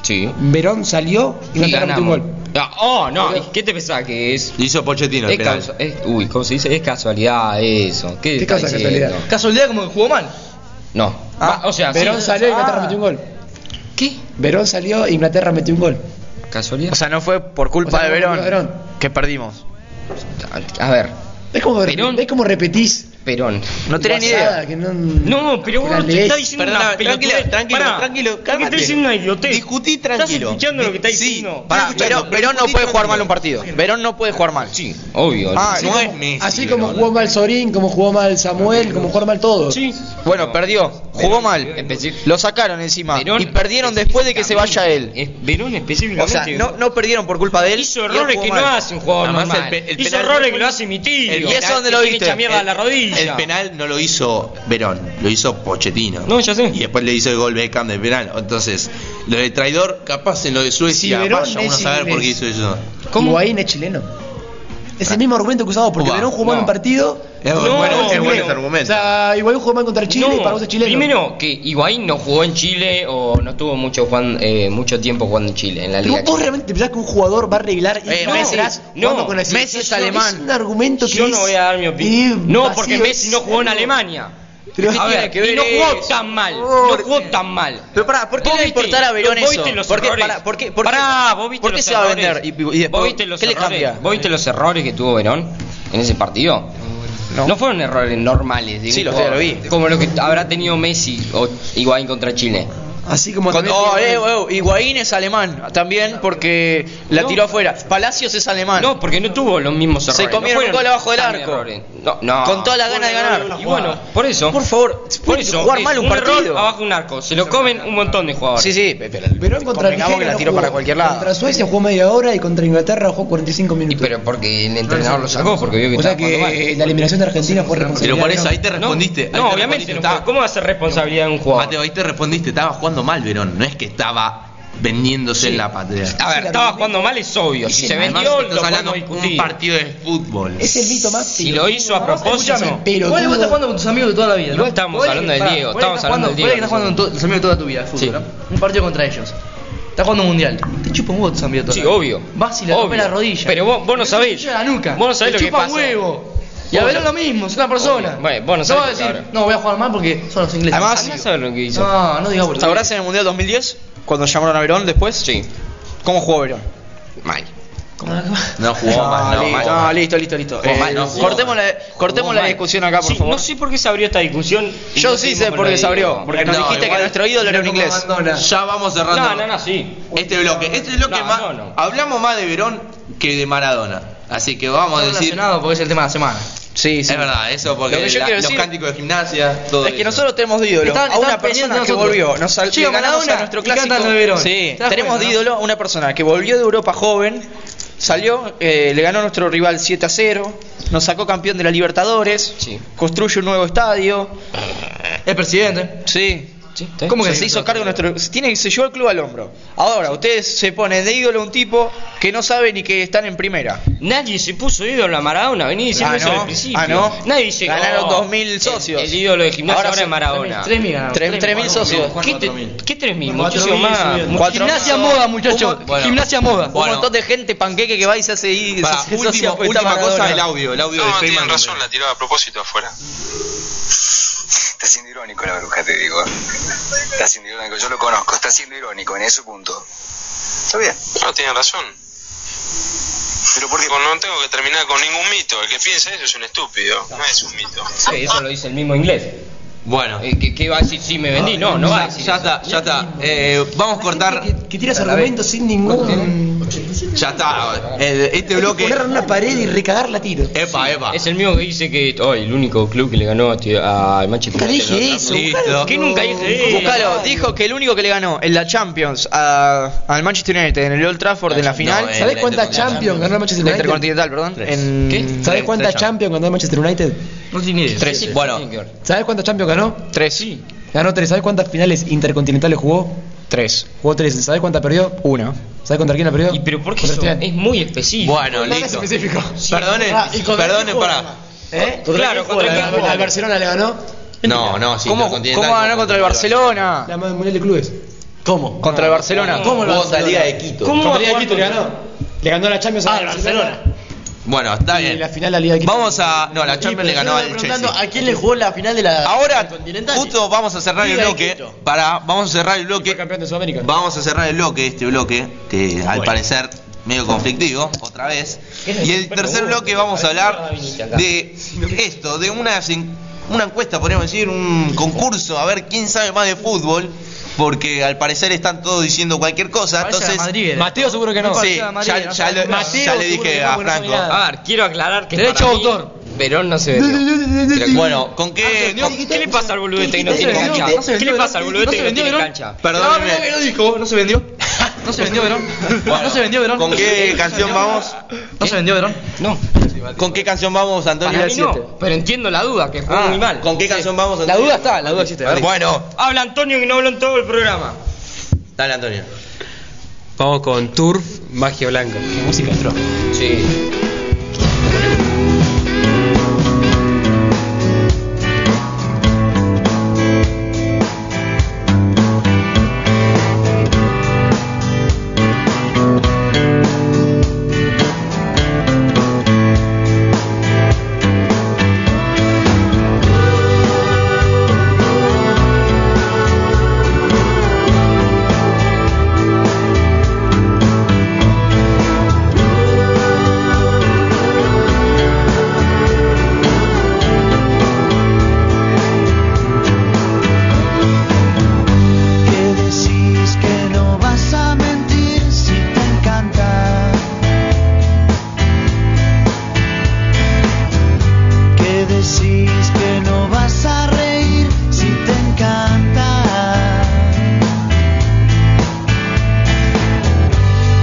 [SPEAKER 5] Sí.
[SPEAKER 3] Verón salió,
[SPEAKER 5] Y
[SPEAKER 3] Inglaterra metió un
[SPEAKER 5] ganamos.
[SPEAKER 3] gol.
[SPEAKER 5] Ah, oh, no. ¿y ¿Qué te pensás que es?
[SPEAKER 1] Hizo Pochettino el
[SPEAKER 5] Es,
[SPEAKER 1] penal.
[SPEAKER 5] causa- es- uy, ¿cómo se dice? Es casualidad eso. ¿Qué,
[SPEAKER 3] ¿Qué
[SPEAKER 5] está
[SPEAKER 3] cosa
[SPEAKER 5] diciendo?
[SPEAKER 3] casualidad?
[SPEAKER 6] Casualidad como que jugó mal.
[SPEAKER 5] No.
[SPEAKER 3] Ah,
[SPEAKER 5] Va, o sea,
[SPEAKER 3] Verón
[SPEAKER 5] sí.
[SPEAKER 3] salió, Inglaterra
[SPEAKER 6] Ah.
[SPEAKER 3] metió un gol.
[SPEAKER 5] ¿Qué?
[SPEAKER 3] Verón salió, e Inglaterra metió un gol.
[SPEAKER 5] ¿Casualidad?
[SPEAKER 2] O sea, no fue por culpa
[SPEAKER 3] O sea,
[SPEAKER 2] de
[SPEAKER 3] no fue por
[SPEAKER 2] Verón
[SPEAKER 3] culpa de Verón.
[SPEAKER 2] que perdimos.
[SPEAKER 5] a ver.
[SPEAKER 3] Es como,
[SPEAKER 5] Verón-
[SPEAKER 3] es como repetís
[SPEAKER 5] Perón.
[SPEAKER 2] No tenés ni
[SPEAKER 3] Guasada,
[SPEAKER 2] idea.
[SPEAKER 3] que no,
[SPEAKER 5] No, pero vos
[SPEAKER 3] que la
[SPEAKER 5] te estás
[SPEAKER 3] lees.
[SPEAKER 5] diciendo
[SPEAKER 1] Perdona,
[SPEAKER 5] una pelotudez.
[SPEAKER 1] tranquilo, tranquilo,
[SPEAKER 5] Pará,
[SPEAKER 1] tranquilo,
[SPEAKER 5] porque
[SPEAKER 1] cálmate.
[SPEAKER 5] Estás diciendo una idiotez.
[SPEAKER 1] Discutí tranquilo.
[SPEAKER 5] Estás escuchando lo que está
[SPEAKER 1] Sí,
[SPEAKER 5] diciendo.
[SPEAKER 1] pará,
[SPEAKER 5] Estás escuchando.
[SPEAKER 2] Verón, Verón no puede jugar mal un partido. Verón no puede jugar mal.
[SPEAKER 5] Sí, obvio.
[SPEAKER 2] Ah,
[SPEAKER 1] No es Messi,
[SPEAKER 3] Así
[SPEAKER 1] pero-
[SPEAKER 3] como jugó mal Sorín, como jugó mal Samuel, como jugó mal todo.
[SPEAKER 5] sí.
[SPEAKER 2] Bueno, perdió. Jugó mal.
[SPEAKER 5] Especi-
[SPEAKER 2] Lo sacaron encima.
[SPEAKER 5] Verón
[SPEAKER 2] Y perdieron después de que se vaya él.
[SPEAKER 5] Ah, Es- Verón
[SPEAKER 2] O
[SPEAKER 5] específicamente.
[SPEAKER 2] sea, no, no perdieron por culpa de él.
[SPEAKER 5] Hizo
[SPEAKER 2] y él
[SPEAKER 5] errores
[SPEAKER 2] jugó
[SPEAKER 5] que
[SPEAKER 2] mal.
[SPEAKER 5] no hace un jugador
[SPEAKER 7] Además,
[SPEAKER 5] normal.
[SPEAKER 7] el pe- el
[SPEAKER 5] Hizo
[SPEAKER 7] penal-
[SPEAKER 5] errores que lo hace mi tío.
[SPEAKER 2] ¿Y eso dónde lo
[SPEAKER 5] Que
[SPEAKER 2] viste?
[SPEAKER 5] echa mierda a la rodilla.
[SPEAKER 1] El penal no lo hizo Verón, lo hizo Pochettino.
[SPEAKER 5] No, ya sé.
[SPEAKER 1] Y después le hizo el gol Beckham de penal. Entonces, lo de traidor, capaz en lo de Suecia,
[SPEAKER 3] Si Verón
[SPEAKER 1] vaya uno a
[SPEAKER 3] es
[SPEAKER 1] saber por qué
[SPEAKER 3] inglés.
[SPEAKER 1] hizo eso.
[SPEAKER 3] ¿Cómo? Higuaín es chileno. Es el mismo argumento que usamos porque
[SPEAKER 1] Uba,
[SPEAKER 3] Verón jugó mal
[SPEAKER 5] no.
[SPEAKER 3] un partido.
[SPEAKER 1] Es
[SPEAKER 5] No,
[SPEAKER 1] bueno, es
[SPEAKER 5] bueno.
[SPEAKER 1] bueno ese
[SPEAKER 3] O
[SPEAKER 1] argumento.
[SPEAKER 3] sea, Higuaín jugó mal contra Chile y para vos es chileno.
[SPEAKER 5] Primero, que Higuaín no jugó en Chile o no estuvo mucho, jugan- eh, mucho tiempo jugando en Chile, en la
[SPEAKER 3] Pero
[SPEAKER 5] liga.
[SPEAKER 3] vos
[SPEAKER 5] chilena.
[SPEAKER 3] realmente pensás que un jugador va a arreglar y
[SPEAKER 2] Eh,
[SPEAKER 3] no,
[SPEAKER 2] Messi,
[SPEAKER 3] atrás
[SPEAKER 5] no,
[SPEAKER 3] jugando con la
[SPEAKER 5] Messi
[SPEAKER 3] selección?
[SPEAKER 2] es alemán.
[SPEAKER 3] Es un argumento que
[SPEAKER 5] Yo
[SPEAKER 3] es-
[SPEAKER 5] no voy a dar mi
[SPEAKER 3] eh,
[SPEAKER 5] opinión. No,
[SPEAKER 3] vacío,
[SPEAKER 5] porque Messi no
[SPEAKER 3] es
[SPEAKER 5] jugó en
[SPEAKER 3] algo-
[SPEAKER 5] Alemania.
[SPEAKER 3] Pero-
[SPEAKER 5] A ver,
[SPEAKER 2] que ver
[SPEAKER 5] y no jugó
[SPEAKER 2] eso?
[SPEAKER 5] tan mal. No jugó tan mal.
[SPEAKER 2] Pero pará, ¿por qué
[SPEAKER 5] Vos
[SPEAKER 2] le va a
[SPEAKER 5] viste-
[SPEAKER 2] importar a Verón
[SPEAKER 5] vos
[SPEAKER 2] eso?
[SPEAKER 5] viste los
[SPEAKER 2] ¿Por qué,
[SPEAKER 5] errores.
[SPEAKER 2] pará, por qué- por qué-
[SPEAKER 5] Pará, vos viste
[SPEAKER 2] por qué
[SPEAKER 5] los
[SPEAKER 2] se va a
[SPEAKER 5] errores.
[SPEAKER 2] vender? Y- y después,
[SPEAKER 5] ¿Vos viste los
[SPEAKER 2] ¿qué le
[SPEAKER 5] errores?
[SPEAKER 2] cambia?
[SPEAKER 5] ¿Vos viste los errores que tuvo Verón en ese partido? No. fueron errores normales. de un
[SPEAKER 2] Sí, los-
[SPEAKER 5] jugador,
[SPEAKER 2] ya lo vi.
[SPEAKER 5] Como lo que habrá tenido Messi o Higuaín contra Chile.
[SPEAKER 3] Así como
[SPEAKER 2] Con-
[SPEAKER 3] también
[SPEAKER 2] oh,
[SPEAKER 3] tiene-
[SPEAKER 2] eh, oh, Higuaín es alemán también porque la
[SPEAKER 5] No.
[SPEAKER 2] tiró afuera. Palacios es alemán.
[SPEAKER 5] No, porque no tuvo los mismos errores.
[SPEAKER 2] Se comieron
[SPEAKER 5] no fueron
[SPEAKER 2] un gol abajo del
[SPEAKER 5] tan
[SPEAKER 2] arco.
[SPEAKER 5] errores. No, no.
[SPEAKER 2] Con toda la gana de ganar.
[SPEAKER 5] Y bueno, por eso.
[SPEAKER 2] Por favor, ¿se
[SPEAKER 5] Por
[SPEAKER 2] puede
[SPEAKER 5] eso,
[SPEAKER 2] jugar
[SPEAKER 5] es
[SPEAKER 2] mal un,
[SPEAKER 5] error
[SPEAKER 2] partido.
[SPEAKER 5] abajo un arco. Se lo comen un montón de jugadores.
[SPEAKER 2] Sí, sí, pero
[SPEAKER 3] Verón contra
[SPEAKER 2] convengamos
[SPEAKER 3] Nigeria
[SPEAKER 2] que la
[SPEAKER 3] no
[SPEAKER 2] tiró
[SPEAKER 3] jugó.
[SPEAKER 2] para cualquier lado.
[SPEAKER 3] Contra Suecia jugó media hora y contra Inglaterra jugó 45
[SPEAKER 5] Y
[SPEAKER 3] minutos.
[SPEAKER 5] pero porque el entrenador lo sacó, porque vio que
[SPEAKER 3] o sea
[SPEAKER 5] estaba jugando mal.
[SPEAKER 2] eh,
[SPEAKER 3] que la eliminación de Argentina fue
[SPEAKER 1] Pero
[SPEAKER 3] responsabilidad.
[SPEAKER 1] por eso
[SPEAKER 3] de
[SPEAKER 1] ahí te
[SPEAKER 5] No,
[SPEAKER 1] respondiste.
[SPEAKER 5] No, obviamente. no fue.
[SPEAKER 1] estaba,
[SPEAKER 5] ¿Cómo va a ser responsabilidad de un
[SPEAKER 1] Mateo,
[SPEAKER 5] jugador?
[SPEAKER 1] ahí te respondiste. Estaba jugando mal Verón, no es que estaba vendiéndose en la patria.
[SPEAKER 5] A ver, estaba jugando mal, es obvio. Si se
[SPEAKER 1] Además,
[SPEAKER 5] vendió, lo
[SPEAKER 1] estás hablando
[SPEAKER 5] podemos
[SPEAKER 1] de un
[SPEAKER 5] discutir.
[SPEAKER 1] partido de fútbol.
[SPEAKER 3] Verón. Es el mito más.
[SPEAKER 5] Si lo hizo a propósito.
[SPEAKER 3] Escúchame, pero
[SPEAKER 6] Igual vos estás jugando con tus amigos de toda la vida.
[SPEAKER 5] Igual estábamos
[SPEAKER 6] Vos eres-
[SPEAKER 5] hablando de
[SPEAKER 6] pará,
[SPEAKER 5] Diego,
[SPEAKER 6] vos eres que
[SPEAKER 5] estábamos
[SPEAKER 6] estás
[SPEAKER 5] hablando
[SPEAKER 6] jugando-
[SPEAKER 5] de
[SPEAKER 6] vos eres que
[SPEAKER 5] Diego.
[SPEAKER 6] estás jugando con to- tus amigos de toda tu vida, de fútbol,
[SPEAKER 5] Sí.
[SPEAKER 6] ¿no? Un partido contra ellos. Estás jugando un mundial. Te chupa un huevo tus amigos de toda
[SPEAKER 5] Sí,
[SPEAKER 6] la vida.
[SPEAKER 5] obvio.
[SPEAKER 6] Vas y le rompes
[SPEAKER 5] Obvio.
[SPEAKER 6] la rodilla.
[SPEAKER 5] Pero vos- vos no
[SPEAKER 6] Te
[SPEAKER 5] sabés.
[SPEAKER 6] chupa La nuca.
[SPEAKER 5] Vos no sabés
[SPEAKER 6] Te
[SPEAKER 5] lo que
[SPEAKER 6] chupa un
[SPEAKER 5] pasó.
[SPEAKER 6] huevo. Y a
[SPEAKER 5] Vos
[SPEAKER 6] Verón
[SPEAKER 5] no-
[SPEAKER 6] lo mismo, es una persona.
[SPEAKER 5] Bueno, vos no
[SPEAKER 6] No vas a
[SPEAKER 5] sabés lo que
[SPEAKER 6] decir,
[SPEAKER 5] habrá.
[SPEAKER 6] no voy a jugar mal porque son los ingleses.
[SPEAKER 2] Además-
[SPEAKER 5] Andá a saber lo que hizo.
[SPEAKER 6] no, no digas por
[SPEAKER 2] ¿Sabrás en el Mundial 2010? Cuando llamaron a Verón después. Sí. ¿Cómo jugó Verón?
[SPEAKER 5] Mal.
[SPEAKER 6] [laughs]
[SPEAKER 1] No jugó
[SPEAKER 6] Ah,
[SPEAKER 1] mal, no,
[SPEAKER 2] listo,
[SPEAKER 1] mal.
[SPEAKER 2] no, listo, listo, listo.
[SPEAKER 1] Jugó
[SPEAKER 2] Eh,
[SPEAKER 1] mal, no, jugó
[SPEAKER 2] cortemos la, cortemos la discusión acá, por
[SPEAKER 5] Sí,
[SPEAKER 2] favor.
[SPEAKER 5] No sé por qué se abrió esta discusión. y
[SPEAKER 2] Yo
[SPEAKER 5] no
[SPEAKER 2] sí
[SPEAKER 5] seguimos
[SPEAKER 2] sé
[SPEAKER 5] con
[SPEAKER 2] por
[SPEAKER 5] lo
[SPEAKER 2] qué
[SPEAKER 5] de
[SPEAKER 2] se abrió.
[SPEAKER 5] Diego.
[SPEAKER 2] Porque nos
[SPEAKER 1] No,
[SPEAKER 2] dijiste
[SPEAKER 1] igual-
[SPEAKER 2] que nuestro ídolo era un inglés.
[SPEAKER 1] Ya vamos cerrando.
[SPEAKER 5] No, no, no, sí.
[SPEAKER 1] Este bloque, este bloque
[SPEAKER 5] No,
[SPEAKER 1] más.
[SPEAKER 5] no, no.
[SPEAKER 1] Hablamos más de Verón que de Maradona. Así que vamos a decir.
[SPEAKER 6] relacionado porque es el tema de la semana.
[SPEAKER 2] Sí, sí.
[SPEAKER 1] Es verdad, eso
[SPEAKER 2] Lo
[SPEAKER 1] porque
[SPEAKER 2] que yo
[SPEAKER 1] la-
[SPEAKER 2] quiero
[SPEAKER 1] los
[SPEAKER 2] decir-
[SPEAKER 1] cánticos de gimnasia, todo
[SPEAKER 2] Es que
[SPEAKER 1] eso.
[SPEAKER 2] nosotros tenemos de ídolo
[SPEAKER 6] Estaban-
[SPEAKER 2] a una
[SPEAKER 6] estaban
[SPEAKER 2] persona
[SPEAKER 6] pendientes
[SPEAKER 2] que
[SPEAKER 6] de nosotros.
[SPEAKER 2] volvió. Nos sal-
[SPEAKER 6] Sí,
[SPEAKER 2] le
[SPEAKER 6] ganó
[SPEAKER 2] ganamos
[SPEAKER 6] una
[SPEAKER 2] a nuestro
[SPEAKER 6] y
[SPEAKER 2] clásico.
[SPEAKER 6] cantan lo de Verón.
[SPEAKER 2] Sí,
[SPEAKER 6] Está
[SPEAKER 2] tenemos
[SPEAKER 6] bueno,
[SPEAKER 2] de
[SPEAKER 6] ¿no?
[SPEAKER 2] ídolo a una persona que volvió de Europa joven, salió, eh, le ganó a nuestro rival 7 a 0, nos sacó campeón de la Libertadores,
[SPEAKER 5] Sí.
[SPEAKER 2] construye un nuevo estadio.
[SPEAKER 6] El presidente.
[SPEAKER 2] Sí.
[SPEAKER 5] Sí,
[SPEAKER 2] ¿Cómo que
[SPEAKER 6] Sí,
[SPEAKER 2] se hizo
[SPEAKER 6] claro.
[SPEAKER 2] cargo nuestro.? se Tiene, se llevó el club al hombro. Ahora, ustedes se ponen de ídolo a un tipo que no sabe ni que están en primera.
[SPEAKER 5] Nadie se puso ídolo a Maradona, vení diciendo
[SPEAKER 2] Ah,
[SPEAKER 5] eso
[SPEAKER 2] ¿no?
[SPEAKER 5] al principio.
[SPEAKER 2] Ah, ¿no?
[SPEAKER 5] Nadie dice
[SPEAKER 2] Ganaron
[SPEAKER 5] "Oh,
[SPEAKER 2] 2.000
[SPEAKER 5] el-
[SPEAKER 2] socios".
[SPEAKER 5] El, ídolo de gimnasia
[SPEAKER 2] Ahora
[SPEAKER 5] ahora,
[SPEAKER 2] sí,
[SPEAKER 5] es Maradona.
[SPEAKER 6] Tres mil ganamos.
[SPEAKER 2] Tres- 3.000 socios.
[SPEAKER 5] ¿Qué, te- ¿Qué 3.000? Muchísimo
[SPEAKER 4] 4.000
[SPEAKER 5] más.
[SPEAKER 4] subieron.
[SPEAKER 5] Mucho-
[SPEAKER 2] Cuatro-
[SPEAKER 6] Gimnasia moda, muchachos.
[SPEAKER 1] Un- bueno.
[SPEAKER 6] Gimnasia moda.
[SPEAKER 1] Bueno.
[SPEAKER 2] Un montón de gente panqueque que va y se hace y
[SPEAKER 1] Pará,
[SPEAKER 2] se- se
[SPEAKER 1] último-
[SPEAKER 2] asocia, pues, está
[SPEAKER 1] última cosa,
[SPEAKER 2] Maradona.
[SPEAKER 1] el audio, el audio de
[SPEAKER 8] No,
[SPEAKER 1] Feynman.
[SPEAKER 8] tienen razón, la tiraba a propósito afuera.
[SPEAKER 9] Está siendo irónico la bruja, te digo. Está siendo irónico, yo lo conozco. Está siendo irónico en ese punto. Está bien.
[SPEAKER 8] No, tienen razón.
[SPEAKER 9] Pero ¿por qué?
[SPEAKER 8] Digo, no tengo que terminar con ningún mito. El que piensa eso es un estúpido. No es un mito.
[SPEAKER 5] Sí, eso lo dice el mismo inglés.
[SPEAKER 1] Bueno,
[SPEAKER 5] Eh, ¿Qué, qué va a decir si me
[SPEAKER 6] Ah,
[SPEAKER 5] vendí? No, no va a
[SPEAKER 1] ya,
[SPEAKER 5] decir.
[SPEAKER 1] ya está, ya está. Eh, vamos a cortar.
[SPEAKER 3] Que tiras argumentos sin ningún.
[SPEAKER 1] Ya está. eh, este bloque.
[SPEAKER 3] Poner en una pared y recagarla a tiro.
[SPEAKER 5] Eh,
[SPEAKER 1] Epa, epa.
[SPEAKER 5] Es el mismo que dice que oh, el único club que le ganó a ti- a- al Manchester
[SPEAKER 3] Nunca
[SPEAKER 5] United.
[SPEAKER 3] dije
[SPEAKER 5] ¿no?
[SPEAKER 3] eso.
[SPEAKER 1] Listo.
[SPEAKER 5] ¿Qué nunca dije? eso?
[SPEAKER 2] Buscalo, dijo que el único que le ganó en la Champions a- al Manchester United en el Old Trafford en la final.
[SPEAKER 1] No, eh,
[SPEAKER 2] ¿sabes?
[SPEAKER 3] ¿Sabés cuántas Champions ganó el Manchester
[SPEAKER 2] La
[SPEAKER 3] United?
[SPEAKER 2] Intercontinental, perdón. En
[SPEAKER 5] ¿Qué?
[SPEAKER 3] ¿Sabés cuántas
[SPEAKER 1] Tres
[SPEAKER 3] Champions ganó el Manchester United?
[SPEAKER 6] No tiene idea.
[SPEAKER 5] Tres.
[SPEAKER 1] Bueno.
[SPEAKER 5] Tiene que ver.
[SPEAKER 3] ¿Sabés cuántas Champions ganó?
[SPEAKER 2] Tres.
[SPEAKER 3] Ganó tres. ¿Sabés cuántas finales intercontinentales jugó?
[SPEAKER 2] Tres.
[SPEAKER 3] Jugó tres. ¿Sabés cuántas perdió?
[SPEAKER 2] Uno.
[SPEAKER 3] ¿Sabés contra quién la perdió?
[SPEAKER 5] ¿Y pero por qué Eh, eso?
[SPEAKER 3] Contra Estudiantes.
[SPEAKER 5] Es muy específico.
[SPEAKER 1] Bueno, listo.
[SPEAKER 3] específico.
[SPEAKER 1] Perdonen,
[SPEAKER 3] Ah, y contra
[SPEAKER 1] perdonen,
[SPEAKER 3] quién
[SPEAKER 1] pará.
[SPEAKER 3] juega? ¿Eh?
[SPEAKER 5] Claro, contra quién
[SPEAKER 3] Al-
[SPEAKER 5] juega.
[SPEAKER 3] Al Barcelona le ganó
[SPEAKER 1] No, no, sí.
[SPEAKER 2] ¿Cómo,
[SPEAKER 1] Intercontinental
[SPEAKER 2] ¿Cómo ganó contra el Barcelona?
[SPEAKER 3] la Madre Mundial de Clubes. ¿Cómo?
[SPEAKER 2] Contra el Barcelona.
[SPEAKER 3] ¿Cómo el
[SPEAKER 1] Jugó contra la Liga de
[SPEAKER 3] Barcelona?
[SPEAKER 1] Quito.
[SPEAKER 5] ¿Cómo va a
[SPEAKER 3] Contra Liga de
[SPEAKER 5] jugar
[SPEAKER 3] Quito le
[SPEAKER 5] contra-
[SPEAKER 3] ganó. Le ganó la
[SPEAKER 4] Ah,
[SPEAKER 3] Champions al Ah, Barcelona.
[SPEAKER 1] Bueno, está
[SPEAKER 3] Y
[SPEAKER 1] bien.
[SPEAKER 3] la final la Liga de Quito.
[SPEAKER 1] Vamos a. No, la Champions le ganó al Chelsea.
[SPEAKER 4] ¿A quién le jugó la final de la
[SPEAKER 1] Ahora,
[SPEAKER 4] Continental?
[SPEAKER 1] justo vamos a cerrar el
[SPEAKER 4] Liga de
[SPEAKER 1] bloque.
[SPEAKER 4] Quito.
[SPEAKER 1] Para, vamos a cerrar el bloque.
[SPEAKER 3] campeón de Sudamérica.
[SPEAKER 1] Vamos a cerrar el bloque, este bloque, que al parecer medio conflictivo, otra vez. Y el tercer bloque vamos a hablar de esto, de una, en- una encuesta, podríamos decir, un concurso, a ver quién sabe más de fútbol, porque al parecer están todos diciendo cualquier cosa,
[SPEAKER 10] Parece
[SPEAKER 1] entonces...
[SPEAKER 10] la Madrid, eh.
[SPEAKER 11] Mateo seguro que no.
[SPEAKER 10] Parece
[SPEAKER 1] Sí,
[SPEAKER 10] la Madrid,
[SPEAKER 1] ya,
[SPEAKER 10] no
[SPEAKER 1] ya
[SPEAKER 10] sabe
[SPEAKER 1] lo- ya le dije a Franco.
[SPEAKER 10] Ah,
[SPEAKER 5] A ver, quiero aclarar que.
[SPEAKER 11] Derecho
[SPEAKER 5] para
[SPEAKER 11] de
[SPEAKER 5] mí,
[SPEAKER 11] autor.
[SPEAKER 5] Verón no se vendió.
[SPEAKER 1] Bueno, ¿con qué...?
[SPEAKER 5] No, ¿Qué le pasa al boludo este que no
[SPEAKER 10] ¿Qué
[SPEAKER 5] tiene
[SPEAKER 10] se vendió?
[SPEAKER 5] cancha?
[SPEAKER 10] ¿No se
[SPEAKER 5] ¿Qué
[SPEAKER 10] vendió
[SPEAKER 5] le pasa al
[SPEAKER 10] Verón?
[SPEAKER 5] boludo
[SPEAKER 10] ¿No
[SPEAKER 5] este que
[SPEAKER 10] se
[SPEAKER 5] no tiene
[SPEAKER 10] vendió
[SPEAKER 5] cancha?
[SPEAKER 1] Perdóneme.
[SPEAKER 10] no dijo, no se vendió. No se vendió Verón.
[SPEAKER 1] Bueno,
[SPEAKER 10] no se vendió Verón.
[SPEAKER 1] ¿Con qué canción vamos?
[SPEAKER 10] No se vendió Verón.
[SPEAKER 5] No,
[SPEAKER 1] ¿Con qué canción vamos, Antonio?
[SPEAKER 5] para mí no. Pero entiendo la duda, que fue
[SPEAKER 1] Ah,
[SPEAKER 5] muy mal.
[SPEAKER 1] ¿Con qué canción vamos,
[SPEAKER 4] La
[SPEAKER 1] Antonio?
[SPEAKER 4] duda está, la duda existe.
[SPEAKER 1] Bueno,
[SPEAKER 5] Habla Antonio que no habló en todo el programa.
[SPEAKER 1] dale, Antonio.
[SPEAKER 11] Vamos con Turf, Magia Blanca.
[SPEAKER 5] Música entró. Sí.
[SPEAKER 3] Que decís que no vas a mentir si te encanta. Que decís que no vas a reír si te encanta.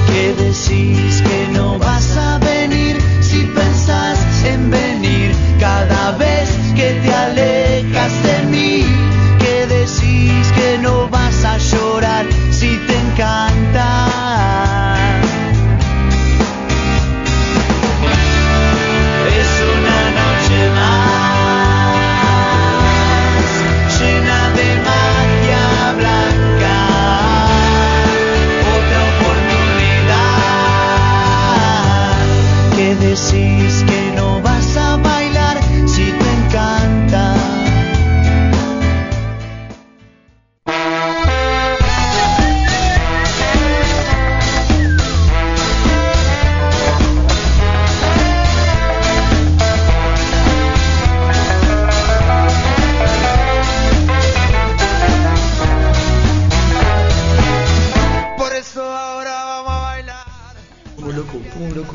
[SPEAKER 3] Que decís que no vas a venir si pensás en venir cada vez que te alejas de mí. Que decís que no vas a llorar si te encanta. Es una noche más llena de magia blanca, otra oportunidad. Que decís que no vas a bailar si te encanta.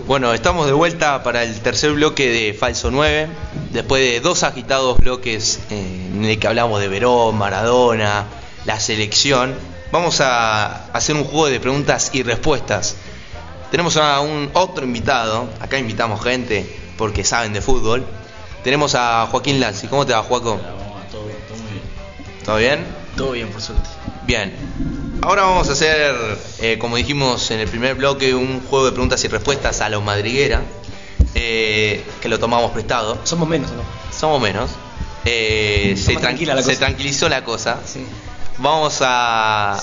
[SPEAKER 1] Bueno, estamos de vuelta para el tercer bloque de Falso 9. Después de dos agitados bloques eh, en el que hablamos de Verón, Maradona, la selección, vamos a hacer un juego de preguntas y respuestas. Tenemos a un otro invitado. Acá invitamos gente porque saben de fútbol. Tenemos a Joaquín Lanzi. ¿Cómo te va, Joaco? ¿Todo bien?
[SPEAKER 10] Todo bien, por suerte.
[SPEAKER 1] Bien. Ahora vamos a hacer, eh, como dijimos en el primer bloque, un juego de preguntas y respuestas a la madriguera, eh, que lo tomamos prestado.
[SPEAKER 5] Somos menos, ¿no?
[SPEAKER 1] Somos menos. Eh, se, tran-
[SPEAKER 5] tranquila la
[SPEAKER 1] se
[SPEAKER 5] cosa.
[SPEAKER 1] tranquilizó la cosa.
[SPEAKER 5] Sí.
[SPEAKER 1] Vamos a...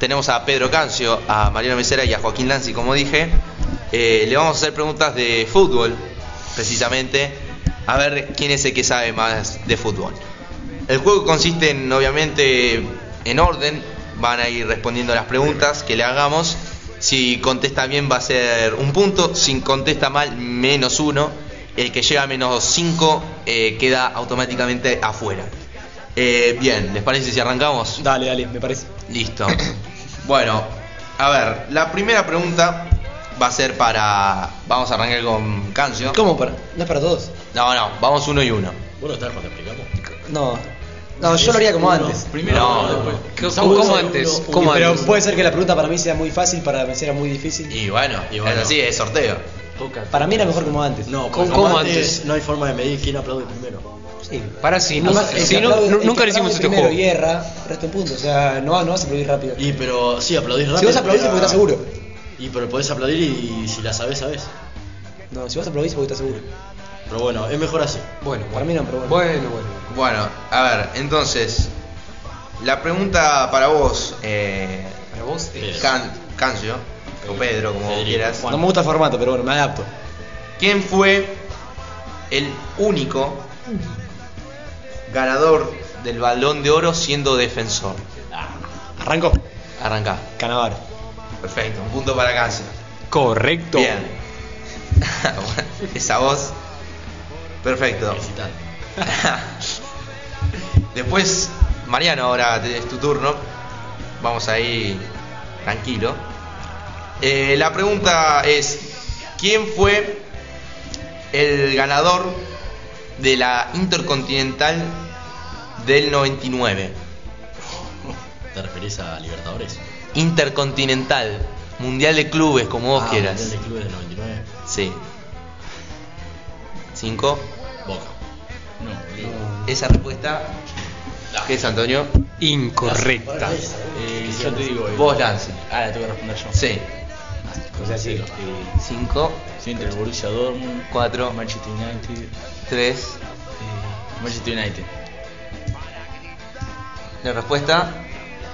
[SPEAKER 1] Tenemos a Pedro Cancio, a Mariano Mesera y a Joaquín Lanzi, como dije. Eh, le vamos a hacer preguntas de fútbol, precisamente. A ver quién es el que sabe más de fútbol. El juego consiste en, obviamente, en orden. Van a ir respondiendo las preguntas que le hagamos. Si contesta bien va a ser un punto. Si contesta mal, menos uno. El que llega a menos cinco eh, queda automáticamente afuera. Eh, bien, ¿les parece si arrancamos?
[SPEAKER 11] Dale, dale, me parece.
[SPEAKER 1] Listo. Bueno, a ver, la primera pregunta va a ser para. Vamos a arrancar con Cancio.
[SPEAKER 4] ¿Cómo para? ¿No es para todos?
[SPEAKER 1] No, no, vamos uno y uno.
[SPEAKER 4] No. No, yo lo haría como antes.
[SPEAKER 1] No,
[SPEAKER 5] Somos como antes.
[SPEAKER 11] ¿Cómo
[SPEAKER 4] Pero
[SPEAKER 11] antes?
[SPEAKER 4] puede ser que la pregunta para mí sea muy fácil, para mí sea muy difícil.
[SPEAKER 1] y bueno, es así, es sorteo.
[SPEAKER 4] Para mí era mejor como antes. No,
[SPEAKER 11] ¿Cómo, cómo antes?
[SPEAKER 3] No hay forma de medir quién aplaude primero.
[SPEAKER 4] sí.
[SPEAKER 11] Para si, no,
[SPEAKER 4] Además, el
[SPEAKER 11] si
[SPEAKER 4] que
[SPEAKER 11] no-
[SPEAKER 4] aplaude-
[SPEAKER 11] nu-
[SPEAKER 4] el
[SPEAKER 11] nunca
[SPEAKER 4] que
[SPEAKER 11] le hicimos
[SPEAKER 4] aplaude
[SPEAKER 11] este
[SPEAKER 4] primero
[SPEAKER 11] juego.
[SPEAKER 4] y erra, resta un punto. O sea, no, no vas a aplaudir rápido.
[SPEAKER 3] Y pero sí, aplaudís rápido.
[SPEAKER 4] Si vos aplaudís es
[SPEAKER 3] pero-
[SPEAKER 4] porque estás seguro.
[SPEAKER 3] Y pero podés aplaudir y, si la sabés, sabés.
[SPEAKER 4] No, si vos aplaudís es porque estás seguro.
[SPEAKER 3] Pero bueno, es mejor así.
[SPEAKER 11] Bueno,
[SPEAKER 4] Para mí no, pero bueno.
[SPEAKER 11] bueno, bueno.
[SPEAKER 1] Bueno, a ver, entonces. La pregunta para vos, eh,
[SPEAKER 11] Para vos, eh,
[SPEAKER 1] Can- Cancio, o Pedro, como quieras.
[SPEAKER 4] No me gusta el formato, pero bueno, me adapto.
[SPEAKER 1] ¿Quién fue el único Mm. ganador del balón de oro siendo defensor?
[SPEAKER 4] Arrancó.
[SPEAKER 1] Arrancá.
[SPEAKER 4] Canavar.
[SPEAKER 1] Perfecto, un punto para Cancio.
[SPEAKER 5] Correcto.
[SPEAKER 1] Bien. [laughs] Esa voz. Perfecto. Después, Mariano, ahora es tu turno. Vamos ahí tranquilo. Eh, la pregunta es, ¿quién fue el ganador de la Intercontinental del 99?
[SPEAKER 4] ¿Te referís a Libertadores?
[SPEAKER 1] Intercontinental, Mundial de Clubes, como vos
[SPEAKER 4] Ah,
[SPEAKER 1] quieras.
[SPEAKER 4] Mundial de Clubes del 99.
[SPEAKER 1] Sí. 5.
[SPEAKER 4] Boca. No, Liga.
[SPEAKER 1] Esa respuesta, ¿qué es Antonio?
[SPEAKER 5] Incorrecta.
[SPEAKER 4] Eh, yo te digo. eh,
[SPEAKER 1] Vos lance.
[SPEAKER 4] Ah, la tengo que responder yo.
[SPEAKER 1] Sí.
[SPEAKER 4] O sea, sí.
[SPEAKER 1] 5,
[SPEAKER 4] Sí, entre el Borussia Dortmund,
[SPEAKER 1] 4,
[SPEAKER 4] Manchester United.
[SPEAKER 1] 3.
[SPEAKER 4] eh, Manchester United.
[SPEAKER 1] La respuesta,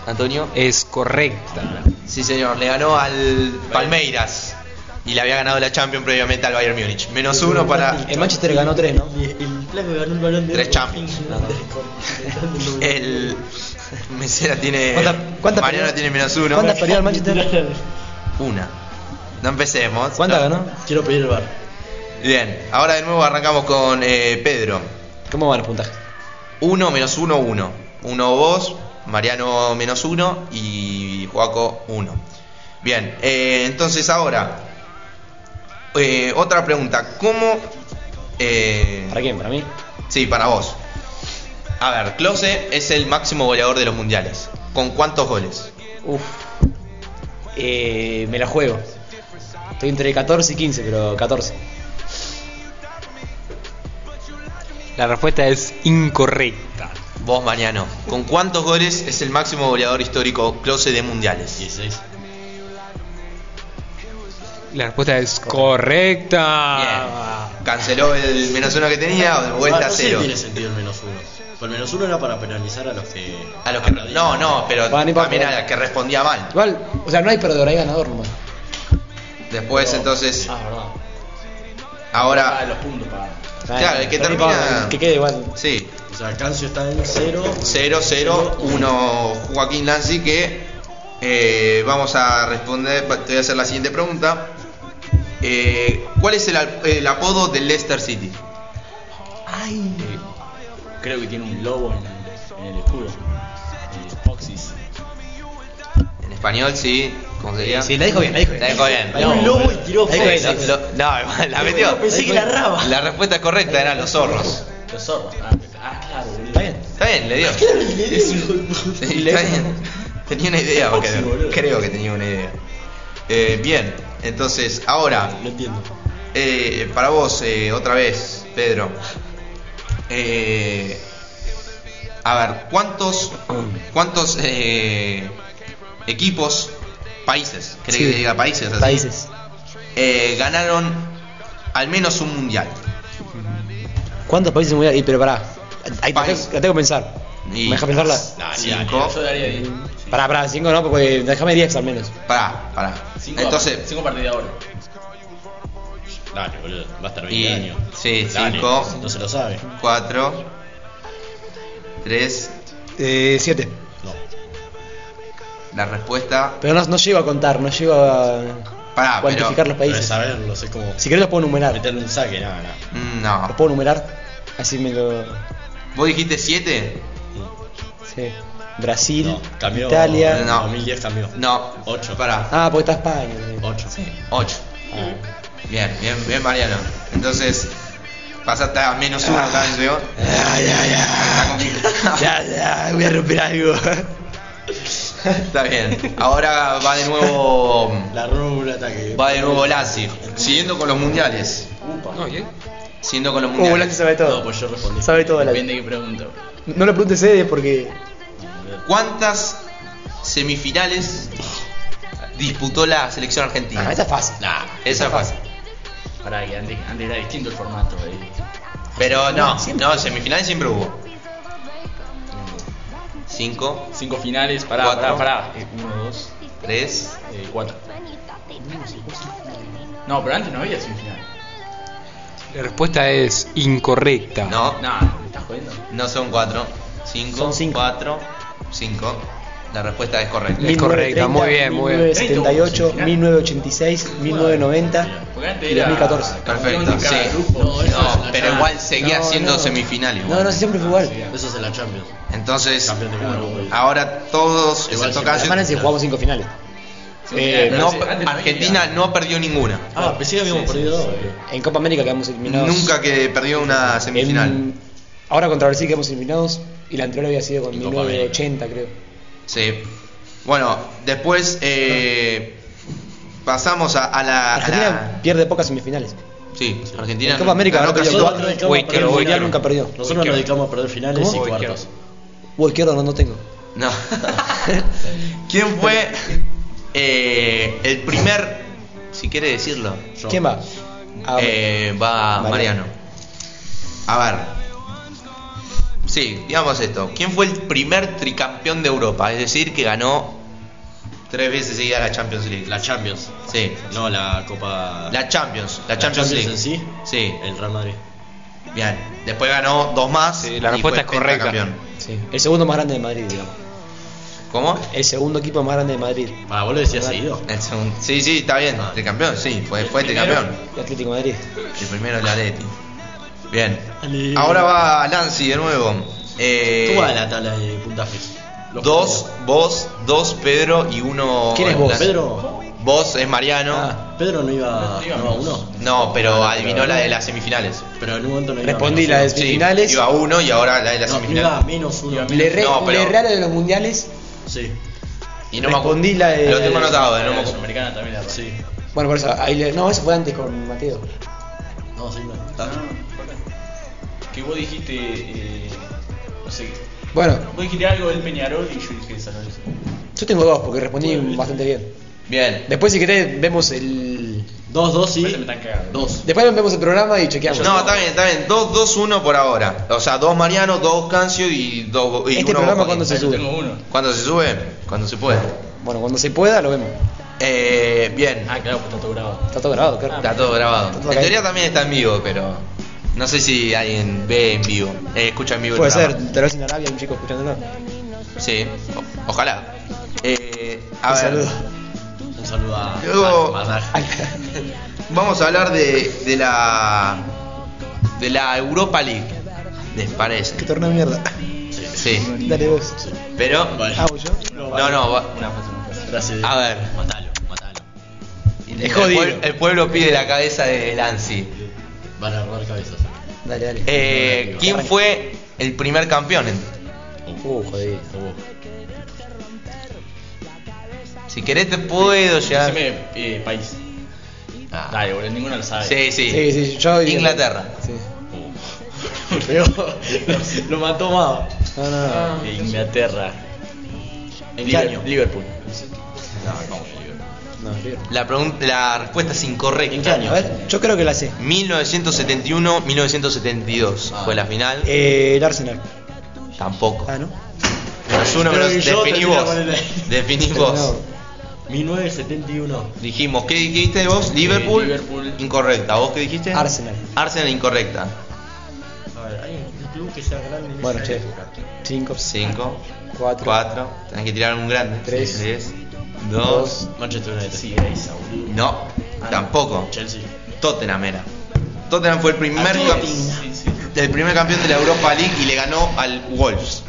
[SPEAKER 1] Antonio.
[SPEAKER 5] Es correcta.
[SPEAKER 1] Sí, señor, le ganó al Palmeiras. Y le había ganado la Champions previamente al Bayern Múnich. Menos uno para
[SPEAKER 3] El Manchester ganó tres, ¿no?
[SPEAKER 4] Y el flaco ganó el balón de
[SPEAKER 1] tres Champions. El Mesera tiene.
[SPEAKER 3] ¿Cuánta- cuánta
[SPEAKER 1] Mariano
[SPEAKER 3] perdió?
[SPEAKER 1] tiene menos uno.
[SPEAKER 3] ¿Cuántas perdió el
[SPEAKER 4] [laughs]
[SPEAKER 3] Manchester?
[SPEAKER 1] Una. No empecemos.
[SPEAKER 3] ¿Cuántas ganó?
[SPEAKER 4] Quiero pedir el bar.
[SPEAKER 1] Bien, ahora de nuevo arrancamos con eh, Pedro.
[SPEAKER 3] ¿Cómo van los puntajes?
[SPEAKER 1] 1 menos 1, 1. 1 vos, Mariano menos 1 y Joaco 1. Bien, eh, entonces ahora, eh, otra pregunta. ¿Cómo... eh,
[SPEAKER 3] ¿Para quién? ¿Para mí?
[SPEAKER 1] sí, para vos. A ver, Klose es el máximo goleador de los mundiales. ¿Con cuántos goles?
[SPEAKER 3] Uf. Eh, me la juego. Estoy entre 14 y 15, pero 14.
[SPEAKER 5] La respuesta es incorrecta.
[SPEAKER 1] Vos, Mariano. ¿Con cuántos goles es el máximo goleador histórico Klose de mundiales?
[SPEAKER 4] 16.
[SPEAKER 5] La respuesta es correcta.
[SPEAKER 1] Bien. Canceló el menos uno que tenía, o vuelta
[SPEAKER 4] Ah,
[SPEAKER 1] a
[SPEAKER 4] no sé si
[SPEAKER 1] cero.
[SPEAKER 4] tiene sentido el menos uno. Pero el menos uno era para penalizar a los que.
[SPEAKER 1] A los que- no, no, pero
[SPEAKER 3] Va, no importa.
[SPEAKER 1] también a la que respondía mal.
[SPEAKER 3] Igual, o sea, no hay perdedor, hay ganador nomás.
[SPEAKER 1] Después, entonces,
[SPEAKER 4] Ah, verdad. Ah,
[SPEAKER 1] ahora.
[SPEAKER 4] los puntos para.
[SPEAKER 1] Claro, el que
[SPEAKER 3] Pero no
[SPEAKER 1] termina-
[SPEAKER 3] importa, el Que quede igual.
[SPEAKER 1] Sí,
[SPEAKER 4] O sea, el Cancio está en 0.
[SPEAKER 1] 0-0-1 Joaquín Lanzi que eh, vamos a responder, va- te voy a hacer la siguiente pregunta. Eh, ¿Cuál es el, al- el apodo del Leicester City?
[SPEAKER 4] Creo que tiene un lobo en, en el escudo. Eh, Foxys.
[SPEAKER 1] En español, sí, ¿cómo sería?
[SPEAKER 3] Sí, la dijo bien, la dijo bien.
[SPEAKER 1] La dijo bien.
[SPEAKER 4] Hay un lobo y tiró
[SPEAKER 3] Ahí
[SPEAKER 1] Sí,
[SPEAKER 3] está, ahí
[SPEAKER 4] Foxys.
[SPEAKER 1] lo- lo- no, [laughs] igual, la metió.
[SPEAKER 4] Pensé que la raba.
[SPEAKER 1] La respuesta correcta eran los zorros.
[SPEAKER 4] Los zorros. Ah, ah, claro, boludo.
[SPEAKER 1] [laughs]
[SPEAKER 3] Está bien.
[SPEAKER 1] Está bien, le dio. Sí, está bien. Tenía una idea,
[SPEAKER 4] Foxy,
[SPEAKER 1] creo.
[SPEAKER 4] boludo.
[SPEAKER 1] creo que tenía una idea. Eh, bien, entonces, ahora,
[SPEAKER 4] Lo entiendo.
[SPEAKER 1] eh, para vos, eh, otra vez, Pedro. Eh, a ver, ¿cuántos, cuántos eh, equipos, países, creo que
[SPEAKER 3] Sí.
[SPEAKER 1] diga países, así,
[SPEAKER 3] Países.
[SPEAKER 1] eh, ganaron al menos un mundial?
[SPEAKER 3] ¿Cuántos países muy Y pero pará. Ahí te-
[SPEAKER 1] País.
[SPEAKER 3] la tengo que pensar.
[SPEAKER 1] Y-
[SPEAKER 3] ¿Me deja pensarla?
[SPEAKER 4] Dale,
[SPEAKER 1] Cinco.
[SPEAKER 4] dale, Yo daría 10.
[SPEAKER 3] Pará, pará, 5 no, porque déjame 10 al menos.
[SPEAKER 1] Pará, pará. Entonces,
[SPEAKER 4] 5 partidos ahora. Dale, boludo. Va a estar 20
[SPEAKER 1] Y-
[SPEAKER 4] años.
[SPEAKER 1] sí,
[SPEAKER 4] Dale,
[SPEAKER 1] cinco.
[SPEAKER 4] No se lo sabe.
[SPEAKER 1] 4, 3,
[SPEAKER 3] Eh, 7.
[SPEAKER 4] No.
[SPEAKER 1] la respuesta.
[SPEAKER 3] Pero no, no llego a contar, no llego a
[SPEAKER 1] Pará, Ah, pero.
[SPEAKER 3] cuantificar los
[SPEAKER 4] Para
[SPEAKER 3] países.
[SPEAKER 4] saberlo, sé cómo.
[SPEAKER 3] Si querés los puedo numerar.
[SPEAKER 4] Meterle un saque, nada, nada.
[SPEAKER 1] Mm,
[SPEAKER 3] Los
[SPEAKER 1] No.
[SPEAKER 3] puedo numerar. Así me lo.
[SPEAKER 1] ¿Vos dijiste 7?
[SPEAKER 3] Sí. Brasil,
[SPEAKER 4] No, cambió.
[SPEAKER 3] Italia.
[SPEAKER 1] No.
[SPEAKER 4] 2010 cambió.
[SPEAKER 1] No.
[SPEAKER 4] Ocho.
[SPEAKER 1] Pará.
[SPEAKER 3] Ah, porque está España.
[SPEAKER 4] 8.
[SPEAKER 1] 8.
[SPEAKER 3] Ah.
[SPEAKER 1] Bien, bien, bien, Mariano. Entonces, pasaste a menos 1 cada vez
[SPEAKER 4] [laughs]
[SPEAKER 1] veo.
[SPEAKER 3] ya, ya, voy a romper algo.
[SPEAKER 1] Está bien. Ahora va de nuevo.
[SPEAKER 4] La rubla ataque.
[SPEAKER 1] Va de nuevo Lazio. Siguiendo con los mundiales.
[SPEAKER 5] No, ¿qué?
[SPEAKER 1] Siguiendo con los
[SPEAKER 3] Uh, Blanqui
[SPEAKER 1] mundiales.
[SPEAKER 3] sabe
[SPEAKER 4] No,
[SPEAKER 3] todo.
[SPEAKER 4] pues yo respondí.
[SPEAKER 3] Sabe todo la.
[SPEAKER 4] Depende de qué pregunta.
[SPEAKER 3] No le preguntes sedes porque.
[SPEAKER 1] ¿Cuántas semifinales disputó la selección argentina?
[SPEAKER 3] Ah, esa es fácil.
[SPEAKER 4] Nah.
[SPEAKER 1] Esa es fácil.
[SPEAKER 4] Pará, que antes, antes era distinto el formato. Eh.
[SPEAKER 1] Pero no, no, semifinales siempre hubo. Cinco,
[SPEAKER 4] Cinco finales. Pará,
[SPEAKER 1] Cuatro.
[SPEAKER 4] pará, Eh, pará. 1, 2,
[SPEAKER 1] tres.
[SPEAKER 4] 4. eh, No, pero antes no había semifinal.
[SPEAKER 5] La respuesta es incorrecta.
[SPEAKER 1] No,
[SPEAKER 4] Nah, me estás jodiendo.
[SPEAKER 1] no son cuatro. Cinco,
[SPEAKER 3] Son cinco.
[SPEAKER 1] cuatro, cinco. La respuesta es correcta.
[SPEAKER 7] Es correcta, muy bien, muy bien.
[SPEAKER 3] 1978, 1986, 1990 y 2014.
[SPEAKER 1] Perfecto, sí. No, pero igual seguía siendo semifinal igual.
[SPEAKER 3] No, no, siempre fue igual.
[SPEAKER 4] Eso es en la Champions.
[SPEAKER 1] Entonces,
[SPEAKER 4] Campeón de cada grupo.
[SPEAKER 1] ahora todos, excepto Cayo,
[SPEAKER 3] Además, si jugamos cinco finales. Eh,
[SPEAKER 1] no, Argentina no perdió ninguna.
[SPEAKER 4] Ah, pensé que habíamos perdido dos.
[SPEAKER 3] En Copa América quedamos eliminados.
[SPEAKER 1] Nunca que perdió una
[SPEAKER 3] En-
[SPEAKER 1] semifinal.
[SPEAKER 3] ahora contra Brasil quedamos eliminados y la anterior había sido con
[SPEAKER 4] En Copa
[SPEAKER 3] 1980, creo.
[SPEAKER 1] Sí. Bueno, después eh, pasamos a, a la. a
[SPEAKER 3] Argentina
[SPEAKER 1] la-
[SPEAKER 3] pierde pocas semifinales.
[SPEAKER 1] Sí, Argentina.
[SPEAKER 3] En Copa América
[SPEAKER 1] ganó
[SPEAKER 3] ganó
[SPEAKER 1] casi
[SPEAKER 3] perdió
[SPEAKER 1] todo.
[SPEAKER 3] cuatro.
[SPEAKER 4] Nosotros
[SPEAKER 3] En el
[SPEAKER 4] Pero
[SPEAKER 3] Mundial nunca perdió.
[SPEAKER 4] Nosotros nos dedicamos a perder finales y
[SPEAKER 3] ¿Cómo?
[SPEAKER 4] cuartos.
[SPEAKER 3] Hubo izquierdo, no, no tengo.
[SPEAKER 1] No. [laughs] ¿Quién fue eh, el primer, si quiere decirlo?
[SPEAKER 4] Yo.
[SPEAKER 3] ¿Quién va? Ah,
[SPEAKER 1] Eh, va Mariano.
[SPEAKER 3] Mariano.
[SPEAKER 1] A ver. Sí, digamos esto. ¿Quién fue el primer tricampeón de Europa? Es decir, que ganó tres veces seguida la Champions League.
[SPEAKER 4] La Champions.
[SPEAKER 1] Sí.
[SPEAKER 4] No, la Copa.
[SPEAKER 1] La Champions, la Champions, League.
[SPEAKER 4] en sí.
[SPEAKER 1] Sí,
[SPEAKER 4] El Real Madrid.
[SPEAKER 1] bien. Después ganó dos más.
[SPEAKER 7] Sí, la respuesta
[SPEAKER 1] fue
[SPEAKER 7] es correcta.
[SPEAKER 1] pentacampeón.
[SPEAKER 3] sí. El segundo más grande de Madrid, digamos.
[SPEAKER 1] ¿Cómo?
[SPEAKER 3] El segundo equipo más grande de Madrid.
[SPEAKER 4] Ah, vos lo decías seguido.
[SPEAKER 1] El segundo. Sí, sí, está bien. Tricampeón, sí. Fue, fue tricampeón.
[SPEAKER 3] El Atlético de Madrid.
[SPEAKER 1] El primero el Atleti. Bien. Ahora va Nancy de nuevo. Eh,
[SPEAKER 4] ¿Cómo va la tabla de puntajes? Los
[SPEAKER 1] Dos, vos, dos, Pedro y uno.
[SPEAKER 3] ¿Quién es
[SPEAKER 1] Nancy.
[SPEAKER 4] puntajes. Pedro.
[SPEAKER 1] Vos es Mariano.
[SPEAKER 4] Ah, Pedro no iba. No, uno.
[SPEAKER 1] No, pero adivinó la de las semifinales.
[SPEAKER 4] Pero en un momento no iba.
[SPEAKER 3] Respondí
[SPEAKER 4] menos
[SPEAKER 3] la de
[SPEAKER 1] Sí,
[SPEAKER 3] semifinales.
[SPEAKER 1] iba uno y ahora la de las
[SPEAKER 4] uno. No, iba
[SPEAKER 1] semifinales.
[SPEAKER 4] a menos uno.
[SPEAKER 3] Le re,
[SPEAKER 1] No, pero-
[SPEAKER 3] le erré a la de los mundiales.
[SPEAKER 4] Sí.
[SPEAKER 1] Y no me acu-
[SPEAKER 3] respondí la de-
[SPEAKER 1] Lo tengo anotado, eh, no me acu-
[SPEAKER 4] Sudamericana también la Sí.
[SPEAKER 3] Bueno, por eso, ahí le- no, eso fue antes con Mateo.
[SPEAKER 4] No, sí, no.
[SPEAKER 5] Ah, Que vos dijiste. eh, no sé.
[SPEAKER 3] Bueno,
[SPEAKER 5] Vos dijiste algo del Peñarol y yo dije San Lorenzo.
[SPEAKER 3] yo tengo dos porque respondí bastante bien.
[SPEAKER 1] Bien.
[SPEAKER 3] Después, si querés, vemos el.
[SPEAKER 4] Dos, dos, sí.
[SPEAKER 5] me están cagando.
[SPEAKER 4] Dos.
[SPEAKER 3] Después vemos el programa y chequeamos.
[SPEAKER 1] No, está bien, está bien. 2-2-1 por ahora. O sea, dos Mariano, dos Cancio y dos. Y
[SPEAKER 3] Este
[SPEAKER 1] uno
[SPEAKER 3] programa,
[SPEAKER 1] vos,
[SPEAKER 3] ¿cuándo se
[SPEAKER 1] Joaquín.
[SPEAKER 3] sube?
[SPEAKER 5] uno.
[SPEAKER 1] ¿Cuándo se sube? Cuando se puede.
[SPEAKER 3] Bueno, cuando se pueda, lo vemos.
[SPEAKER 1] Eh, bien.
[SPEAKER 4] Ah, claro, pues está todo grabado.
[SPEAKER 3] Está todo grabado, claro.
[SPEAKER 1] Está todo grabado.
[SPEAKER 3] Está todo
[SPEAKER 1] En
[SPEAKER 3] acá.
[SPEAKER 1] teoría también está en vivo, pero no sé si alguien ve en vivo, eh, escucha en vivo. el
[SPEAKER 3] Puede
[SPEAKER 1] programa.
[SPEAKER 3] ser, tal vez en Arabia hay un chico escuchándolo.
[SPEAKER 1] Sí, o- ojalá. Eh, a
[SPEAKER 3] Un
[SPEAKER 1] ver,
[SPEAKER 3] saludo.
[SPEAKER 4] Un saludo a.
[SPEAKER 1] Luego-
[SPEAKER 4] a Masaje. [laughs]
[SPEAKER 1] vamos a hablar de, de la de la Europa League, les parece.
[SPEAKER 3] Qué torneo de [laughs] mierda.
[SPEAKER 1] Sí,
[SPEAKER 3] Dale vos.
[SPEAKER 1] pero
[SPEAKER 4] Vale.
[SPEAKER 3] Ah, ¿voy yo?
[SPEAKER 1] no, no. va-
[SPEAKER 4] Gracias.
[SPEAKER 1] A ver,
[SPEAKER 4] Matalo, matalo.
[SPEAKER 1] el, pueblo, el pueblo pide la cabeza de Lancy.
[SPEAKER 4] Van a robar cabezas.
[SPEAKER 3] Dale, dale.
[SPEAKER 1] Eh, ¿Quién fue el primer campeón?
[SPEAKER 3] Uh, jodido.
[SPEAKER 1] Si querés te puedo llegar.
[SPEAKER 5] Decime eh, país.
[SPEAKER 1] Ah.
[SPEAKER 5] Dale, boludo, ninguno lo sabe.
[SPEAKER 4] [laughs]
[SPEAKER 1] Sí, sí.
[SPEAKER 3] Sí, sí, yo.
[SPEAKER 1] Inglaterra.
[SPEAKER 3] Sí.
[SPEAKER 4] lo mató más.
[SPEAKER 3] No, no, no.
[SPEAKER 5] Inglaterra.
[SPEAKER 4] ¿En qué año?
[SPEAKER 5] Liverpool.
[SPEAKER 3] no River.
[SPEAKER 1] La, pregun- la respuesta es incorrecta.
[SPEAKER 4] ¿En qué año?
[SPEAKER 3] A ver, yo creo que la sé.
[SPEAKER 1] 1971-1972
[SPEAKER 4] Ah.
[SPEAKER 1] fue la final.
[SPEAKER 3] Eh, el Arsenal.
[SPEAKER 1] Tampoco.
[SPEAKER 3] Ah, ¿no?
[SPEAKER 1] Los uno
[SPEAKER 4] Creo
[SPEAKER 1] menos-
[SPEAKER 4] que yo
[SPEAKER 1] definí
[SPEAKER 4] tendría
[SPEAKER 1] vos.
[SPEAKER 4] que ponerle-
[SPEAKER 3] [laughs]
[SPEAKER 1] Definí vos.
[SPEAKER 3] Terminado.
[SPEAKER 4] 1971.
[SPEAKER 1] Dijimos, ¿qué qué dijiste vos? Liverpool,
[SPEAKER 5] Liverpool.
[SPEAKER 1] incorrecta. ¿Vos qué dijiste?
[SPEAKER 3] Arsenal.
[SPEAKER 1] Arsenal incorrecta.
[SPEAKER 4] A ver, hay un club que sea grande. en
[SPEAKER 3] Bueno,
[SPEAKER 4] esa
[SPEAKER 3] che.
[SPEAKER 4] época.
[SPEAKER 3] 5,
[SPEAKER 1] 5,
[SPEAKER 3] 4,
[SPEAKER 1] 4, tenés que tirar un grande.
[SPEAKER 3] Tres.
[SPEAKER 1] 2,
[SPEAKER 4] Manchester United. Sí,
[SPEAKER 1] no, tampoco.
[SPEAKER 4] Chelsea.
[SPEAKER 1] Tottenham era. Tottenham fue el primer,
[SPEAKER 4] Ah,
[SPEAKER 1] cam-
[SPEAKER 4] sí,
[SPEAKER 1] el primer campeón de la Europa League y le ganó al Wolves.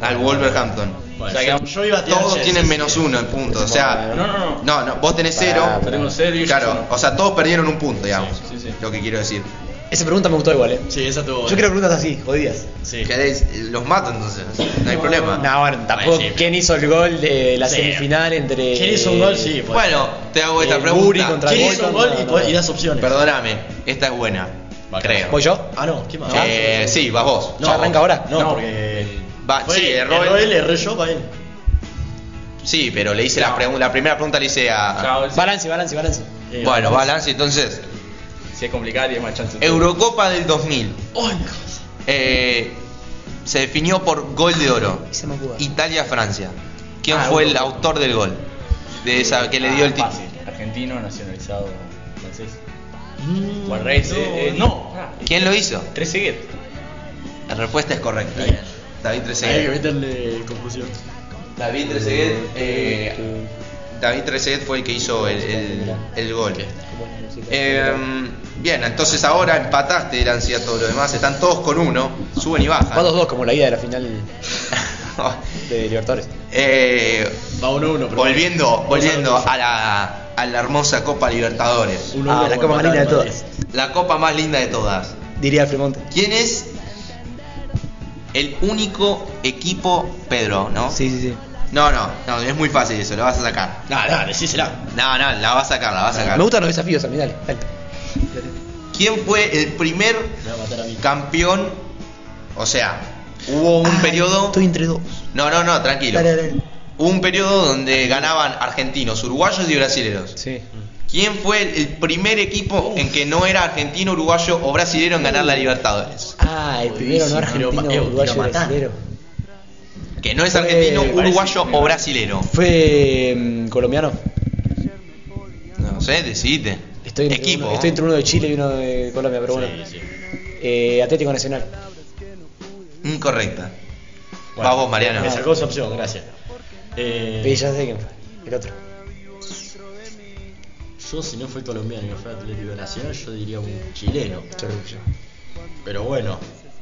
[SPEAKER 1] Al Wolverhampton.
[SPEAKER 4] o sea, que yo iba a tirar
[SPEAKER 1] Todos
[SPEAKER 4] Chelsea.
[SPEAKER 1] tienen menos uno en puntos. O sea,
[SPEAKER 5] No, no, no.
[SPEAKER 1] no, no, vos tenés cero.
[SPEAKER 3] Pará, pará.
[SPEAKER 5] Tengo serio y yo
[SPEAKER 1] Claro,
[SPEAKER 5] solo.
[SPEAKER 1] o sea, todos perdieron un punto, digamos.
[SPEAKER 5] Sí, sí, sí.
[SPEAKER 1] Lo que quiero decir.
[SPEAKER 3] Esa pregunta me gustó igual, eh.
[SPEAKER 4] Sí, esa tuvo.
[SPEAKER 3] Yo quiero preguntas así, jodidas.
[SPEAKER 4] Sí.
[SPEAKER 1] ¿Querés? Los mato entonces, no hay problema.
[SPEAKER 3] No, bueno, tampoco.
[SPEAKER 4] Bueno, sí.
[SPEAKER 3] ¿Quién hizo el gol de la
[SPEAKER 4] Sí.
[SPEAKER 3] semifinal entre.
[SPEAKER 4] ¿Quién hizo un gol? Sí, pues.
[SPEAKER 1] Bueno, te hago esta
[SPEAKER 3] Eh, Guri
[SPEAKER 1] pregunta.
[SPEAKER 3] contra
[SPEAKER 4] ¿Quién hizo un gol?
[SPEAKER 3] No,
[SPEAKER 4] Y,
[SPEAKER 3] no,
[SPEAKER 4] po-
[SPEAKER 3] no.
[SPEAKER 4] y das opciones.
[SPEAKER 1] Perdóname, esta es buena.
[SPEAKER 4] Bacán.
[SPEAKER 1] Creo.
[SPEAKER 3] ¿Voy yo?
[SPEAKER 4] Ah, no, ¿quién más?
[SPEAKER 1] Eh, sí, vas vos.
[SPEAKER 3] No, arranca ahora.
[SPEAKER 4] No,
[SPEAKER 3] No.
[SPEAKER 4] porque.
[SPEAKER 1] Va,
[SPEAKER 4] fue-
[SPEAKER 1] sí, erró él.
[SPEAKER 4] él, erré yo, va él.
[SPEAKER 1] Sí, pero le hice la, pregun- la primera pregunta, le hice a.
[SPEAKER 5] Chao,
[SPEAKER 3] Balance, balance, balance.
[SPEAKER 4] Eh,
[SPEAKER 1] Bueno, balance entonces.
[SPEAKER 5] Si es complicado, tiene más chance.
[SPEAKER 1] Eurocopa del 2000.
[SPEAKER 4] Oh, no. Sí,
[SPEAKER 1] Eh, se definió por gol de oro.
[SPEAKER 3] Y se me ocurre.
[SPEAKER 1] Italia-Francia. ¿Quién fue el autor del gol? De esa que le dio el título.
[SPEAKER 5] Fácil. Argentino nacionalizado francés. O al revés, eh, eh, no.
[SPEAKER 1] ¿Quién lo hizo?
[SPEAKER 5] Tres seguidos.
[SPEAKER 1] La respuesta es correcta. David Trezeguet.
[SPEAKER 4] Hay que meterle confusión.
[SPEAKER 1] David Trezeguet, eh, David Trezeguet fue el que hizo el, el- el gol. Eh, bien, entonces ahora empataste, eran a todos los demás, están todos con uno, suben y bajan.
[SPEAKER 3] Va 2-2 Ah, como la ida de la final de Libertadores.
[SPEAKER 1] [laughs] Eh,
[SPEAKER 4] Va 1-1. pero-
[SPEAKER 1] volviendo volviendo a, la, a la hermosa Copa Libertadores, Ah,
[SPEAKER 4] Uno,
[SPEAKER 3] Ah,
[SPEAKER 4] uno,
[SPEAKER 3] la
[SPEAKER 4] bueno,
[SPEAKER 3] copa más linda de
[SPEAKER 4] Madrid.
[SPEAKER 3] todas.
[SPEAKER 1] la copa más linda de todas.
[SPEAKER 3] Diría Fremonte.
[SPEAKER 1] ¿Quién es el único equipo, Pedro, no?
[SPEAKER 3] Sí, sí, sí.
[SPEAKER 1] No, no, no, es muy fácil eso, lo vas a sacar.
[SPEAKER 4] Nah, nah, decísela.
[SPEAKER 1] No, no, la vas a sacar, la vas a sacar.
[SPEAKER 3] Me gustan los desafíos a mí, dale. dale.
[SPEAKER 1] ¿Quién fue el primer campeón? O sea, hubo un periodo.
[SPEAKER 3] Estoy entre dos.
[SPEAKER 1] No, no, no, tranquilo.
[SPEAKER 3] Dale, dale.
[SPEAKER 1] Hubo un periodo donde ganaban argentinos, uruguayos y brasileños.
[SPEAKER 3] Sí.
[SPEAKER 1] ¿Quién fue el- el primer equipo en que no era argentino, uruguayo o brasilero en ganar la Libertadores?
[SPEAKER 3] Ah, el primero no
[SPEAKER 4] Buenísimo,
[SPEAKER 3] argentino,
[SPEAKER 4] eh,
[SPEAKER 3] uruguayo
[SPEAKER 4] quiero matar.
[SPEAKER 3] brasileño.
[SPEAKER 1] Que no es
[SPEAKER 3] Fue-
[SPEAKER 1] argentino, uruguayo o brasilero.
[SPEAKER 3] Fue mm, colombiano.
[SPEAKER 1] No sé, decidite.
[SPEAKER 3] Estoy entre,
[SPEAKER 1] Equipo.
[SPEAKER 3] uno, estoy entre uno de Chile y uno de Colombia, pero bueno. Eh, Atlético Nacional.
[SPEAKER 1] Incorrecta. Va vos, Mariano.
[SPEAKER 4] Me sacó esa opción, gracias. Eh,
[SPEAKER 3] Eh, ya sé quién fue. El otro.
[SPEAKER 4] Yo si no fue colombiano y no fue Atlético Nacional, yo diría un chileno. Pero bueno.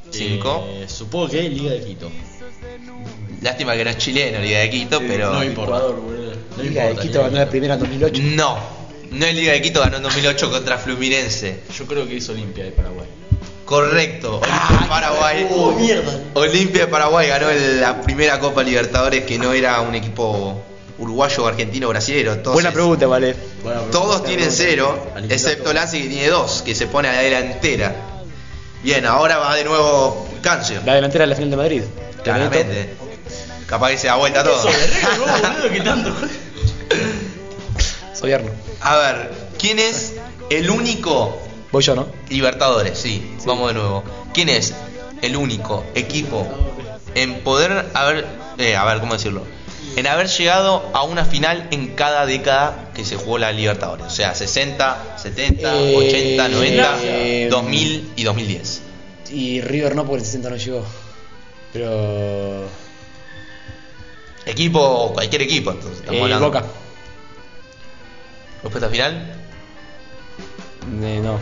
[SPEAKER 1] Cinco.
[SPEAKER 4] eh, supongo que Liga de Quito.
[SPEAKER 1] Lástima que no es chileno, Liga de Quito, pero.
[SPEAKER 4] no importa.
[SPEAKER 3] Ecuador,
[SPEAKER 4] boludo. No
[SPEAKER 3] Liga de
[SPEAKER 4] importa, Mm,
[SPEAKER 3] Quito ganó la
[SPEAKER 4] Liga de Quito.
[SPEAKER 3] primera en 2008.
[SPEAKER 1] No, no es Liga de Quito, ganó en 2008 contra Fluminense.
[SPEAKER 4] Yo creo que es Olimpia de Paraguay.
[SPEAKER 1] Correcto, Olimpia de Paraguay.
[SPEAKER 4] Oh, mierda.
[SPEAKER 1] Olimpia de Paraguay ganó el- la primera Copa Libertadores que no era un equipo uruguayo, argentino, brasilero. Entonces,
[SPEAKER 3] Buena pregunta, vale.
[SPEAKER 4] Bueno, pero-
[SPEAKER 1] Todos tienen cero,
[SPEAKER 4] Alimentando.
[SPEAKER 1] excepto Lanzi que tiene dos, que se pone a la delantera. Bien, ahora va de nuevo Cancio.
[SPEAKER 3] La delantera de la final de Madrid.
[SPEAKER 1] Claramente. Capaz que se da vuelta todo. [laughs]
[SPEAKER 4] Sobre vos, boludo, que tanto.
[SPEAKER 3] Soy Arno.
[SPEAKER 1] A ver, ¿quién es el único
[SPEAKER 3] Voy yo, ¿no?
[SPEAKER 1] Libertadores? Sí, vamos de nuevo. ¿Quién es el único equipo en poder haber, eh, a ver, cómo decirlo, en haber llegado a una final en cada década que se jugó la Libertadores? O sea, 60, 70,
[SPEAKER 3] Eh,
[SPEAKER 1] 80, 90,
[SPEAKER 3] eh,
[SPEAKER 1] 2000 y 2010.
[SPEAKER 3] Y River no, porque el 60 no llegó. Pero.
[SPEAKER 1] Equipo, cualquier equipo, entonces estamos
[SPEAKER 3] Eh,
[SPEAKER 1] hablando.
[SPEAKER 3] Boca.
[SPEAKER 1] Respuesta final.
[SPEAKER 3] Eh, no.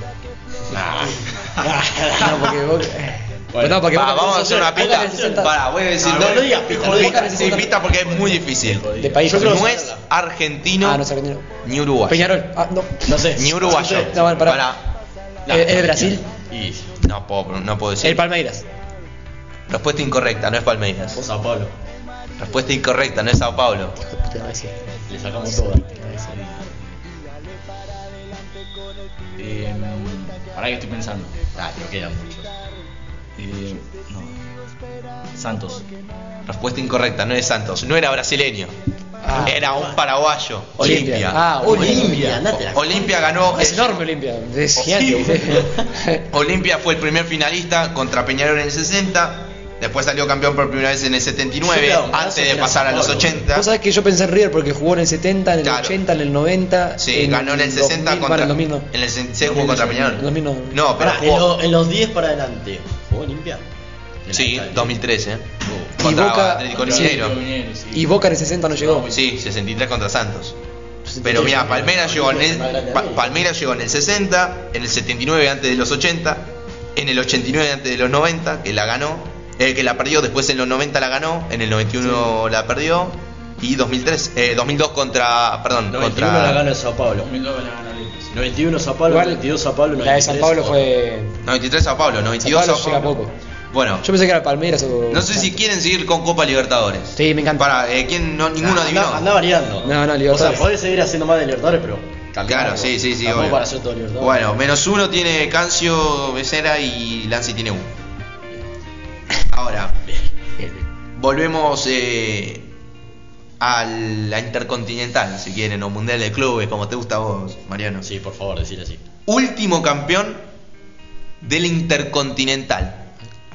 [SPEAKER 4] Ah.
[SPEAKER 3] [laughs] no, porque Boca. Pero Pues no, porque
[SPEAKER 1] Va,
[SPEAKER 3] Boca-
[SPEAKER 1] vamos a hacer una
[SPEAKER 3] Boca
[SPEAKER 1] pista.
[SPEAKER 3] del 60.
[SPEAKER 1] Para, voy a decir
[SPEAKER 4] No,
[SPEAKER 1] dos.
[SPEAKER 4] no digas pista,
[SPEAKER 1] Sí,
[SPEAKER 4] Boca del
[SPEAKER 1] sí,
[SPEAKER 4] 60.
[SPEAKER 1] pista porque es muy difícil.
[SPEAKER 3] De país.
[SPEAKER 4] Yo creo
[SPEAKER 1] No
[SPEAKER 4] que-
[SPEAKER 1] es argentino
[SPEAKER 3] Ah, no es argentino.
[SPEAKER 1] ni uruguayo.
[SPEAKER 3] Peñarol. Ah, no.
[SPEAKER 4] No sé.
[SPEAKER 1] Ni uruguayo.
[SPEAKER 3] No, bueno, pará.
[SPEAKER 1] Pará.
[SPEAKER 3] Eh, ¿Es de Brasil?
[SPEAKER 4] Y
[SPEAKER 1] No puedo, no puedo decir.
[SPEAKER 3] El Palmeiras.
[SPEAKER 1] Respuesta incorrecta, no es Palmeiras.
[SPEAKER 4] vos a Pablo.
[SPEAKER 1] Respuesta incorrecta, no es Sao Paulo.
[SPEAKER 3] Hijo de puta, no me decía.
[SPEAKER 4] Le sacamos toda.
[SPEAKER 3] Ah.
[SPEAKER 4] Eh, ahora que estoy pensando. Ah, pero quedan muchos. Eh, no. Santos.
[SPEAKER 1] Respuesta incorrecta, no es Santos. No era brasileño.
[SPEAKER 3] Ah.
[SPEAKER 1] era un paraguayo.
[SPEAKER 3] Olimpia.
[SPEAKER 1] Olimpia.
[SPEAKER 3] Ah,
[SPEAKER 4] Olimpia, andate la.
[SPEAKER 1] Olimpia ganó.
[SPEAKER 3] Es enorme Olimpia. Es gigante.
[SPEAKER 1] Olimpia fue el primer finalista contra Peñarol en el 60. Después salió campeón por primera vez en el 79,
[SPEAKER 4] Yo era un brazo
[SPEAKER 1] antes de
[SPEAKER 4] que era
[SPEAKER 1] pasar a los
[SPEAKER 4] Sao Paulo.
[SPEAKER 1] 80.
[SPEAKER 3] [laughs] Vos sabés que yo pensé en River porque jugó en el 70, en el
[SPEAKER 1] Claro.
[SPEAKER 3] 80, en el 90.
[SPEAKER 1] Sí, ganó en el 60
[SPEAKER 3] Para
[SPEAKER 1] contra.
[SPEAKER 3] el 2000 no.
[SPEAKER 1] En el 66 jugó contra Peñarol.
[SPEAKER 3] 2000 no.
[SPEAKER 1] No, pero
[SPEAKER 4] Pará, en,
[SPEAKER 1] jugó.
[SPEAKER 4] lo- en los 10 para adelante. ¿Jugó Olimpia?
[SPEAKER 1] Sí, 2013.
[SPEAKER 4] Oh.
[SPEAKER 1] eh. Contra
[SPEAKER 3] Y Boca-
[SPEAKER 1] Atlético Mineiro.
[SPEAKER 3] Y Boca en el 60 no llegó.
[SPEAKER 1] Sí, 63 contra Santos. Pero mira, Palmeiras llegó en el Pa- Palmeiras llegó en el 60, en el 79 antes de los 80, en el 89 antes de los 90 que la ganó, eh, que la perdió, después en los 90 la ganó, en el 91 la perdió y 2003, eh, 2002 contra, perdón,
[SPEAKER 4] 91
[SPEAKER 1] contra
[SPEAKER 4] la gana Sao Paulo. 91 Sao Paulo,
[SPEAKER 3] Igual,
[SPEAKER 4] 92 Sao Paulo,
[SPEAKER 3] La de San
[SPEAKER 4] 93
[SPEAKER 3] Pablo
[SPEAKER 4] Sao
[SPEAKER 3] fue.
[SPEAKER 1] 93 Sao Paulo, 92
[SPEAKER 3] Sao
[SPEAKER 1] Sao
[SPEAKER 3] Paulo llega poco.
[SPEAKER 1] Bueno,
[SPEAKER 3] Yo pensé que era Palmeiras o.
[SPEAKER 1] no sé si quieren seguir con Copa Libertadores.
[SPEAKER 3] Sí, me encanta. Ah,
[SPEAKER 1] Para, eh, ¿quién? No, ninguno
[SPEAKER 4] Anda-
[SPEAKER 1] adivinó.
[SPEAKER 4] Anda Ah, variando.
[SPEAKER 3] No, no,
[SPEAKER 4] O sea,
[SPEAKER 3] Libertadores.
[SPEAKER 4] podés seguir haciendo más de Libertadores, pero.
[SPEAKER 1] Claro, sí, sí, sí.
[SPEAKER 4] Tampoco
[SPEAKER 1] obvio.
[SPEAKER 4] para hacer todo Libertadores.
[SPEAKER 1] Bueno, menos uno tiene Cancio, Becerra y Lancy tiene uno. Ahora, volvemos eh, a la Intercontinental, si quieren, o Mundial de Clubes, como te gusta a vos, Mariano.
[SPEAKER 4] Sí, por favor, decir así.
[SPEAKER 1] Último campeón del Intercontinental.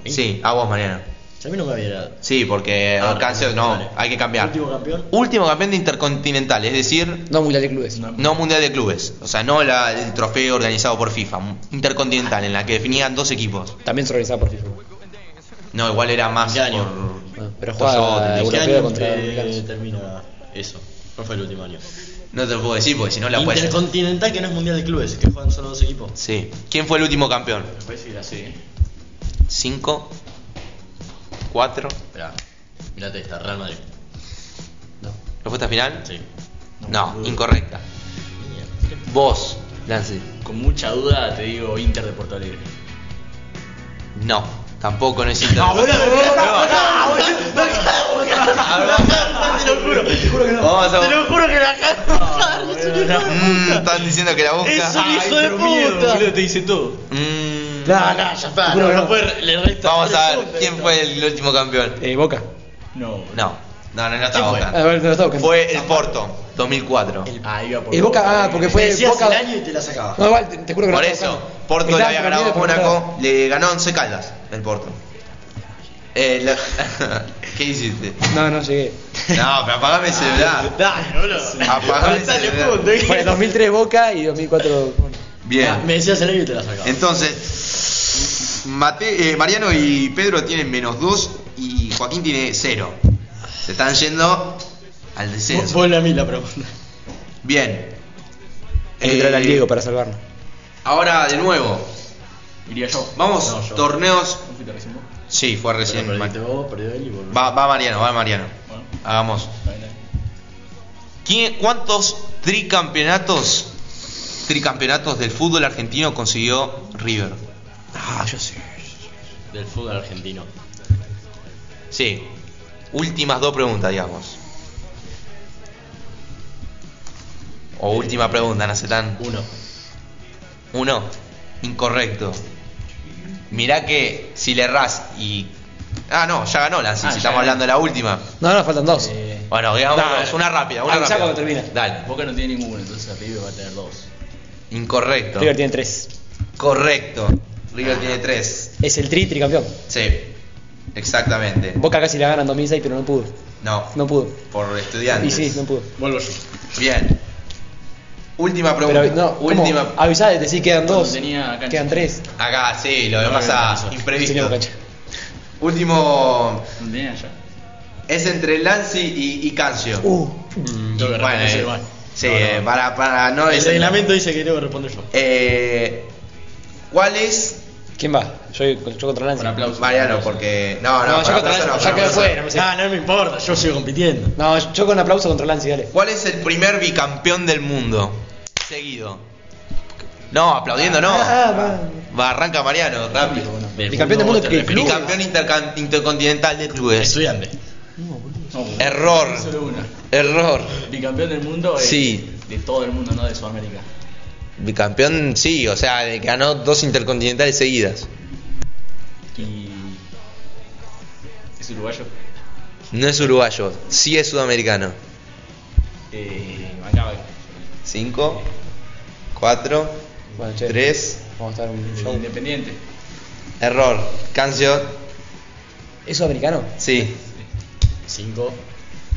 [SPEAKER 4] mí?
[SPEAKER 1] Sí, a vos, Mariano.
[SPEAKER 4] Si a mí no me había dado.
[SPEAKER 1] Sí, porque
[SPEAKER 4] Ah,
[SPEAKER 1] a Cancio Eh, no,
[SPEAKER 4] vale.
[SPEAKER 1] hay que cambiar.
[SPEAKER 4] Último campeón.
[SPEAKER 1] Último campeón de Intercontinental, es decir,
[SPEAKER 3] No, Mundial de Clubes.
[SPEAKER 1] no Mundial de Clubes, o sea, no la- el trofeo organizado por FIFA, Intercontinental, en la que definían dos equipos.
[SPEAKER 3] También se organizaba por FIFA.
[SPEAKER 4] este
[SPEAKER 1] No, igual era más
[SPEAKER 4] Engaño.
[SPEAKER 1] por-
[SPEAKER 3] Ah.
[SPEAKER 2] Pero
[SPEAKER 1] Entonces,
[SPEAKER 2] jugaba
[SPEAKER 1] ¿de qué
[SPEAKER 2] europeo
[SPEAKER 1] año
[SPEAKER 2] contra
[SPEAKER 4] Eh,
[SPEAKER 2] americanos.
[SPEAKER 4] Este termina eso? ¿Cuál fue el último año?
[SPEAKER 1] No te lo puedo decir porque si no la puedes.
[SPEAKER 4] Intercontinental que no es mundial de clubes, que juegan solo dos equipos.
[SPEAKER 1] Sí. ¿Quién fue el último campeón?
[SPEAKER 4] Me puedes ir así, eh.
[SPEAKER 1] 5, 4.
[SPEAKER 4] Esperá. Mirate esta, Real Madrid.
[SPEAKER 1] ¿Respuesta final?
[SPEAKER 4] Sí.
[SPEAKER 1] No, incorrecta. Vos, Lance.
[SPEAKER 4] Con mucha duda te digo Inter de Porto Alegre.
[SPEAKER 1] No, tampoco no es
[SPEAKER 6] [laughs]
[SPEAKER 1] Inter. Vamos a-
[SPEAKER 6] juro que
[SPEAKER 4] Ah,
[SPEAKER 6] la cara.
[SPEAKER 1] [laughs] Mm, están diciendo que la busca.
[SPEAKER 6] Es un hijo de puta.
[SPEAKER 4] te dice todo.
[SPEAKER 1] Mm,
[SPEAKER 3] Nah,
[SPEAKER 4] Ah, ya está. No, no puede le resta.
[SPEAKER 1] vamos a ver quién fue el último campeón.
[SPEAKER 3] Eh, Boca. Ah,
[SPEAKER 4] No.
[SPEAKER 1] No, no, no, no está
[SPEAKER 3] A
[SPEAKER 1] Boca.
[SPEAKER 3] ver, no está Boca.
[SPEAKER 1] Fue el Porto, 2004.
[SPEAKER 4] Ah, iba por
[SPEAKER 3] El Boca, ah, porque fue
[SPEAKER 4] Decías
[SPEAKER 3] Boca.
[SPEAKER 4] el año y te la sacaba.
[SPEAKER 3] No, igual, te, te juro que
[SPEAKER 1] Por
[SPEAKER 3] no
[SPEAKER 1] eso, Porto le había ganado a Mónaco, le ganó a 11 caldas el Porto. Eh, la- [laughs] ¿Qué hiciste?
[SPEAKER 3] No, no llegué.
[SPEAKER 1] No, pero apagame el celular.
[SPEAKER 4] Dale, boludo.
[SPEAKER 1] Apagá el
[SPEAKER 4] Dale,
[SPEAKER 1] celular.
[SPEAKER 4] punto, ¿eh?
[SPEAKER 3] Fue 2003 Boca y 2004 Mónaco.
[SPEAKER 1] Bien.
[SPEAKER 4] Ah, Me decías el año y te la sacaba.
[SPEAKER 1] Entonces, Mate- eh, Mariano y Pedro tienen menos 2 y Joaquín tiene 0. Se están yendo al
[SPEAKER 4] Vos-
[SPEAKER 1] descenso.
[SPEAKER 4] Ponle a mí la pregunta.
[SPEAKER 1] Bien.
[SPEAKER 3] Hay que traer al
[SPEAKER 1] Eh,
[SPEAKER 3] Diego para salvarnos.
[SPEAKER 1] Ahora de nuevo.
[SPEAKER 4] Iría yo.
[SPEAKER 1] Vamos,
[SPEAKER 4] No, yo.
[SPEAKER 1] torneos.
[SPEAKER 4] ¿No fuiste recién vos?
[SPEAKER 1] Sí, fue
[SPEAKER 4] Pero
[SPEAKER 1] recién.
[SPEAKER 4] perdiste
[SPEAKER 1] Ma-
[SPEAKER 4] vos, perdió él y volvió.
[SPEAKER 1] Va, va Mariano, va Mariano.
[SPEAKER 4] Bueno,
[SPEAKER 1] Hagamos.
[SPEAKER 4] está bien, está bien.
[SPEAKER 1] ¿Quién- ¿Cuántos tricampeonatos tricampeonatos del fútbol argentino consiguió River? Ah, yo sé.
[SPEAKER 4] Del fútbol argentino.
[SPEAKER 1] Sí. Últimas dos preguntas, digamos. O última pregunta, Nacetán.
[SPEAKER 4] Uno.
[SPEAKER 1] Uno. Incorrecto. Mirá que si le errás y. Ah, no, ya ganó Lancy,
[SPEAKER 4] Ah,
[SPEAKER 1] si
[SPEAKER 4] ya
[SPEAKER 1] estamos
[SPEAKER 4] ganó.
[SPEAKER 1] hablando de la última.
[SPEAKER 3] No, no, faltan dos.
[SPEAKER 4] Eh,
[SPEAKER 1] Bueno, digamos
[SPEAKER 3] Dale.
[SPEAKER 1] dos, una rápida, una
[SPEAKER 3] Avisá
[SPEAKER 1] rápida.
[SPEAKER 3] cuando termine.
[SPEAKER 1] Dale.
[SPEAKER 4] Boca no tiene ninguno, entonces River va a tener dos.
[SPEAKER 1] Incorrecto.
[SPEAKER 3] River tiene tres.
[SPEAKER 1] Correcto. River tiene tres.
[SPEAKER 3] Es el tri tricampeón.
[SPEAKER 1] Sí. Exactamente.
[SPEAKER 3] Boca casi la gana en 2006, pero no pudo.
[SPEAKER 1] No.
[SPEAKER 3] No pudo.
[SPEAKER 1] Por estudiantes.
[SPEAKER 3] Y sí, no pudo.
[SPEAKER 4] Vuelvo yo.
[SPEAKER 1] Bien. Última pregunta.
[SPEAKER 3] Pero no, Ah.
[SPEAKER 1] última.
[SPEAKER 3] última. Avisá de decir quedan dos.
[SPEAKER 4] tenía cancha.
[SPEAKER 3] Quedan tres.
[SPEAKER 1] Acá, sí, lo demás a
[SPEAKER 3] Señor
[SPEAKER 1] imprevisto.
[SPEAKER 3] Cancha.
[SPEAKER 1] Último
[SPEAKER 4] No tenía ya.
[SPEAKER 1] es entre Lancy y, y Cancio.
[SPEAKER 3] Uh,
[SPEAKER 1] Y
[SPEAKER 4] Yo voy a
[SPEAKER 1] bueno,
[SPEAKER 4] responder
[SPEAKER 1] eh,
[SPEAKER 4] igual.
[SPEAKER 1] sí,
[SPEAKER 4] No, no.
[SPEAKER 1] eh, para para no
[SPEAKER 4] El
[SPEAKER 1] decir-
[SPEAKER 4] reglamento dice que tengo que responder yo.
[SPEAKER 1] Eh, ¿Cuál es?
[SPEAKER 3] ¿Quién va? Yo, yo contra Lance.
[SPEAKER 4] Con aplauso.
[SPEAKER 1] Mariano, porque no, no,
[SPEAKER 3] No, yo
[SPEAKER 1] para
[SPEAKER 3] contra
[SPEAKER 1] aplauso no,
[SPEAKER 3] Lance.
[SPEAKER 1] para
[SPEAKER 3] Ya quedé
[SPEAKER 1] aplauso.
[SPEAKER 3] fuera. me sé.
[SPEAKER 4] Ah, no me importa, yo sigo compitiendo.
[SPEAKER 3] No, yo con aplauso contra Lance, dale.
[SPEAKER 1] ¿Cuál es el primer bicampeón del mundo? Seguido. No, aplaudiendo no.
[SPEAKER 3] Ah, va.
[SPEAKER 1] Va, arranca Mariano, rápido.
[SPEAKER 3] Bicampeón del mundo,
[SPEAKER 4] vos te
[SPEAKER 3] ¿qué?
[SPEAKER 4] referís.
[SPEAKER 1] Bicampeón intercan- intercontinental de clubes.
[SPEAKER 4] Estudiante. No,
[SPEAKER 1] Error.
[SPEAKER 4] Solo una.
[SPEAKER 1] Error.
[SPEAKER 4] Bicampeón del mundo es
[SPEAKER 1] Sí.
[SPEAKER 4] de todo el mundo, no de Sudamérica.
[SPEAKER 1] Bicampeón, sí, o sea, de- ganó dos intercontinentales seguidas.
[SPEAKER 4] Y. ¿Es uruguayo?
[SPEAKER 1] No es uruguayo, sí es sudamericano.
[SPEAKER 4] Eh. Acaba.
[SPEAKER 1] 5, 4,
[SPEAKER 3] Bueno, che,
[SPEAKER 1] 3,
[SPEAKER 3] Vamos a estar un
[SPEAKER 4] El
[SPEAKER 3] show.
[SPEAKER 4] Independiente.
[SPEAKER 1] error. Cancio,
[SPEAKER 3] ¿Es sudamericano?
[SPEAKER 1] sí.
[SPEAKER 4] 5,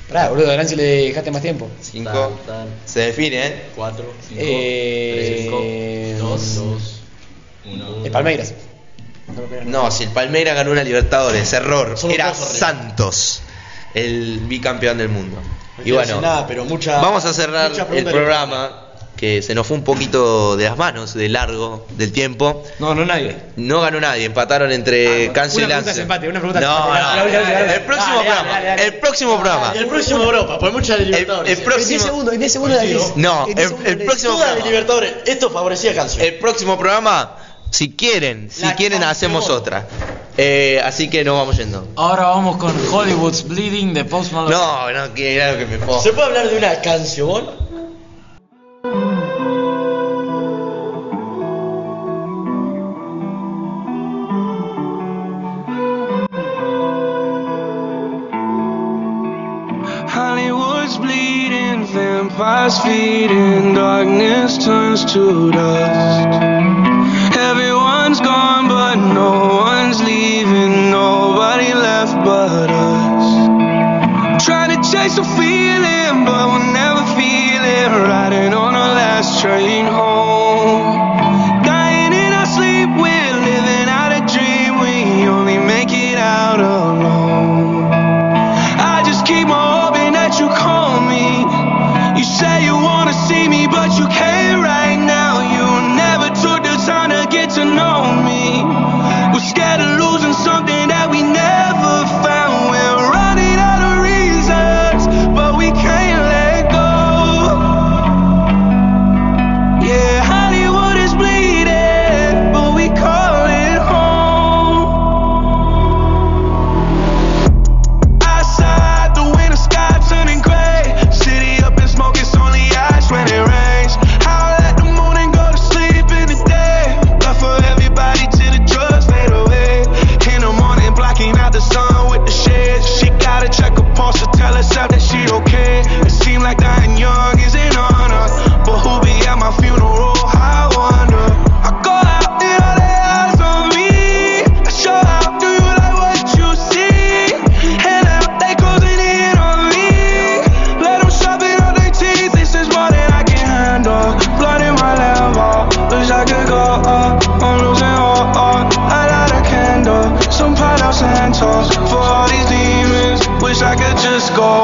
[SPEAKER 3] Pará, boludo, a Lance le dejaste más tiempo.
[SPEAKER 1] 5,
[SPEAKER 4] Tan, tan.
[SPEAKER 1] se define, ¿eh?
[SPEAKER 4] 4, 5,
[SPEAKER 3] Eh,
[SPEAKER 4] 3, 2, 2, 1.
[SPEAKER 1] eh,
[SPEAKER 3] El Palmeiras.
[SPEAKER 1] No, si el Palmeiras ganó una Libertadores, error.
[SPEAKER 4] Solo
[SPEAKER 1] Era
[SPEAKER 4] dos arriba.
[SPEAKER 1] Santos, el bicampeón del mundo.
[SPEAKER 4] No
[SPEAKER 1] Y
[SPEAKER 4] quiero decir
[SPEAKER 1] bueno,
[SPEAKER 4] nada, pero mucha-
[SPEAKER 1] vamos a cerrar
[SPEAKER 4] mucha
[SPEAKER 1] el
[SPEAKER 4] pregunta
[SPEAKER 1] programa que se nos fue un poquito de las manos, de largo, del tiempo.
[SPEAKER 3] No, no nadie.
[SPEAKER 1] No ganó nadie, empataron entre Cancio y
[SPEAKER 3] Ah, una pregunta
[SPEAKER 1] Lance.
[SPEAKER 3] es empate, una pregunta es
[SPEAKER 1] no,
[SPEAKER 3] empate. La-
[SPEAKER 1] no,
[SPEAKER 3] la- la- la- la-
[SPEAKER 1] El próximo
[SPEAKER 3] Dale, dale,
[SPEAKER 1] programa,
[SPEAKER 3] dale, dale.
[SPEAKER 1] el próximo programa.
[SPEAKER 4] Y el próximo Europa, pues mucha de
[SPEAKER 1] Ah. El,
[SPEAKER 4] Libertadores.
[SPEAKER 1] el
[SPEAKER 3] En 10
[SPEAKER 1] próximo,
[SPEAKER 3] segundos, en 10 segundos la diez.
[SPEAKER 1] no, el,
[SPEAKER 3] En 10 segundos
[SPEAKER 1] el
[SPEAKER 3] la diez.
[SPEAKER 1] próximo Eh,
[SPEAKER 4] Toda de
[SPEAKER 1] programa,
[SPEAKER 4] Libertadores. Esto favorecía a Cancio.
[SPEAKER 1] el próximo programa, si quieren, si
[SPEAKER 4] La
[SPEAKER 1] quieren
[SPEAKER 4] Cancio.
[SPEAKER 1] hacemos otra. Eh, así que nos vamos yendo.
[SPEAKER 5] Ahora vamos con Hollywood's Bleeding de Post Malone.
[SPEAKER 1] No, no, que era lo que me pongo.
[SPEAKER 4] ¿Se puede hablar de una Cancio Ball?
[SPEAKER 12] Hollywood's bleeding, vampires feeding, darkness turns to dust. Everyone's gone, but no one's leaving, nobody left but us. Trying to chase a feeling, but we'll never feel it. Riding on our last train home. Dying in our sleep, we're living out a dream, we only make it out alone. disco.